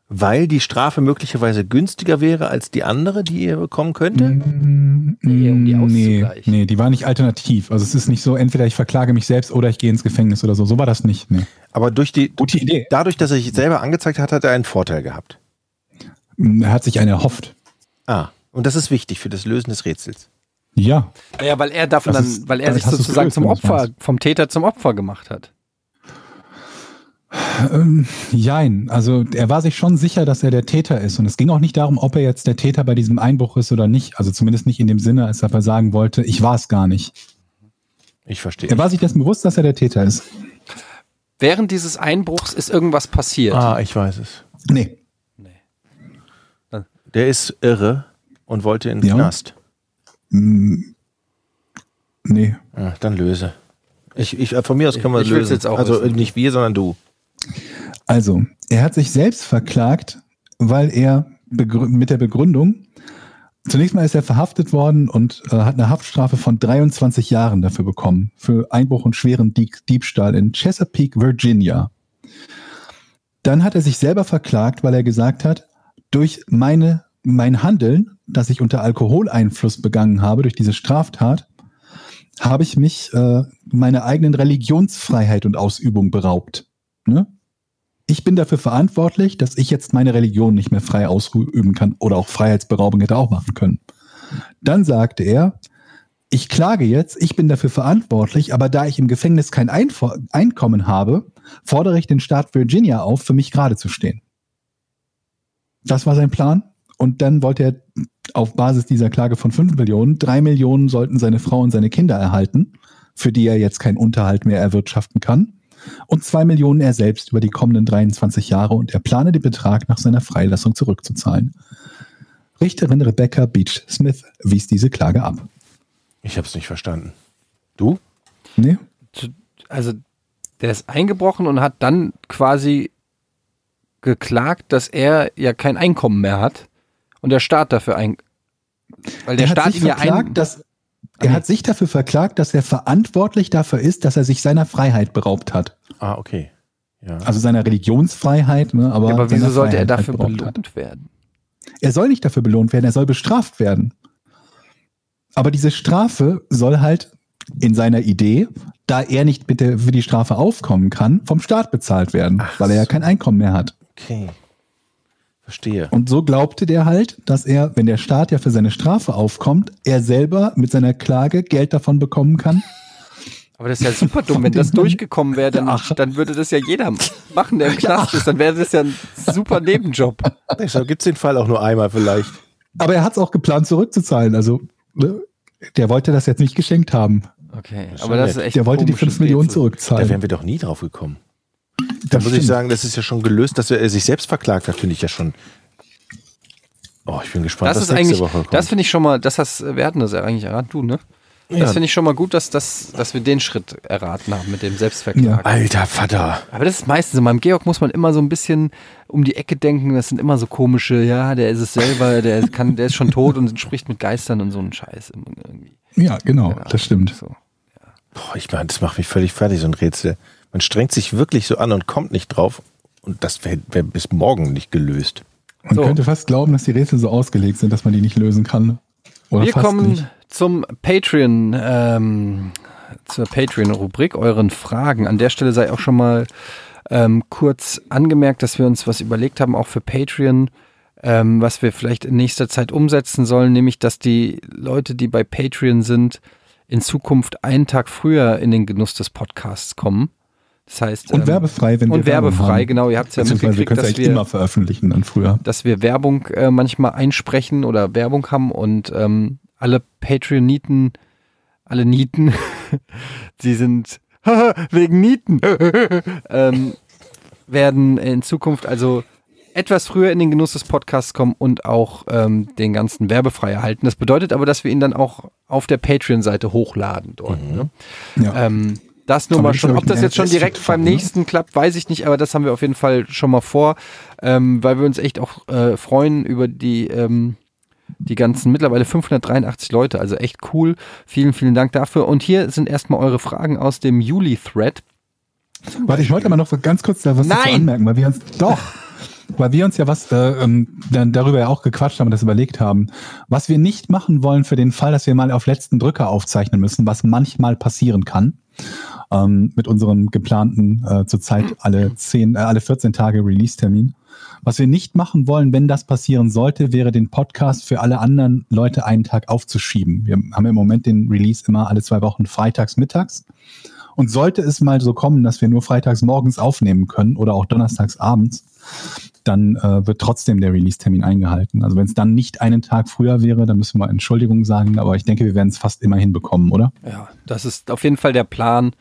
Weil die Strafe möglicherweise günstiger wäre als die andere, die er bekommen könnte? Nee, um die Nee, auszugleichen. nee, die war nicht alternativ. Also es ist nicht so, entweder ich verklage mich selbst oder ich gehe ins Gefängnis oder so. So war das nicht. Nee. Aber durch die, Gute Idee. dadurch, dass er sich selber angezeigt hat, hat er einen Vorteil gehabt. Er Hm, hat sich einen erhofft. Ah, und das ist wichtig für das Lösen des Rätsels. Ja, Naja, weil er davon Das dann, ist- weil er damit sich hast du's sozusagen gelöst, zum wenn du's Opfer, meinst. vom Täter zum Opfer gemacht hat. ähm, jein. Also er war sich schon sicher, dass er der Täter ist. Und es ging auch nicht darum, ob er jetzt der Täter bei diesem Einbruch ist oder nicht. Also zumindest nicht in dem Sinne, als dass er sagen wollte, ich war es gar nicht. Ich verstehe. Er war sich dessen bewusst, dass er der Täter ist. Während dieses Einbruchs ist irgendwas passiert. ah, ich weiß es. Nee. Der ist irre und wollte in den Ja. Knast. Mm. Nee. Ah, dann löse. Ich, ich, von mir aus können wir Ich will's lösen. jetzt auch also wissen. nicht wir, sondern du. Also, er hat sich selbst verklagt, weil er begrü- mit der Begründung, zunächst mal ist er verhaftet worden und äh, hat eine Haftstrafe von 23 Jahren dafür bekommen, für Einbruch und schweren Dieb Diebstahl in Chesapeake, Virginia. Dann hat er sich selber verklagt, weil er gesagt hat, durch meine, mein Handeln, das ich unter Alkoholeinfluss begangen habe, durch diese Straftat, habe ich mich äh, meiner eigenen Religionsfreiheit und Ausübung beraubt. Ne? ich bin dafür verantwortlich, dass ich jetzt meine Religion nicht mehr frei ausüben kann oder auch Freiheitsberaubung hätte auch machen können. Dann sagte er, ich klage jetzt, ich bin dafür verantwortlich, aber da ich im Gefängnis kein Einfor Einkommen habe, fordere ich den Staat Virginia auf, für mich gerade zu stehen. Das war sein Plan. Und dann wollte er auf Basis dieser Klage von 5 Millionen, 3 Millionen sollten seine Frau und seine Kinder erhalten, für die er jetzt keinen Unterhalt mehr erwirtschaften kann und 2 Millionen er selbst über die kommenden 23 Jahre und er plane den Betrag nach seiner Freilassung zurückzuzahlen. Richterin Rebecca Beach Smith wies diese Klage ab. Ich habe es nicht verstanden. Du? Nee? Also der ist eingebrochen und hat dann quasi geklagt, dass er ja kein Einkommen mehr hat und der Staat dafür ein, weil der er hat Staat sich ihn ja ein, Ah, verklagt, dass er hat sich dafür verklagt, dass er verantwortlich dafür ist, dass er sich seiner Freiheit beraubt hat. Ah, okay. Ja. Also seiner Religionsfreiheit, ne? aber. Ja, aber wieso seiner sollte er Freiheit halt dafür beraubt hat. belohnt werden? Er soll nicht dafür belohnt werden, er soll bestraft werden. Aber diese Strafe soll halt in seiner Idee, da er nicht mit der, für die Strafe aufkommen kann, vom Staat bezahlt werden, weil er ja kein Einkommen mehr hat. Okay. Verstehe. Und so glaubte der halt, dass er, wenn der Staat ja für seine Strafe aufkommt, er selber mit seiner Klage Geld davon bekommen kann. Aber das ist ja super dumm, wenn *laughs* das durchgekommen wäre, dann, Ach. dann würde das ja jeder machen, der im Knast ist. Dann wäre das ja ein super Nebenjob. Deshalb gibt es den Fall auch nur einmal vielleicht. Aber er hat es auch geplant zurückzuzahlen. Also ne, der wollte das jetzt nicht geschenkt haben. Okay, ist aber schon das ist nett. echt. Der wollte die komisches 5 Millionen Rätsel. Da wären zurückzahlen. wir doch nie drauf gekommen. Da Das muss ich stimmt. sagen, das ist ja schon gelöst, dass er sich selbst verklagt hat, finde ich ja schon. Oh, ich bin gespannt, Das was ist nächste eigentlich, Woche kommt. das finde ich schon mal, das hast, wir hatten das ja eigentlich erraten, du, ne? Das Ja. finde ich schon mal gut, dass, dass, dass wir den Schritt erraten haben mit dem Ja. Selbstverklagen. Alter Vater. Aber das ist meistens so. Beim Georg muss man immer so ein bisschen um die Ecke denken. Das sind immer so komische, ja, der ist es selber, der, kann, der ist schon tot und spricht mit Geistern und so einen Scheiß. Irgendwie. ja, genau, Keine Ahnung. das stimmt. So. Boah, ich meine, das macht mich völlig fertig, so ein Rätsel. Man strengt sich wirklich so an und kommt nicht drauf. Und das wäre wär bis morgen nicht gelöst. Man So. könnte fast glauben, dass die Rätsel so ausgelegt sind, dass man die nicht lösen kann. Oder Wir fast kommen nicht. zum Patreon, ähm, zur Patreon-Rubrik, euren Fragen. An der Stelle sei auch schon mal ähm, kurz angemerkt, dass wir uns was überlegt haben, auch für Patreon, ähm, was wir vielleicht in nächster Zeit umsetzen sollen, nämlich, dass die Leute, die bei Patreon sind, in Zukunft einen Tag früher in den Genuss des Podcasts kommen. Das heißt, Und ähm, werbefrei, wenn und wir Werbung werbefrei, haben. genau. Ihr habt es ja Beziehungsweise wir mitgekriegt, können es dass eigentlich wir immer veröffentlichen dann früher. dass wir Werbung äh, manchmal einsprechen oder Werbung haben und ähm, alle Patreoniten, alle Nieten, *laughs* sie sind *laughs* wegen Nieten, *laughs* ähm, werden in Zukunft also etwas früher in den Genuss des Podcasts kommen und auch ähm, den ganzen werbefrei erhalten. Das bedeutet aber, dass wir ihn dann auch auf der Patreon-Seite hochladen dort. Ne? Ja. Ähm, das nur Aber mal das schon. hab ich Ob das mir jetzt schon erst direkt beim ne? nächsten klappt, weiß ich nicht, aber das haben wir auf jeden Fall schon mal vor, ähm, weil wir uns echt auch äh, freuen über die, ähm, die ganzen mittlerweile 583 Leute. Also echt cool. Vielen, vielen Dank dafür. Und hier sind erstmal eure Fragen aus dem Juli-Thread. Warte, ich wollte aber noch ganz kurz da was dazu Nein! anmerken, weil wir uns doch, weil wir uns ja was äh, ähm, dann darüber ja auch gequatscht haben und das überlegt haben, was wir nicht machen wollen für den Fall, dass wir mal auf letzten Drücker aufzeichnen müssen, was manchmal passieren kann. Ähm, mit unserem geplanten äh, zurzeit alle 10, äh, alle 14 Tage Release-Termin. Was wir nicht machen wollen, wenn das passieren sollte, wäre den Podcast für alle anderen Leute einen Tag aufzuschieben. Wir haben im Moment den Release immer alle zwei Wochen freitags mittags. Und sollte es mal so kommen, dass wir nur freitags morgens aufnehmen können oder auch donnerstags abends, dann äh, wird trotzdem der Release-Termin eingehalten. Also wenn es dann nicht einen Tag früher wäre, dann müssen wir Entschuldigung sagen, aber ich denke, wir werden es fast immer hinbekommen, oder? Ja, das ist auf jeden Fall der Plan.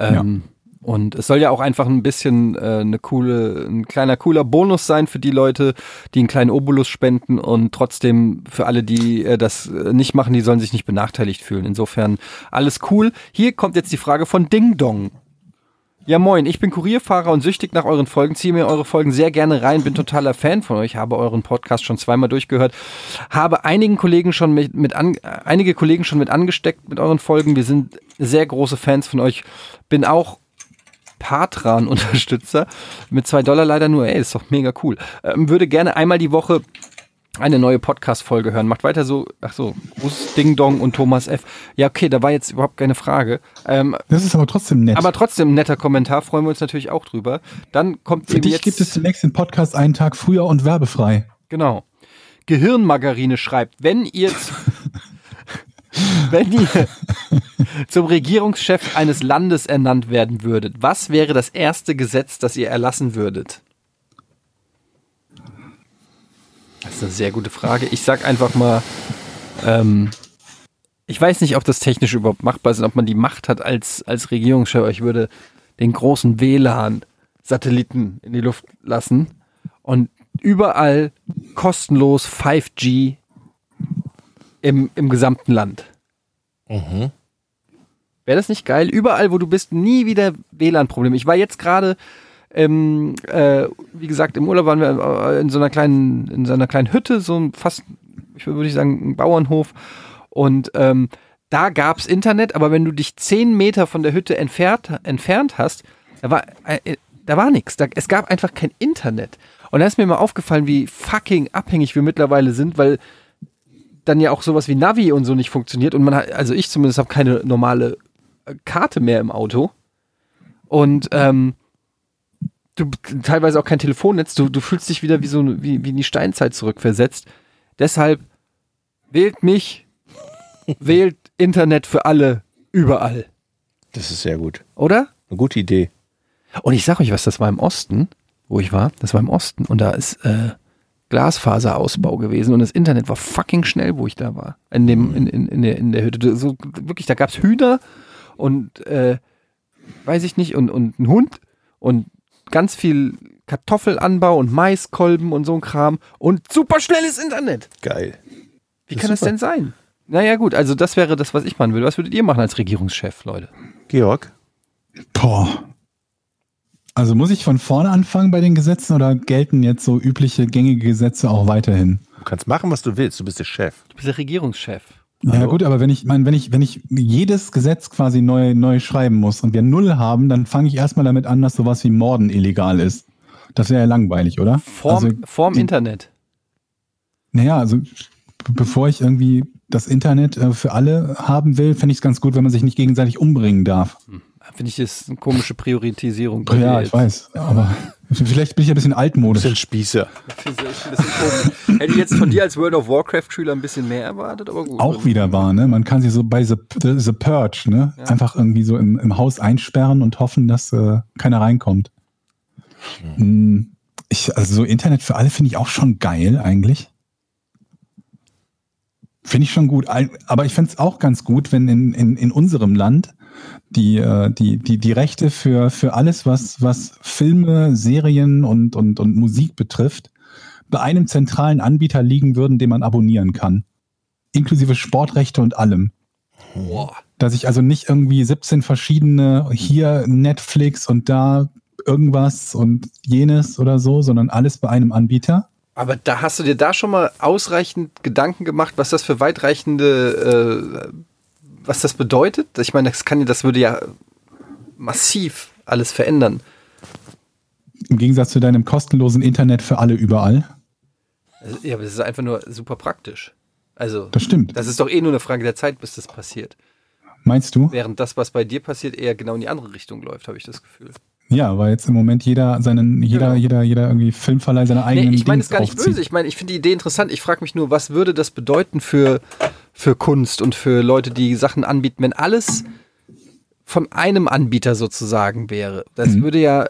Ähm, Und es soll ja auch einfach ein bisschen äh, eine coole, ein kleiner cooler Bonus sein für die Leute, die einen kleinen Obolus spenden und trotzdem für alle, die äh, das äh, nicht machen, die sollen sich nicht benachteiligt fühlen. Insofern alles cool. Hier kommt jetzt die Frage von Ding Dong. Ja moin, ich bin Kurierfahrer und süchtig nach euren Folgen, ziehe mir eure Folgen sehr gerne rein, bin totaler Fan von euch, habe euren Podcast schon zweimal durchgehört, habe einigen Kollegen schon mit, mit an, äh, einige Kollegen schon mit angesteckt mit euren Folgen. Wir sind sehr große Fans von euch, bin auch Patran-Unterstützer mit zwei Dollar leider nur. Ey, ist doch mega cool. Ähm, würde gerne einmal die Woche eine neue Podcast-Folge hören. Macht weiter so. Ach so, Gruß Ding Dong und Thomas F. Ja, okay, da war jetzt überhaupt keine Frage. Ähm, Das ist aber trotzdem nett. aber trotzdem, ein netter Kommentar, freuen wir uns natürlich auch drüber. Dann kommt Für eben dich jetzt, gibt es demnächst den Podcast einen Tag früher und werbefrei. genau. Gehirnmargarine schreibt, wenn ihr, zu- wenn ihr zum Regierungschef eines Landes ernannt werden würdet, was wäre das erste Gesetz, das ihr erlassen würdet? Das ist eine sehr gute Frage. Ich sag einfach mal, ähm, ich weiß nicht, ob das technisch überhaupt machbar ist und ob man die Macht hat als, als Regierungschef. Aber Ich würde den großen WLAN-Satelliten in die Luft lassen und überall kostenlos 5G im, im gesamten Land. Wäre das nicht geil? Überall, wo du bist, nie wieder WLAN-Probleme. Ich war jetzt gerade, ähm, äh, wie gesagt, im Urlaub waren wir äh, in so einer kleinen, in so einer kleinen Hütte, so ein fast, ich würde ich sagen, ein Bauernhof. Und ähm, da gab's Internet, aber wenn du dich zehn Meter von der Hütte entfernt, entfernt hast, da war, äh, Da war nichts. Da, es gab einfach kein Internet. Und da ist mir mal aufgefallen, wie fucking abhängig wir mittlerweile sind, weil dann ja auch sowas wie Navi und so nicht funktioniert. Und man hat, also ich zumindest habe keine normale äh, Karte mehr im Auto. Und ähm, du teilweise auch kein Telefonnetz. Du, du fühlst dich wieder wie so eine- wie, wie in die Steinzeit zurückversetzt. Deshalb wählt mich, wählt Internet für alle überall, Das ist sehr gut. oder? Eine gute Idee. Und ich sag euch was, das war im Osten, wo ich war. Das war im Osten und da ist äh, Glasfaserausbau gewesen und das Internet war fucking schnell, wo ich da war. In dem in, in, in der in der Hütte, so wirklich, da gab's Hühner und äh, weiß ich nicht und und ein Hund und ganz viel Kartoffelanbau und Maiskolben und so ein Kram und super schnelles Internet. Geil. Wie Das kann das ist super. denn sein? Naja gut, also das wäre das, was ich machen würde. Was würdet ihr machen als Regierungschef, Leute? Georg? Boah. Also muss ich von vorne anfangen bei den Gesetzen oder gelten jetzt so übliche gängige Gesetze auch weiterhin? Du kannst machen, was du willst. Du bist der Chef. Du bist der Regierungschef. Ja gut, aber wenn ich mein, wenn ich wenn ich jedes Gesetz quasi neu neu schreiben muss und wir null haben, dann fange ich erstmal damit an, dass sowas wie Morden illegal ist. Das wäre ja langweilig, oder? Vorm, Also- vorm Internet. Naja, also b- bevor ich irgendwie das Internet äh, für alle haben will, fände ich es ganz gut, wenn man sich nicht gegenseitig umbringen darf. Finde ich das eine komische Priorisierung. bei dir Ja, ich jetzt. weiß. Aber *laughs* vielleicht bin ich ein bisschen altmodisch. Spießer. Finde ich ein bisschen komisch. Hätte ich jetzt von dir als World of Warcraft-Schüler ein bisschen mehr erwartet, aber gut. auch wieder war, ne? Man kann sie so bei The, The, The Purge, ne? Einfach irgendwie so im, im Haus einsperren und hoffen, dass äh, keiner reinkommt. Hm, Ich, also so Internet für alle finde ich auch schon geil eigentlich. Finde ich schon gut. Ein- Aber ich fände es auch ganz gut, wenn in, in, in unserem Land die, äh, die, die, die Rechte für, für alles, was, was Filme, Serien und, und, und Musik betrifft, bei einem zentralen Anbieter liegen würden, den man abonnieren kann inklusive Sportrechte und allem. Dass ich also nicht irgendwie 17 verschiedene hier Netflix und da irgendwas und jenes oder so, sondern alles bei einem Anbieter. Aber da hast du dir da schon mal ausreichend Gedanken gemacht, was das für weitreichende, äh, was das bedeutet? Ich meine, das kann ja- das würde ja massiv alles verändern. Im Gegensatz zu deinem kostenlosen Internet für alle überall. Also, Ja, aber das ist einfach nur super praktisch. Also, Das stimmt. das ist doch eh nur eine Frage der Zeit, bis das passiert. Meinst du? Während das, was bei dir passiert, eher genau in die andere Richtung läuft, habe ich das Gefühl. Ja, weil jetzt im Moment jeder seinen, jeder, jeder, jeder irgendwie Filmverleih seine eigenen Genau. Nee, ich meine, Dings es ist gar nicht aufzieht. böse. Ich meine, ich finde die Idee interessant. Ich frage mich nur, was würde das bedeuten für, für Kunst und für Leute, die Sachen anbieten, wenn alles von einem Anbieter sozusagen wäre? Das Mhm. würde ja,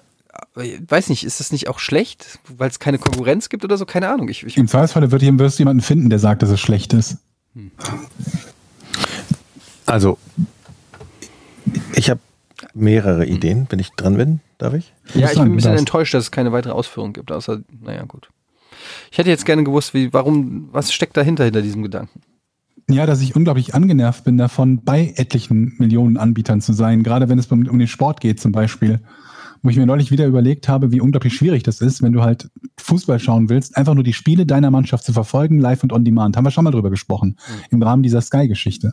äh, weiß nicht, ist das nicht auch schlecht, weil es keine Konkurrenz gibt oder so? Keine Ahnung. Ich, ich, Im Zweifelsfall wird, wirst du jemanden finden, der sagt, dass es schlecht ist. Also, ich habe mehrere Ideen, wenn ich dran bin. Darf ich? Du ja, bist ich bin dran, ein du bisschen darfst. enttäuscht, dass es keine weitere Ausführung gibt, außer, naja, gut. Ich hätte jetzt gerne gewusst, wie, warum, was steckt dahinter, hinter diesem Gedanken? Ja, dass ich unglaublich angenervt bin davon, bei etlichen Millionen Anbietern zu sein, gerade wenn es um, um den Sport geht zum Beispiel. Wo ich mir neulich wieder überlegt habe, wie unglaublich schwierig das ist, wenn du halt Fußball schauen willst, einfach nur die Spiele deiner Mannschaft zu verfolgen, live und on demand. Haben wir schon mal drüber gesprochen, im Rahmen dieser Sky-Geschichte.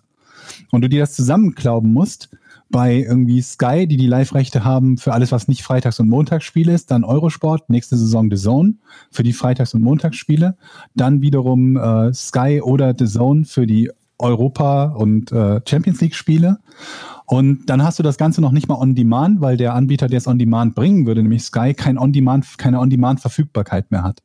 Und du dir das zusammenklauben musst bei irgendwie Sky, die die Live-Rechte haben für alles, was nicht Freitags- und Montagsspiele ist, dann Eurosport, nächste Saison The Zone für die Freitags- und Montagsspiele, dann wiederum äh, Sky oder The Zone für die Europa- und äh, Champions League-Spiele. Und dann hast du das Ganze noch nicht mal on demand, weil der Anbieter, der es on demand bringen würde, nämlich Sky, kein on demand, keine on demand Verfügbarkeit mehr hat.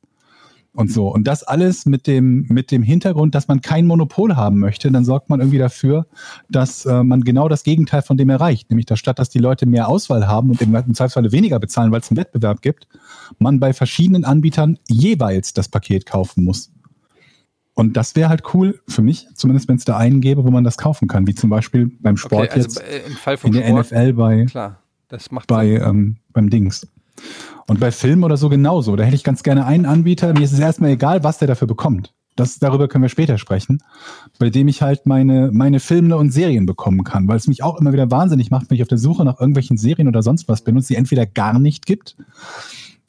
Und so. Und das alles mit dem, mit dem Hintergrund, dass man kein Monopol haben möchte, dann sorgt man irgendwie dafür, dass äh, man genau das Gegenteil von dem erreicht. Nämlich, dass statt dass die Leute mehr Auswahl haben und im im Zweifelsfalle weniger bezahlen, weil es einen Wettbewerb gibt, man bei verschiedenen Anbietern jeweils das Paket kaufen muss. Und das wäre halt cool für mich, zumindest wenn es da einen gäbe, wo man das kaufen kann, wie zum Beispiel beim Sport also jetzt bei- im Fall vom in der Sport, NFL bei, klar, das macht bei ähm, beim Dings. Und bei Filmen oder so genauso. Da hätte ich ganz gerne einen Anbieter. Mir ist es erstmal egal, was der dafür bekommt. Das, darüber können wir später sprechen, bei dem ich halt meine, meine Filme und Serien bekommen kann, weil es mich auch immer wieder wahnsinnig macht, wenn ich auf der Suche nach irgendwelchen Serien oder sonst was bin und es die entweder gar nicht gibt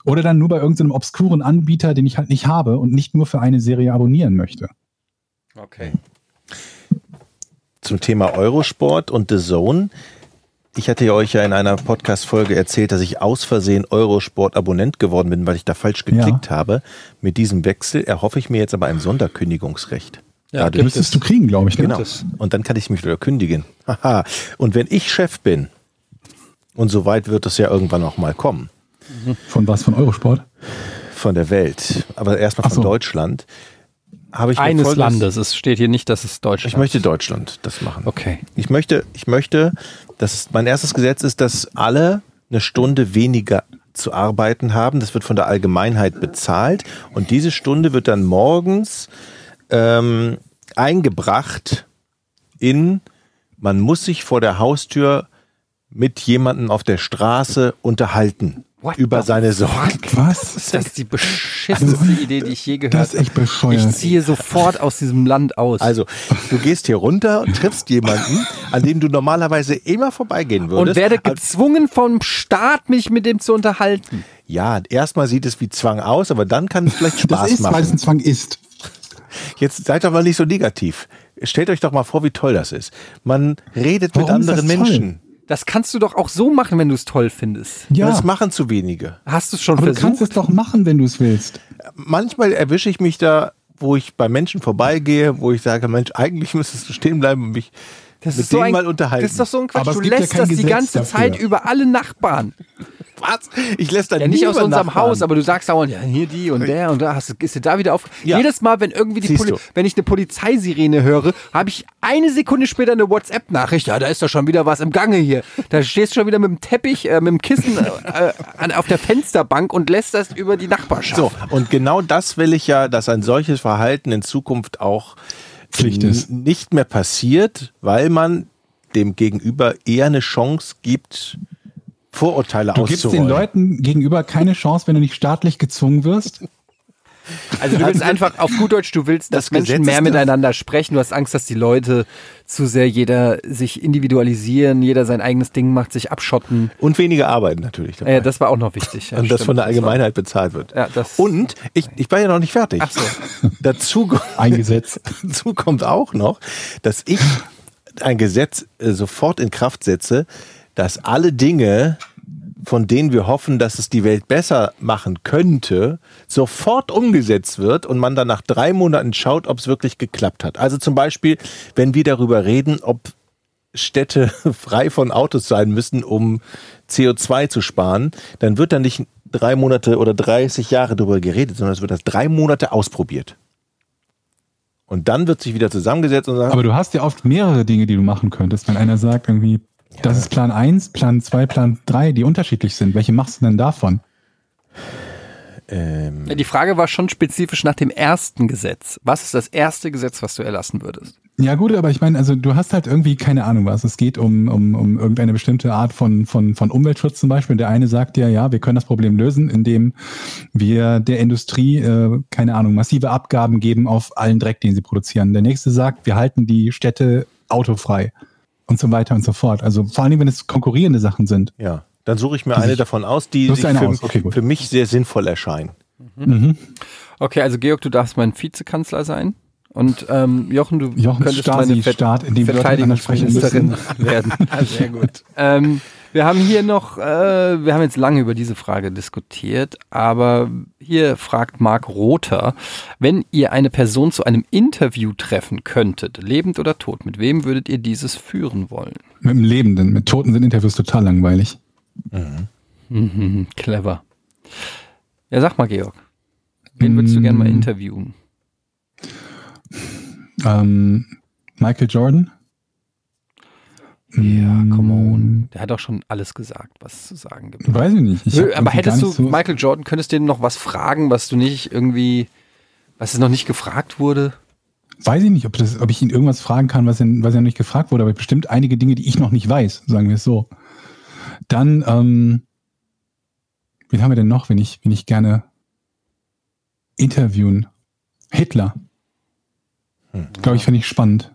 oder dann nur bei irgendeinem obskuren Anbieter, den ich halt nicht habe und nicht nur für eine Serie abonnieren möchte. Okay. Zum Thema Eurosport und The Zone. Ich hatte ja euch ja in einer Podcast-Folge erzählt, dass ich aus Versehen Eurosport-Abonnent geworden bin, weil ich da falsch geklickt habe. Mit diesem Wechsel erhoffe ich mir jetzt aber ein Sonderkündigungsrecht. Ja, Dadurch- Müsstest du kriegen, glaube ich. Ne? Genau. Und dann kann ich mich wieder kündigen. *laughs* Haha. Und wenn ich Chef bin, und so weit wird es ja irgendwann auch mal kommen, Von was? Von Eurosport? von der Welt, aber erstmal Ach von so. Deutschland, habe ich mir Eines folgendes- Landes. Es steht hier nicht, dass es Deutschland Ich möchte Deutschland das machen. Okay. Ich möchte, ich möchte, dass mein erstes Gesetz ist, dass alle eine Stunde weniger zu arbeiten haben. Das wird von der Allgemeinheit bezahlt und diese Stunde wird dann morgens ähm, eingebracht in, man muss sich vor der Haustür mit jemandem auf der Straße unterhalten What über the seine Sorgen. Was? Das ist die beschissenste Idee, die ich je gehört Also, Das ist echt habe. Ich bescheuert. ziehe sofort aus diesem Land aus. Also, du gehst hier runter und triffst jemanden, an dem du normalerweise immer vorbeigehen und würdest. werde Als- gezwungen vom Staat, mich mit dem zu unterhalten. Ja, erstmal sieht es wie Zwang aus, aber dann kann es vielleicht *laughs* Das Spaß ist, weil es machen. ein Zwang ist. Jetzt seid doch mal nicht so negativ. Stellt euch doch mal vor, wie toll das ist. Man redet mit Warum ist anderen das toll? Menschen. Das kannst du doch auch so machen, wenn du es toll findest. Und Ja, Das machen zu wenige. Hast du es schon aber du versucht? kannst es doch machen, wenn du es willst. Manchmal erwische ich mich da, wo ich bei Menschen vorbeigehe, wo ich sage, Mensch, eigentlich müsstest du stehen bleiben und mich das mit denen mal unterhalten. Das ist doch so ein Quatsch. Aber es du gibt ja lässt kein das die Gesetz ganze dafür. Zeit über alle Nachbarn. Was? Ich lässt da Ja, nicht nie aus über unserem Nachbarn. Haus, aber du sagst dauernd, ja, hier die und der und da hast du, ist dir da wieder auf. Ja. Jedes Mal, wenn irgendwie die Siehst Poli du. wenn ich eine Polizeisirene höre, habe ich eine Sekunde später eine WhatsApp-Nachricht. Ja, da ist doch schon wieder was im Gange hier. Da stehst du schon wieder mit dem Teppich, äh, mit dem Kissen äh, an, auf der Fensterbank und lässt das über die Nachbarschaft. So, und genau das will ich ja, dass ein solches Verhalten in Zukunft auch Pflicht n- ist. nicht mehr passiert, weil man dem Gegenüber eher eine Chance gibt, Vorurteile Du gibst den auszuräumen. Leuten gegenüber keine Chance, wenn du nicht staatlich gezwungen wirst. Also du willst einfach, auf gut Deutsch, du willst, dass Das Gesetz Menschen ist mehr das- miteinander sprechen. Du hast Angst, dass die Leute zu sehr jeder sich individualisieren, jeder sein eigenes Ding macht, sich abschotten. und weniger arbeiten natürlich. dabei. Äh, das war auch noch wichtig. Ja, und das stimmt. von der Allgemeinheit bezahlt wird. Ja, das- und ich, ich war ja noch nicht fertig. Ach so. *laughs* Dazu, *laughs* Eingesetzt. dazu kommt auch noch, dass ich ein Gesetz äh, sofort in Kraft setze, dass alle Dinge, von denen wir hoffen, dass es die Welt besser machen könnte, sofort umgesetzt wird und man dann nach drei Monaten schaut, ob es wirklich geklappt hat. Also zum Beispiel, wenn wir darüber reden, ob Städte *laughs* frei von Autos sein müssen, um CO2 zu sparen, dann wird da nicht drei Monate oder 30 Jahre darüber geredet, sondern es wird das drei Monate ausprobiert. Und dann wird sich wieder zusammengesetzt und sagt, Aber du hast ja oft mehrere Dinge, die du machen könntest. Wenn einer sagt irgendwie, das ist Plan 1, Plan 2, Plan 3, die unterschiedlich sind. Welche machst du denn davon? ähm, Die Frage war schon spezifisch nach dem ersten Gesetz. Was ist das erste Gesetz, was du erlassen würdest? Ja gut, aber ich meine, also du hast halt irgendwie keine Ahnung was. Es geht um, um, um irgendeine bestimmte Art von, von, von Umweltschutz zum Beispiel. Der eine sagt ja, ja, wir können das Problem lösen, indem wir der Industrie, äh, keine Ahnung, massive Abgaben geben auf allen Dreck, den sie produzieren. Der nächste sagt, wir halten die Städte autofrei und so weiter und so fort. Also vor allen Dingen, wenn es konkurrierende Sachen sind. ja, dann suche ich mir Die eine sich- davon aus, die Suchst sich eine für, aus, okay, gut. für mich sehr sinnvoll erscheinen. Okay, also Georg, du darfst mein Vizekanzler sein. Und ähm, Jochen, du Jochen könntest Stasi, meine Ver Staat, in dem wir Leute miteinander sprechen Verteidigungsministerin *laughs* *laughs* werden. Sehr gut. Ähm, wir haben hier noch, äh, wir haben jetzt lange über diese Frage diskutiert, aber hier fragt Marc Rother, wenn ihr eine Person zu einem Interview treffen könntet, lebend oder tot, mit wem würdet ihr dieses führen wollen? Mit dem Lebenden, mit Toten sind Interviews total langweilig. Mhm, clever. Ja, sag mal, Georg. Wen würdest Mm. du gerne mal interviewen? Ähm, Michael Jordan? Ja, come Mm, on. Der hat auch schon alles gesagt, was es zu sagen gibt. Weiß ich nicht. Ich hab Nö, aber irgendwie gar hättest du nicht so- Michael Jordan, könntest du dem noch was fragen, was du nicht irgendwie, was es noch nicht gefragt wurde? weiß ich nicht, ob, das, ob ich ihn irgendwas fragen kann, was er, was er noch nicht gefragt wurde, aber bestimmt einige Dinge, die ich noch nicht weiß, sagen wir es so. Dann, ähm, wen haben wir denn noch, wenn ich, wenn ich gerne interviewen? Hitler. Hm. Glaube ich, finde ich spannend.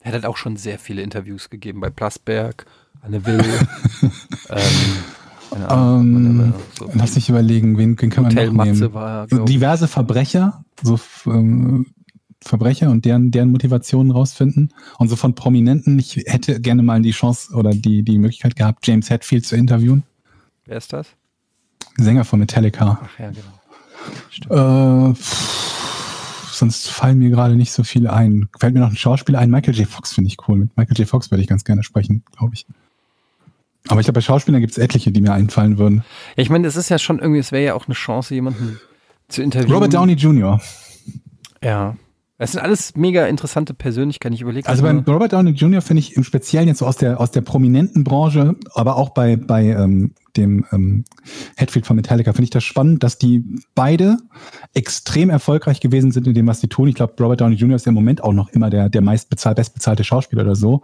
Er hat halt auch schon sehr viele Interviews gegeben bei Plasberg, Anne *laughs* Will. ähm, keine Ähm, so. Lass mich überlegen, wen, wen kann man Hotel noch nehmen? Also Matze war, glaub ich. diverse Verbrecher, so f- ähm, Verbrecher und deren, deren Motivationen rausfinden. Und so von Prominenten, ich hätte gerne mal die Chance oder die, die Möglichkeit gehabt, James Hetfield zu interviewen. Wer ist das? Sänger von Metallica. Ach ja, genau. Äh, pff, sonst fallen mir gerade nicht so viele ein. Fällt mir noch ein Schauspieler ein. Michael J. Fox finde ich cool. Mit Michael J. Fox würde ich ganz gerne sprechen, glaube ich. Aber ich glaube, bei Schauspielern gibt es etliche, die mir einfallen würden. Ja, ich meine, es ist ja schon irgendwie, es wäre ja auch eine Chance, jemanden zu interviewen. Robert Downey Jr. Ja. Es sind alles mega interessante Persönlichkeiten. Ich überlege Also beim Robert Downey Jr. finde ich im Speziellen jetzt so aus der, aus der prominenten Branche, aber auch bei, bei ähm, dem ähm, Hatfield von Metallica, finde ich das spannend, dass die beide extrem erfolgreich gewesen sind in dem, was sie tun. Ich glaube, Robert Downey Jr. ist ja im Moment auch noch immer der, der meistbezahlt, bestbezahlte Schauspieler oder so.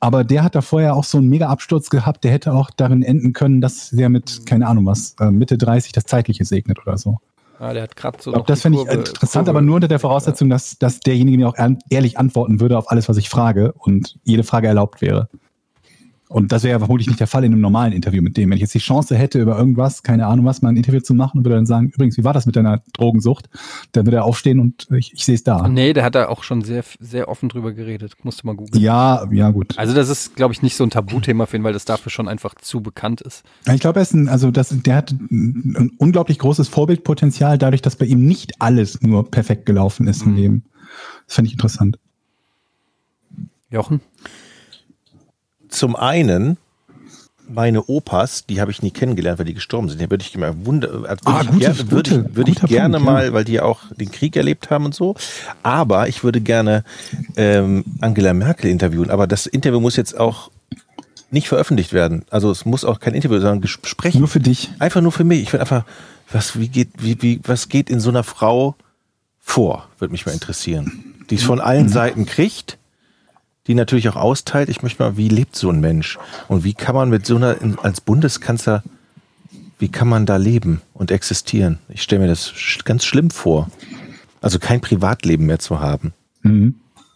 Aber der hat da vorher auch so einen mega Absturz gehabt, der hätte auch darin enden können, dass der mit, keine Ahnung was, äh, Mitte 30 das Zeitliche segnet oder so. ah, der hat gerade so. Ich glaub, noch das die finde ich Kurve- interessant, Kurve. aber nur unter der Voraussetzung, dass, dass derjenige mir auch ehr- ehrlich antworten würde auf alles, was ich frage und jede Frage erlaubt wäre. Und das wäre ja vermutlich nicht der Fall in einem normalen Interview mit dem. Wenn ich jetzt die Chance hätte, über irgendwas, keine Ahnung was, mal ein Interview zu machen und würde dann sagen, übrigens, wie war das mit deiner Drogensucht? Dann würde er aufstehen und ich, ich sehe es da. Nee, der hat da auch schon sehr, sehr offen drüber geredet. Musste mal googeln. Ja, ja, gut. Also das ist, glaube ich, nicht so ein Tabuthema für ihn, weil das dafür schon einfach zu bekannt ist. Ich glaube, er ist ein, also das, der hat ein unglaublich großes Vorbildpotenzial, dadurch, dass bei ihm nicht alles nur perfekt gelaufen ist Mhm. im Leben. Das finde ich interessant. Jochen? Zum einen meine Opas, die habe ich nie kennengelernt, weil die gestorben sind. Da würde ich mal wundern, würde Ah, ich, gute- gerne, würde ich, gute- würde ich guter gerne Punkt, ja. mal, weil die ja auch den Krieg erlebt haben und so. Aber ich würde gerne ähm, Angela Merkel interviewen. Aber das Interview muss jetzt auch nicht veröffentlicht werden. Also es muss auch kein Interview, sondern Gespräch. Nur für dich. Einfach nur für mich. Ich will einfach, was, wie geht, wie, wie, was geht in so einer Frau vor, würde mich mal interessieren. Die es von allen Seiten kriegt, die natürlich auch austeilt. Ich möchte mal, wie lebt so ein Mensch? Und wie kann man mit so einer, in- als Bundeskanzler, wie kann man da leben und existieren? Ich stelle mir das sch- ganz schlimm vor. Also kein Privatleben mehr zu haben. Mhm.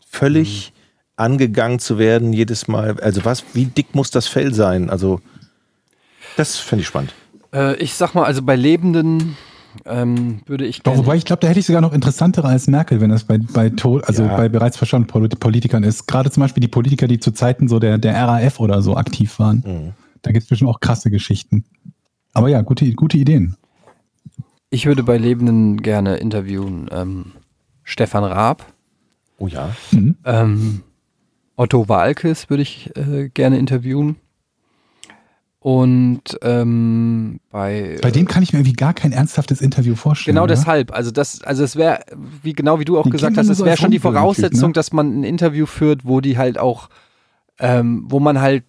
Völlig angegangen zu werden jedes Mal. Also was, wie dick muss das Fell sein? Also, das fände ich spannend. Äh, ich sag mal, also bei Lebenden ähm, würde ich Doch, gerne... wobei ich glaube, da hätte ich sogar noch interessantere als Merkel, wenn das bei, bei Tod, also Ja. bei bereits verstorbenen Polit- Politikern ist. Gerade zum Beispiel die Politiker, die zu Zeiten so der, der RAF oder so aktiv waren. Mhm. Da gibt es bestimmt auch krasse Geschichten. Aber ja, gute, gute Ideen. Ich würde bei Lebenden gerne interviewen ähm, Stefan Raab, Oh ja. ähm, Otto Walkes würde ich äh, gerne interviewen und ähm, bei, Bei dem kann ich mir irgendwie gar kein ernsthaftes Interview vorstellen. ne? genau oder? deshalb, also das, also es wäre, wie genau wie du auch Die gesagt klingen hast, nur es so wäre als schon die Rumpelentyp, Voraussetzung, ne? dass man ein Interview führt, wo die halt auch, ähm, wo man halt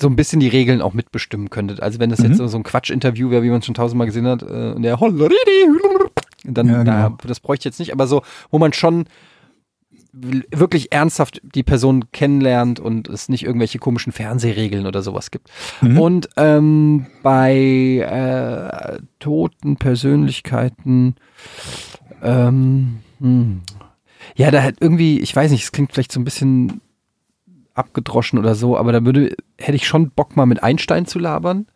so ein bisschen die Regeln auch mitbestimmen könnte. Also wenn das jetzt so- Mhm. so ein Quatsch-Interview wäre, wie man es schon tausendmal gesehen hat, äh, und der Holleridi, dann Ja, na, genau. das bräuchte ich jetzt nicht, aber so, wo man schon wirklich ernsthaft die Person kennenlernt und es nicht irgendwelche komischen Fernsehregeln oder sowas gibt. Mhm. Und ähm, bei äh, toten Persönlichkeiten, ähm, hm. ja, da hat irgendwie, ich weiß nicht, es klingt vielleicht so ein bisschen abgedroschen oder so, aber da würde, hätte ich schon Bock mal mit Einstein zu labern.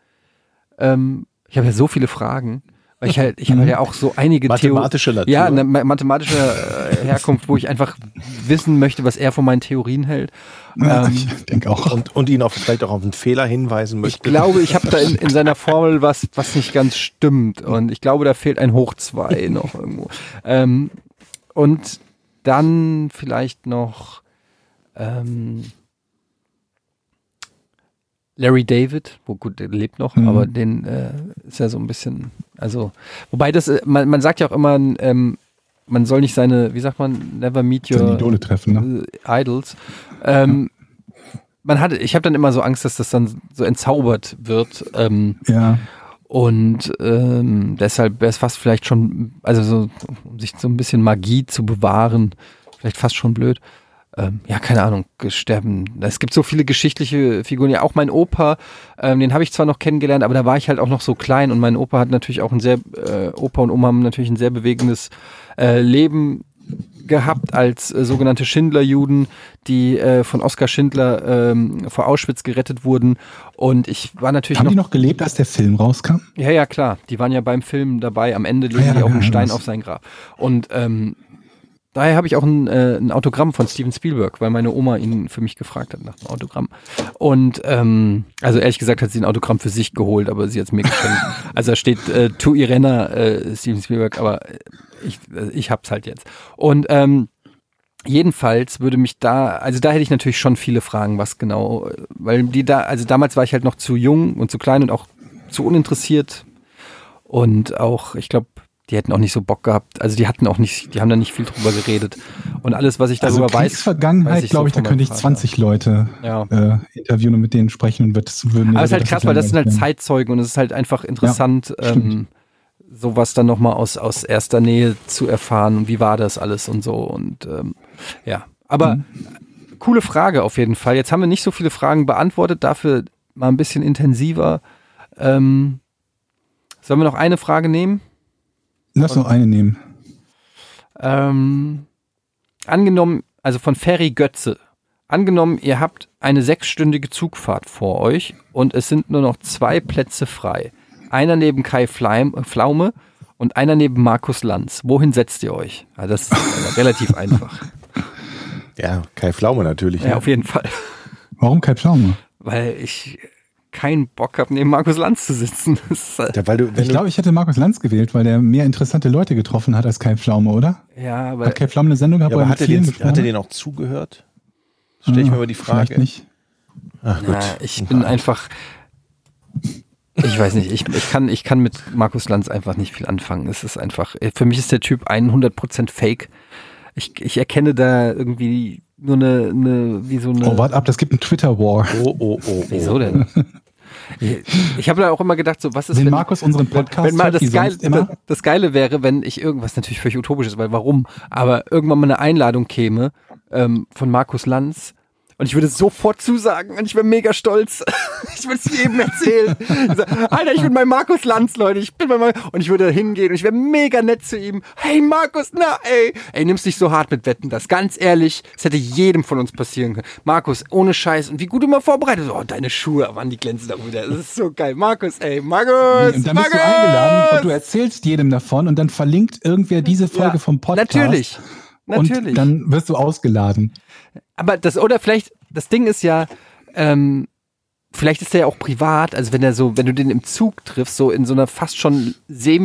Ähm, ich habe ja so viele Fragen, weil ich halt, ich habe ja auch so einige Theo- Mhm. Mathematische Natur. ja, eine ma- mathematische äh, Herkunft, wo ich einfach wissen möchte, was er von meinen Theorien hält. Ja, Ähm, ich denke auch. und, und ihn auch vielleicht auch auf einen Fehler hinweisen möchte. ich glaube, ich habe da in, in *laughs* seiner Formel was, was nicht ganz stimmt. Und ich glaube, da fehlt ein Hoch 2 noch irgendwo. Ähm, und dann vielleicht noch ähm, Larry David, wo gut, der lebt noch, Mhm. aber den äh, ist ja so ein bisschen, also, wobei das, äh, man, man sagt ja auch immer, ähm, man soll nicht seine, wie sagt man, never meet Seine your Idole treffen, ne? äh, Idols. Ähm, man hatte, ich habe dann immer so Angst, dass das dann so entzaubert wird. Ähm, Ja. und ähm, deshalb wäre es fast vielleicht schon, also so, um sich so ein bisschen Magie zu bewahren, vielleicht fast schon blöd. Ähm, ja, keine Ahnung, sterben. Es gibt so viele geschichtliche Figuren. Ja, auch mein Opa, ähm, den habe ich zwar noch kennengelernt, aber da war ich halt auch noch so klein und mein Opa hat natürlich auch ein sehr, äh, Opa und Oma haben natürlich ein sehr bewegendes äh, Leben gehabt als äh, sogenannte Schindlerjuden, die äh, von Oskar Schindler ähm, vor Auschwitz gerettet wurden. Und ich war natürlich Haben noch die noch gelebt, als der Film rauskam? ja, ja, klar. Die waren ja beim Film dabei. Am Ende legen Ja, die auch ja, einen Stein das- auf sein Grab. Und ähm, Daher habe ich auch ein, äh, ein Autogramm von Steven Spielberg, weil meine Oma ihn für mich gefragt hat nach einem Autogramm. Und ähm, also ehrlich gesagt hat sie ein Autogramm für sich geholt, aber sie hat es mir geschenkt. also da steht äh, To Irena äh, Steven Spielberg, aber äh, ich, äh, ich hab's halt jetzt. Und ähm, jedenfalls würde mich da, also da hätte ich natürlich schon viele Fragen, was genau, äh, weil die da, also damals war ich halt noch zu jung und zu klein und auch zu uninteressiert und auch, ich glaube, die hätten auch nicht so Bock gehabt. Also die hatten auch nicht, die haben da nicht viel drüber geredet. Und alles, was ich Also darüber weiß, weiß Kriegsvergangenheit, ich glaube so ich, da von könnte ich meinem Vater. 20 Leute Ja. äh, interviewen und mit denen sprechen und wird das würden Aber es ist halt das krass, nicht weil das sind halt langweilig werden. Zeitzeugen und es ist halt einfach interessant, ähm, stimmt. sowas dann nochmal aus, aus erster Nähe zu erfahren und wie war das alles und so. Und ähm, ja, aber coole Frage auf jeden Fall. Jetzt haben wir nicht so viele Fragen beantwortet, dafür mal ein bisschen intensiver. Ähm, sollen wir noch eine Frage nehmen? Lass noch eine nehmen. Ähm, angenommen, also von Ferry Götze. Angenommen, ihr habt eine sechsstündige Zugfahrt vor euch und es sind nur noch zwei Plätze frei. Einer neben Kai Fleim, äh, Pflaume und einer neben Markus Lanz. Wohin setzt ihr euch? Ah, das ist relativ einfach. Ja, Kai Pflaume natürlich. ne? Ja, auf jeden Fall. Warum Kai Pflaume? Weil ich keinen Bock habe, neben Markus Lanz zu sitzen. *laughs* Das ist, äh, Ja, weil du, wenn Ich glaube, ich hätte Markus Lanz gewählt, weil der mehr interessante Leute getroffen hat als Kai Pflaume, oder? ja, Äh, aber Hat Kai Pflaume eine Sendung du, gehabt, ja, aber er mit hat, er vielen den, gesprochen hat er hat? den auch zugehört? Stelle ich mir aber die Vielleicht Frage. Äh, nicht. Ach gut. na, ich bin einfach. Ich weiß nicht, ich, ich, kann, ich kann mit Markus Lanz einfach nicht viel anfangen. Es ist einfach, für mich ist der Typ 100% fake. Ich, ich erkenne da irgendwie nur eine, eine wie so eine. Oh, warte ab, das gibt einen Twitter-War. Oh, oh, oh, oh. Wieso *laughs* denn? Ich, ich habe da auch immer gedacht, so, was ist, Wenn wenn, Markus unseren Podcast wenn mal hört, wie das Geile, sonst immer, das, das Geile wäre, wenn ich irgendwas natürlich völlig utopisch ist, weil warum? Aber irgendwann mal eine Einladung käme ähm, von Markus Lanz und ich würde sofort zusagen und ich wäre mega stolz. *laughs* ich würde es jedem erzählen. Ich sag, Alter, ich bin bei Markus Lanz, Leute. Ich bin bei Mar und ich würde hingehen und ich wäre mega nett zu ihm. Hey Markus, na ey, ey, nimm's nicht so hart mit Wetten, das ganz ehrlich, es hätte jedem von uns passieren können. Markus, ohne Scheiß und wie gut du mal vorbereitet. bist. Oh, deine Schuhe, Mann, die glänzen auch wieder. Das ist so geil. Markus, ey, Markus, und dann bist Markus. du eingeladen und du erzählst jedem davon und dann verlinkt irgendwer diese Folge Ja, vom Podcast. Natürlich. Natürlich. Und dann wirst du ausgeladen. Aber das, oder vielleicht, das Ding ist ja, ähm, vielleicht ist der ja auch privat, also wenn er so, wenn du den im Zug triffst, so in so einer fast schon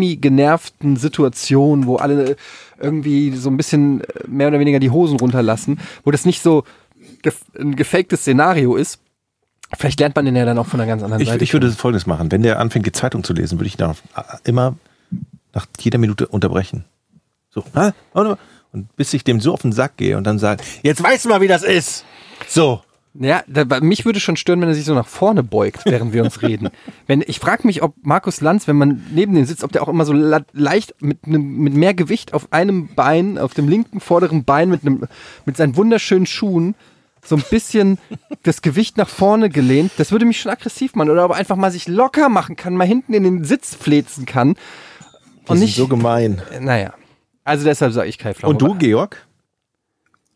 semi-genervten Situation, wo alle irgendwie so ein bisschen äh, mehr oder weniger die Hosen runterlassen, wo das nicht so gef ein gefaktes Szenario ist, vielleicht lernt man den ja dann auch von einer ganz anderen Ich, Seite. ich würde folgendes machen. Wenn der anfängt, die Zeitung zu lesen, würde ich nach, immer nach jeder Minute unterbrechen. So, hä? und bis ich dem so auf den Sack gehe und dann sage, jetzt weißt du mal, wie das ist. So. Ja, da, bei- mich würde schon stören, wenn er sich so nach vorne beugt, während wir uns reden. Wenn ich frage mich, ob Markus Lanz, wenn man neben dem sitzt, ob der auch immer so la- leicht mit einem mit mehr Gewicht auf einem Bein, auf dem linken vorderen Bein mit einem mit seinen wunderschönen Schuhen so ein bisschen das Gewicht nach vorne gelehnt. Das würde mich schon aggressiv machen oder ob er einfach mal sich locker machen kann, mal hinten in den Sitz flezen kann Die und sind nicht so gemein. naja. Also deshalb sage ich Kai Pflaume. Und du, Georg?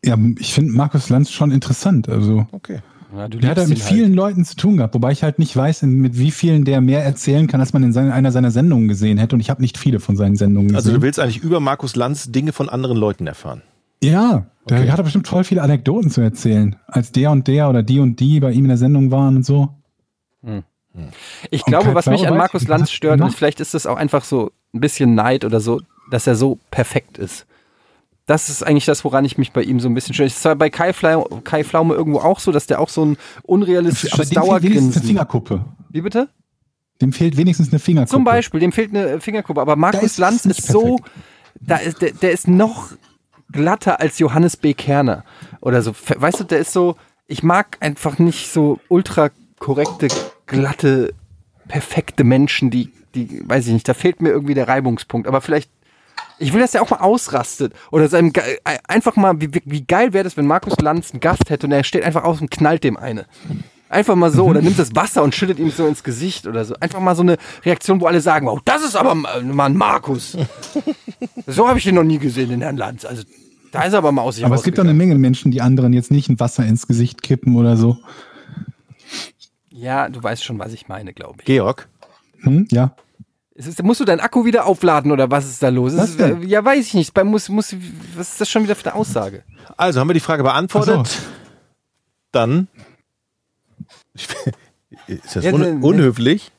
Ja, ich finde Markus Lanz schon interessant. Also, Okay. Ja, du der liebst hat halt mit ihn halt. vielen Leuten zu tun gehabt, wobei ich halt nicht weiß, in- mit wie vielen der mehr erzählen kann, als man in seine, einer seiner Sendungen gesehen hätte. Und ich habe nicht viele von seinen Sendungen gesehen. Also du willst eigentlich über Markus Lanz Dinge von anderen Leuten erfahren. Ja, der Okay. hat doch bestimmt voll viele Anekdoten zu erzählen, als der und der oder die und die bei ihm in der Sendung waren und so. Ich Und glaube, Kai was mich Pflaume an weiß Markus ich, Lanz was er stört, und macht. vielleicht ist das auch einfach so ein bisschen Neid oder so, dass er so perfekt ist. Das ist eigentlich das, woran ich mich bei ihm so ein bisschen störe. Es ist zwar bei Kai, Flau Kai Flaume irgendwo auch so, dass der auch so ein Aber unrealistisches dem fehlt wenigstens eine Dauergrinsen. Fingerkuppe. Wie bitte? Dem fehlt wenigstens eine Fingerkuppe. Zum Beispiel, dem fehlt eine Fingerkuppe, aber Markus ist es Lanz nicht ist so, da ist, der, der ist noch glatter als Johannes B. Kerner oder so. Fe- Weißt du, der ist so, ich mag einfach nicht so ultra korrekte, glatte, perfekte Menschen, die, die, weiß ich nicht, da fehlt mir irgendwie der Reibungspunkt, aber vielleicht ich will, dass er auch mal ausrastet. Oder seinem Ge äh, einfach mal, wie, wie- wie geil wäre das, wenn Markus Lanz einen Gast hätte und er steht einfach aus und knallt dem eine. Einfach mal so, oder Mhm. nimmt das Wasser und schüttet ihm so ins Gesicht oder so. Einfach mal so eine Reaktion, wo alle sagen, wow, das ist aber mal mal ein *laughs* Markus. so habe ich den noch nie gesehen, den Herrn Lanz. Also, da ist er aber mal aus sich Aber es gibt doch eine rausgegangen. Menge Menschen, die anderen jetzt nicht ein Wasser ins Gesicht kippen oder so. Ja, du weißt schon, was ich meine, glaube ich. Georg? Hm? Ja. Es ist, musst du deinen Akku wieder aufladen oder was ist da los? Was es ist, äh, denn? Ja, weiß ich nicht. Bei muss, muss, was ist das schon wieder für eine Aussage? Also, haben wir die Frage Ach beantwortet? so. Dann. Ist Jetzt, das äh, un unhöflich,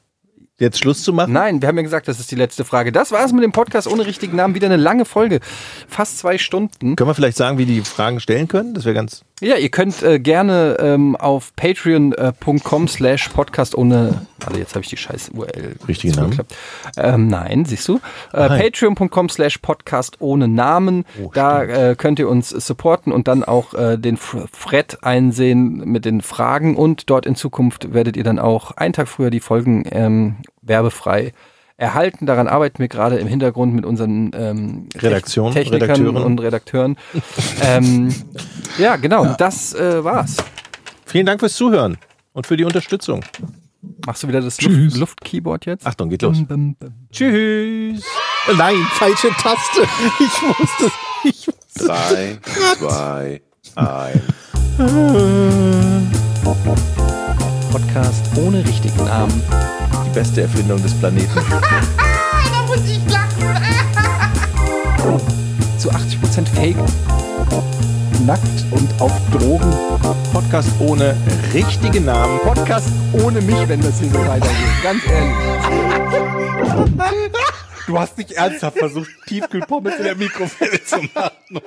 jetzt Schluss zu machen? Nein, wir haben ja gesagt, das ist die letzte Frage. Das war's mit dem Podcast ohne richtigen Namen. Wieder eine lange Folge. Fast zwei Stunden. Können wir vielleicht sagen, wie die Fragen stellen können? Das wäre ganz. Ja, ihr könnt äh, gerne ähm, auf patreon.com slash podcast ohne. Warte, jetzt habe ich die scheiß URL. Richtigen Namen? zugeklappt. Ähm, nein, siehst du. Äh, Patreon.com slash podcast ohne Namen. Oh, da äh, könnt ihr uns supporten und dann auch äh, den F- Fred einsehen mit den Fragen. Und dort in Zukunft werdet ihr dann auch einen Tag früher die Folgen ähm, werbefrei erhalten. Daran arbeiten wir gerade im Hintergrund mit unseren ähm, Redaktion, Technikern Redakteuren. und Redakteuren. *laughs* ähm, ja, genau, das äh, war's. Vielen Dank fürs Zuhören und für die Unterstützung. Machst du wieder das Luft- Luft-Keyboard jetzt? Achtung, geht los. Bum, bum, bum. Tschüss. Nein, falsche Taste. Ich wusste es. Ich wusste es. Drei, zwei, eins. Podcast ohne richtigen Namen. Die beste Erfindung des Planeten. da muss ich lachen. Zu 80% Fake. Nackt und auf Drogen. Podcast ohne richtigen Namen. Podcast ohne mich, wenn das hier so weitergeht. Ganz ehrlich. Du hast nicht ernsthaft versucht, Tiefkühlpommes in der Mikrowelle zu machen.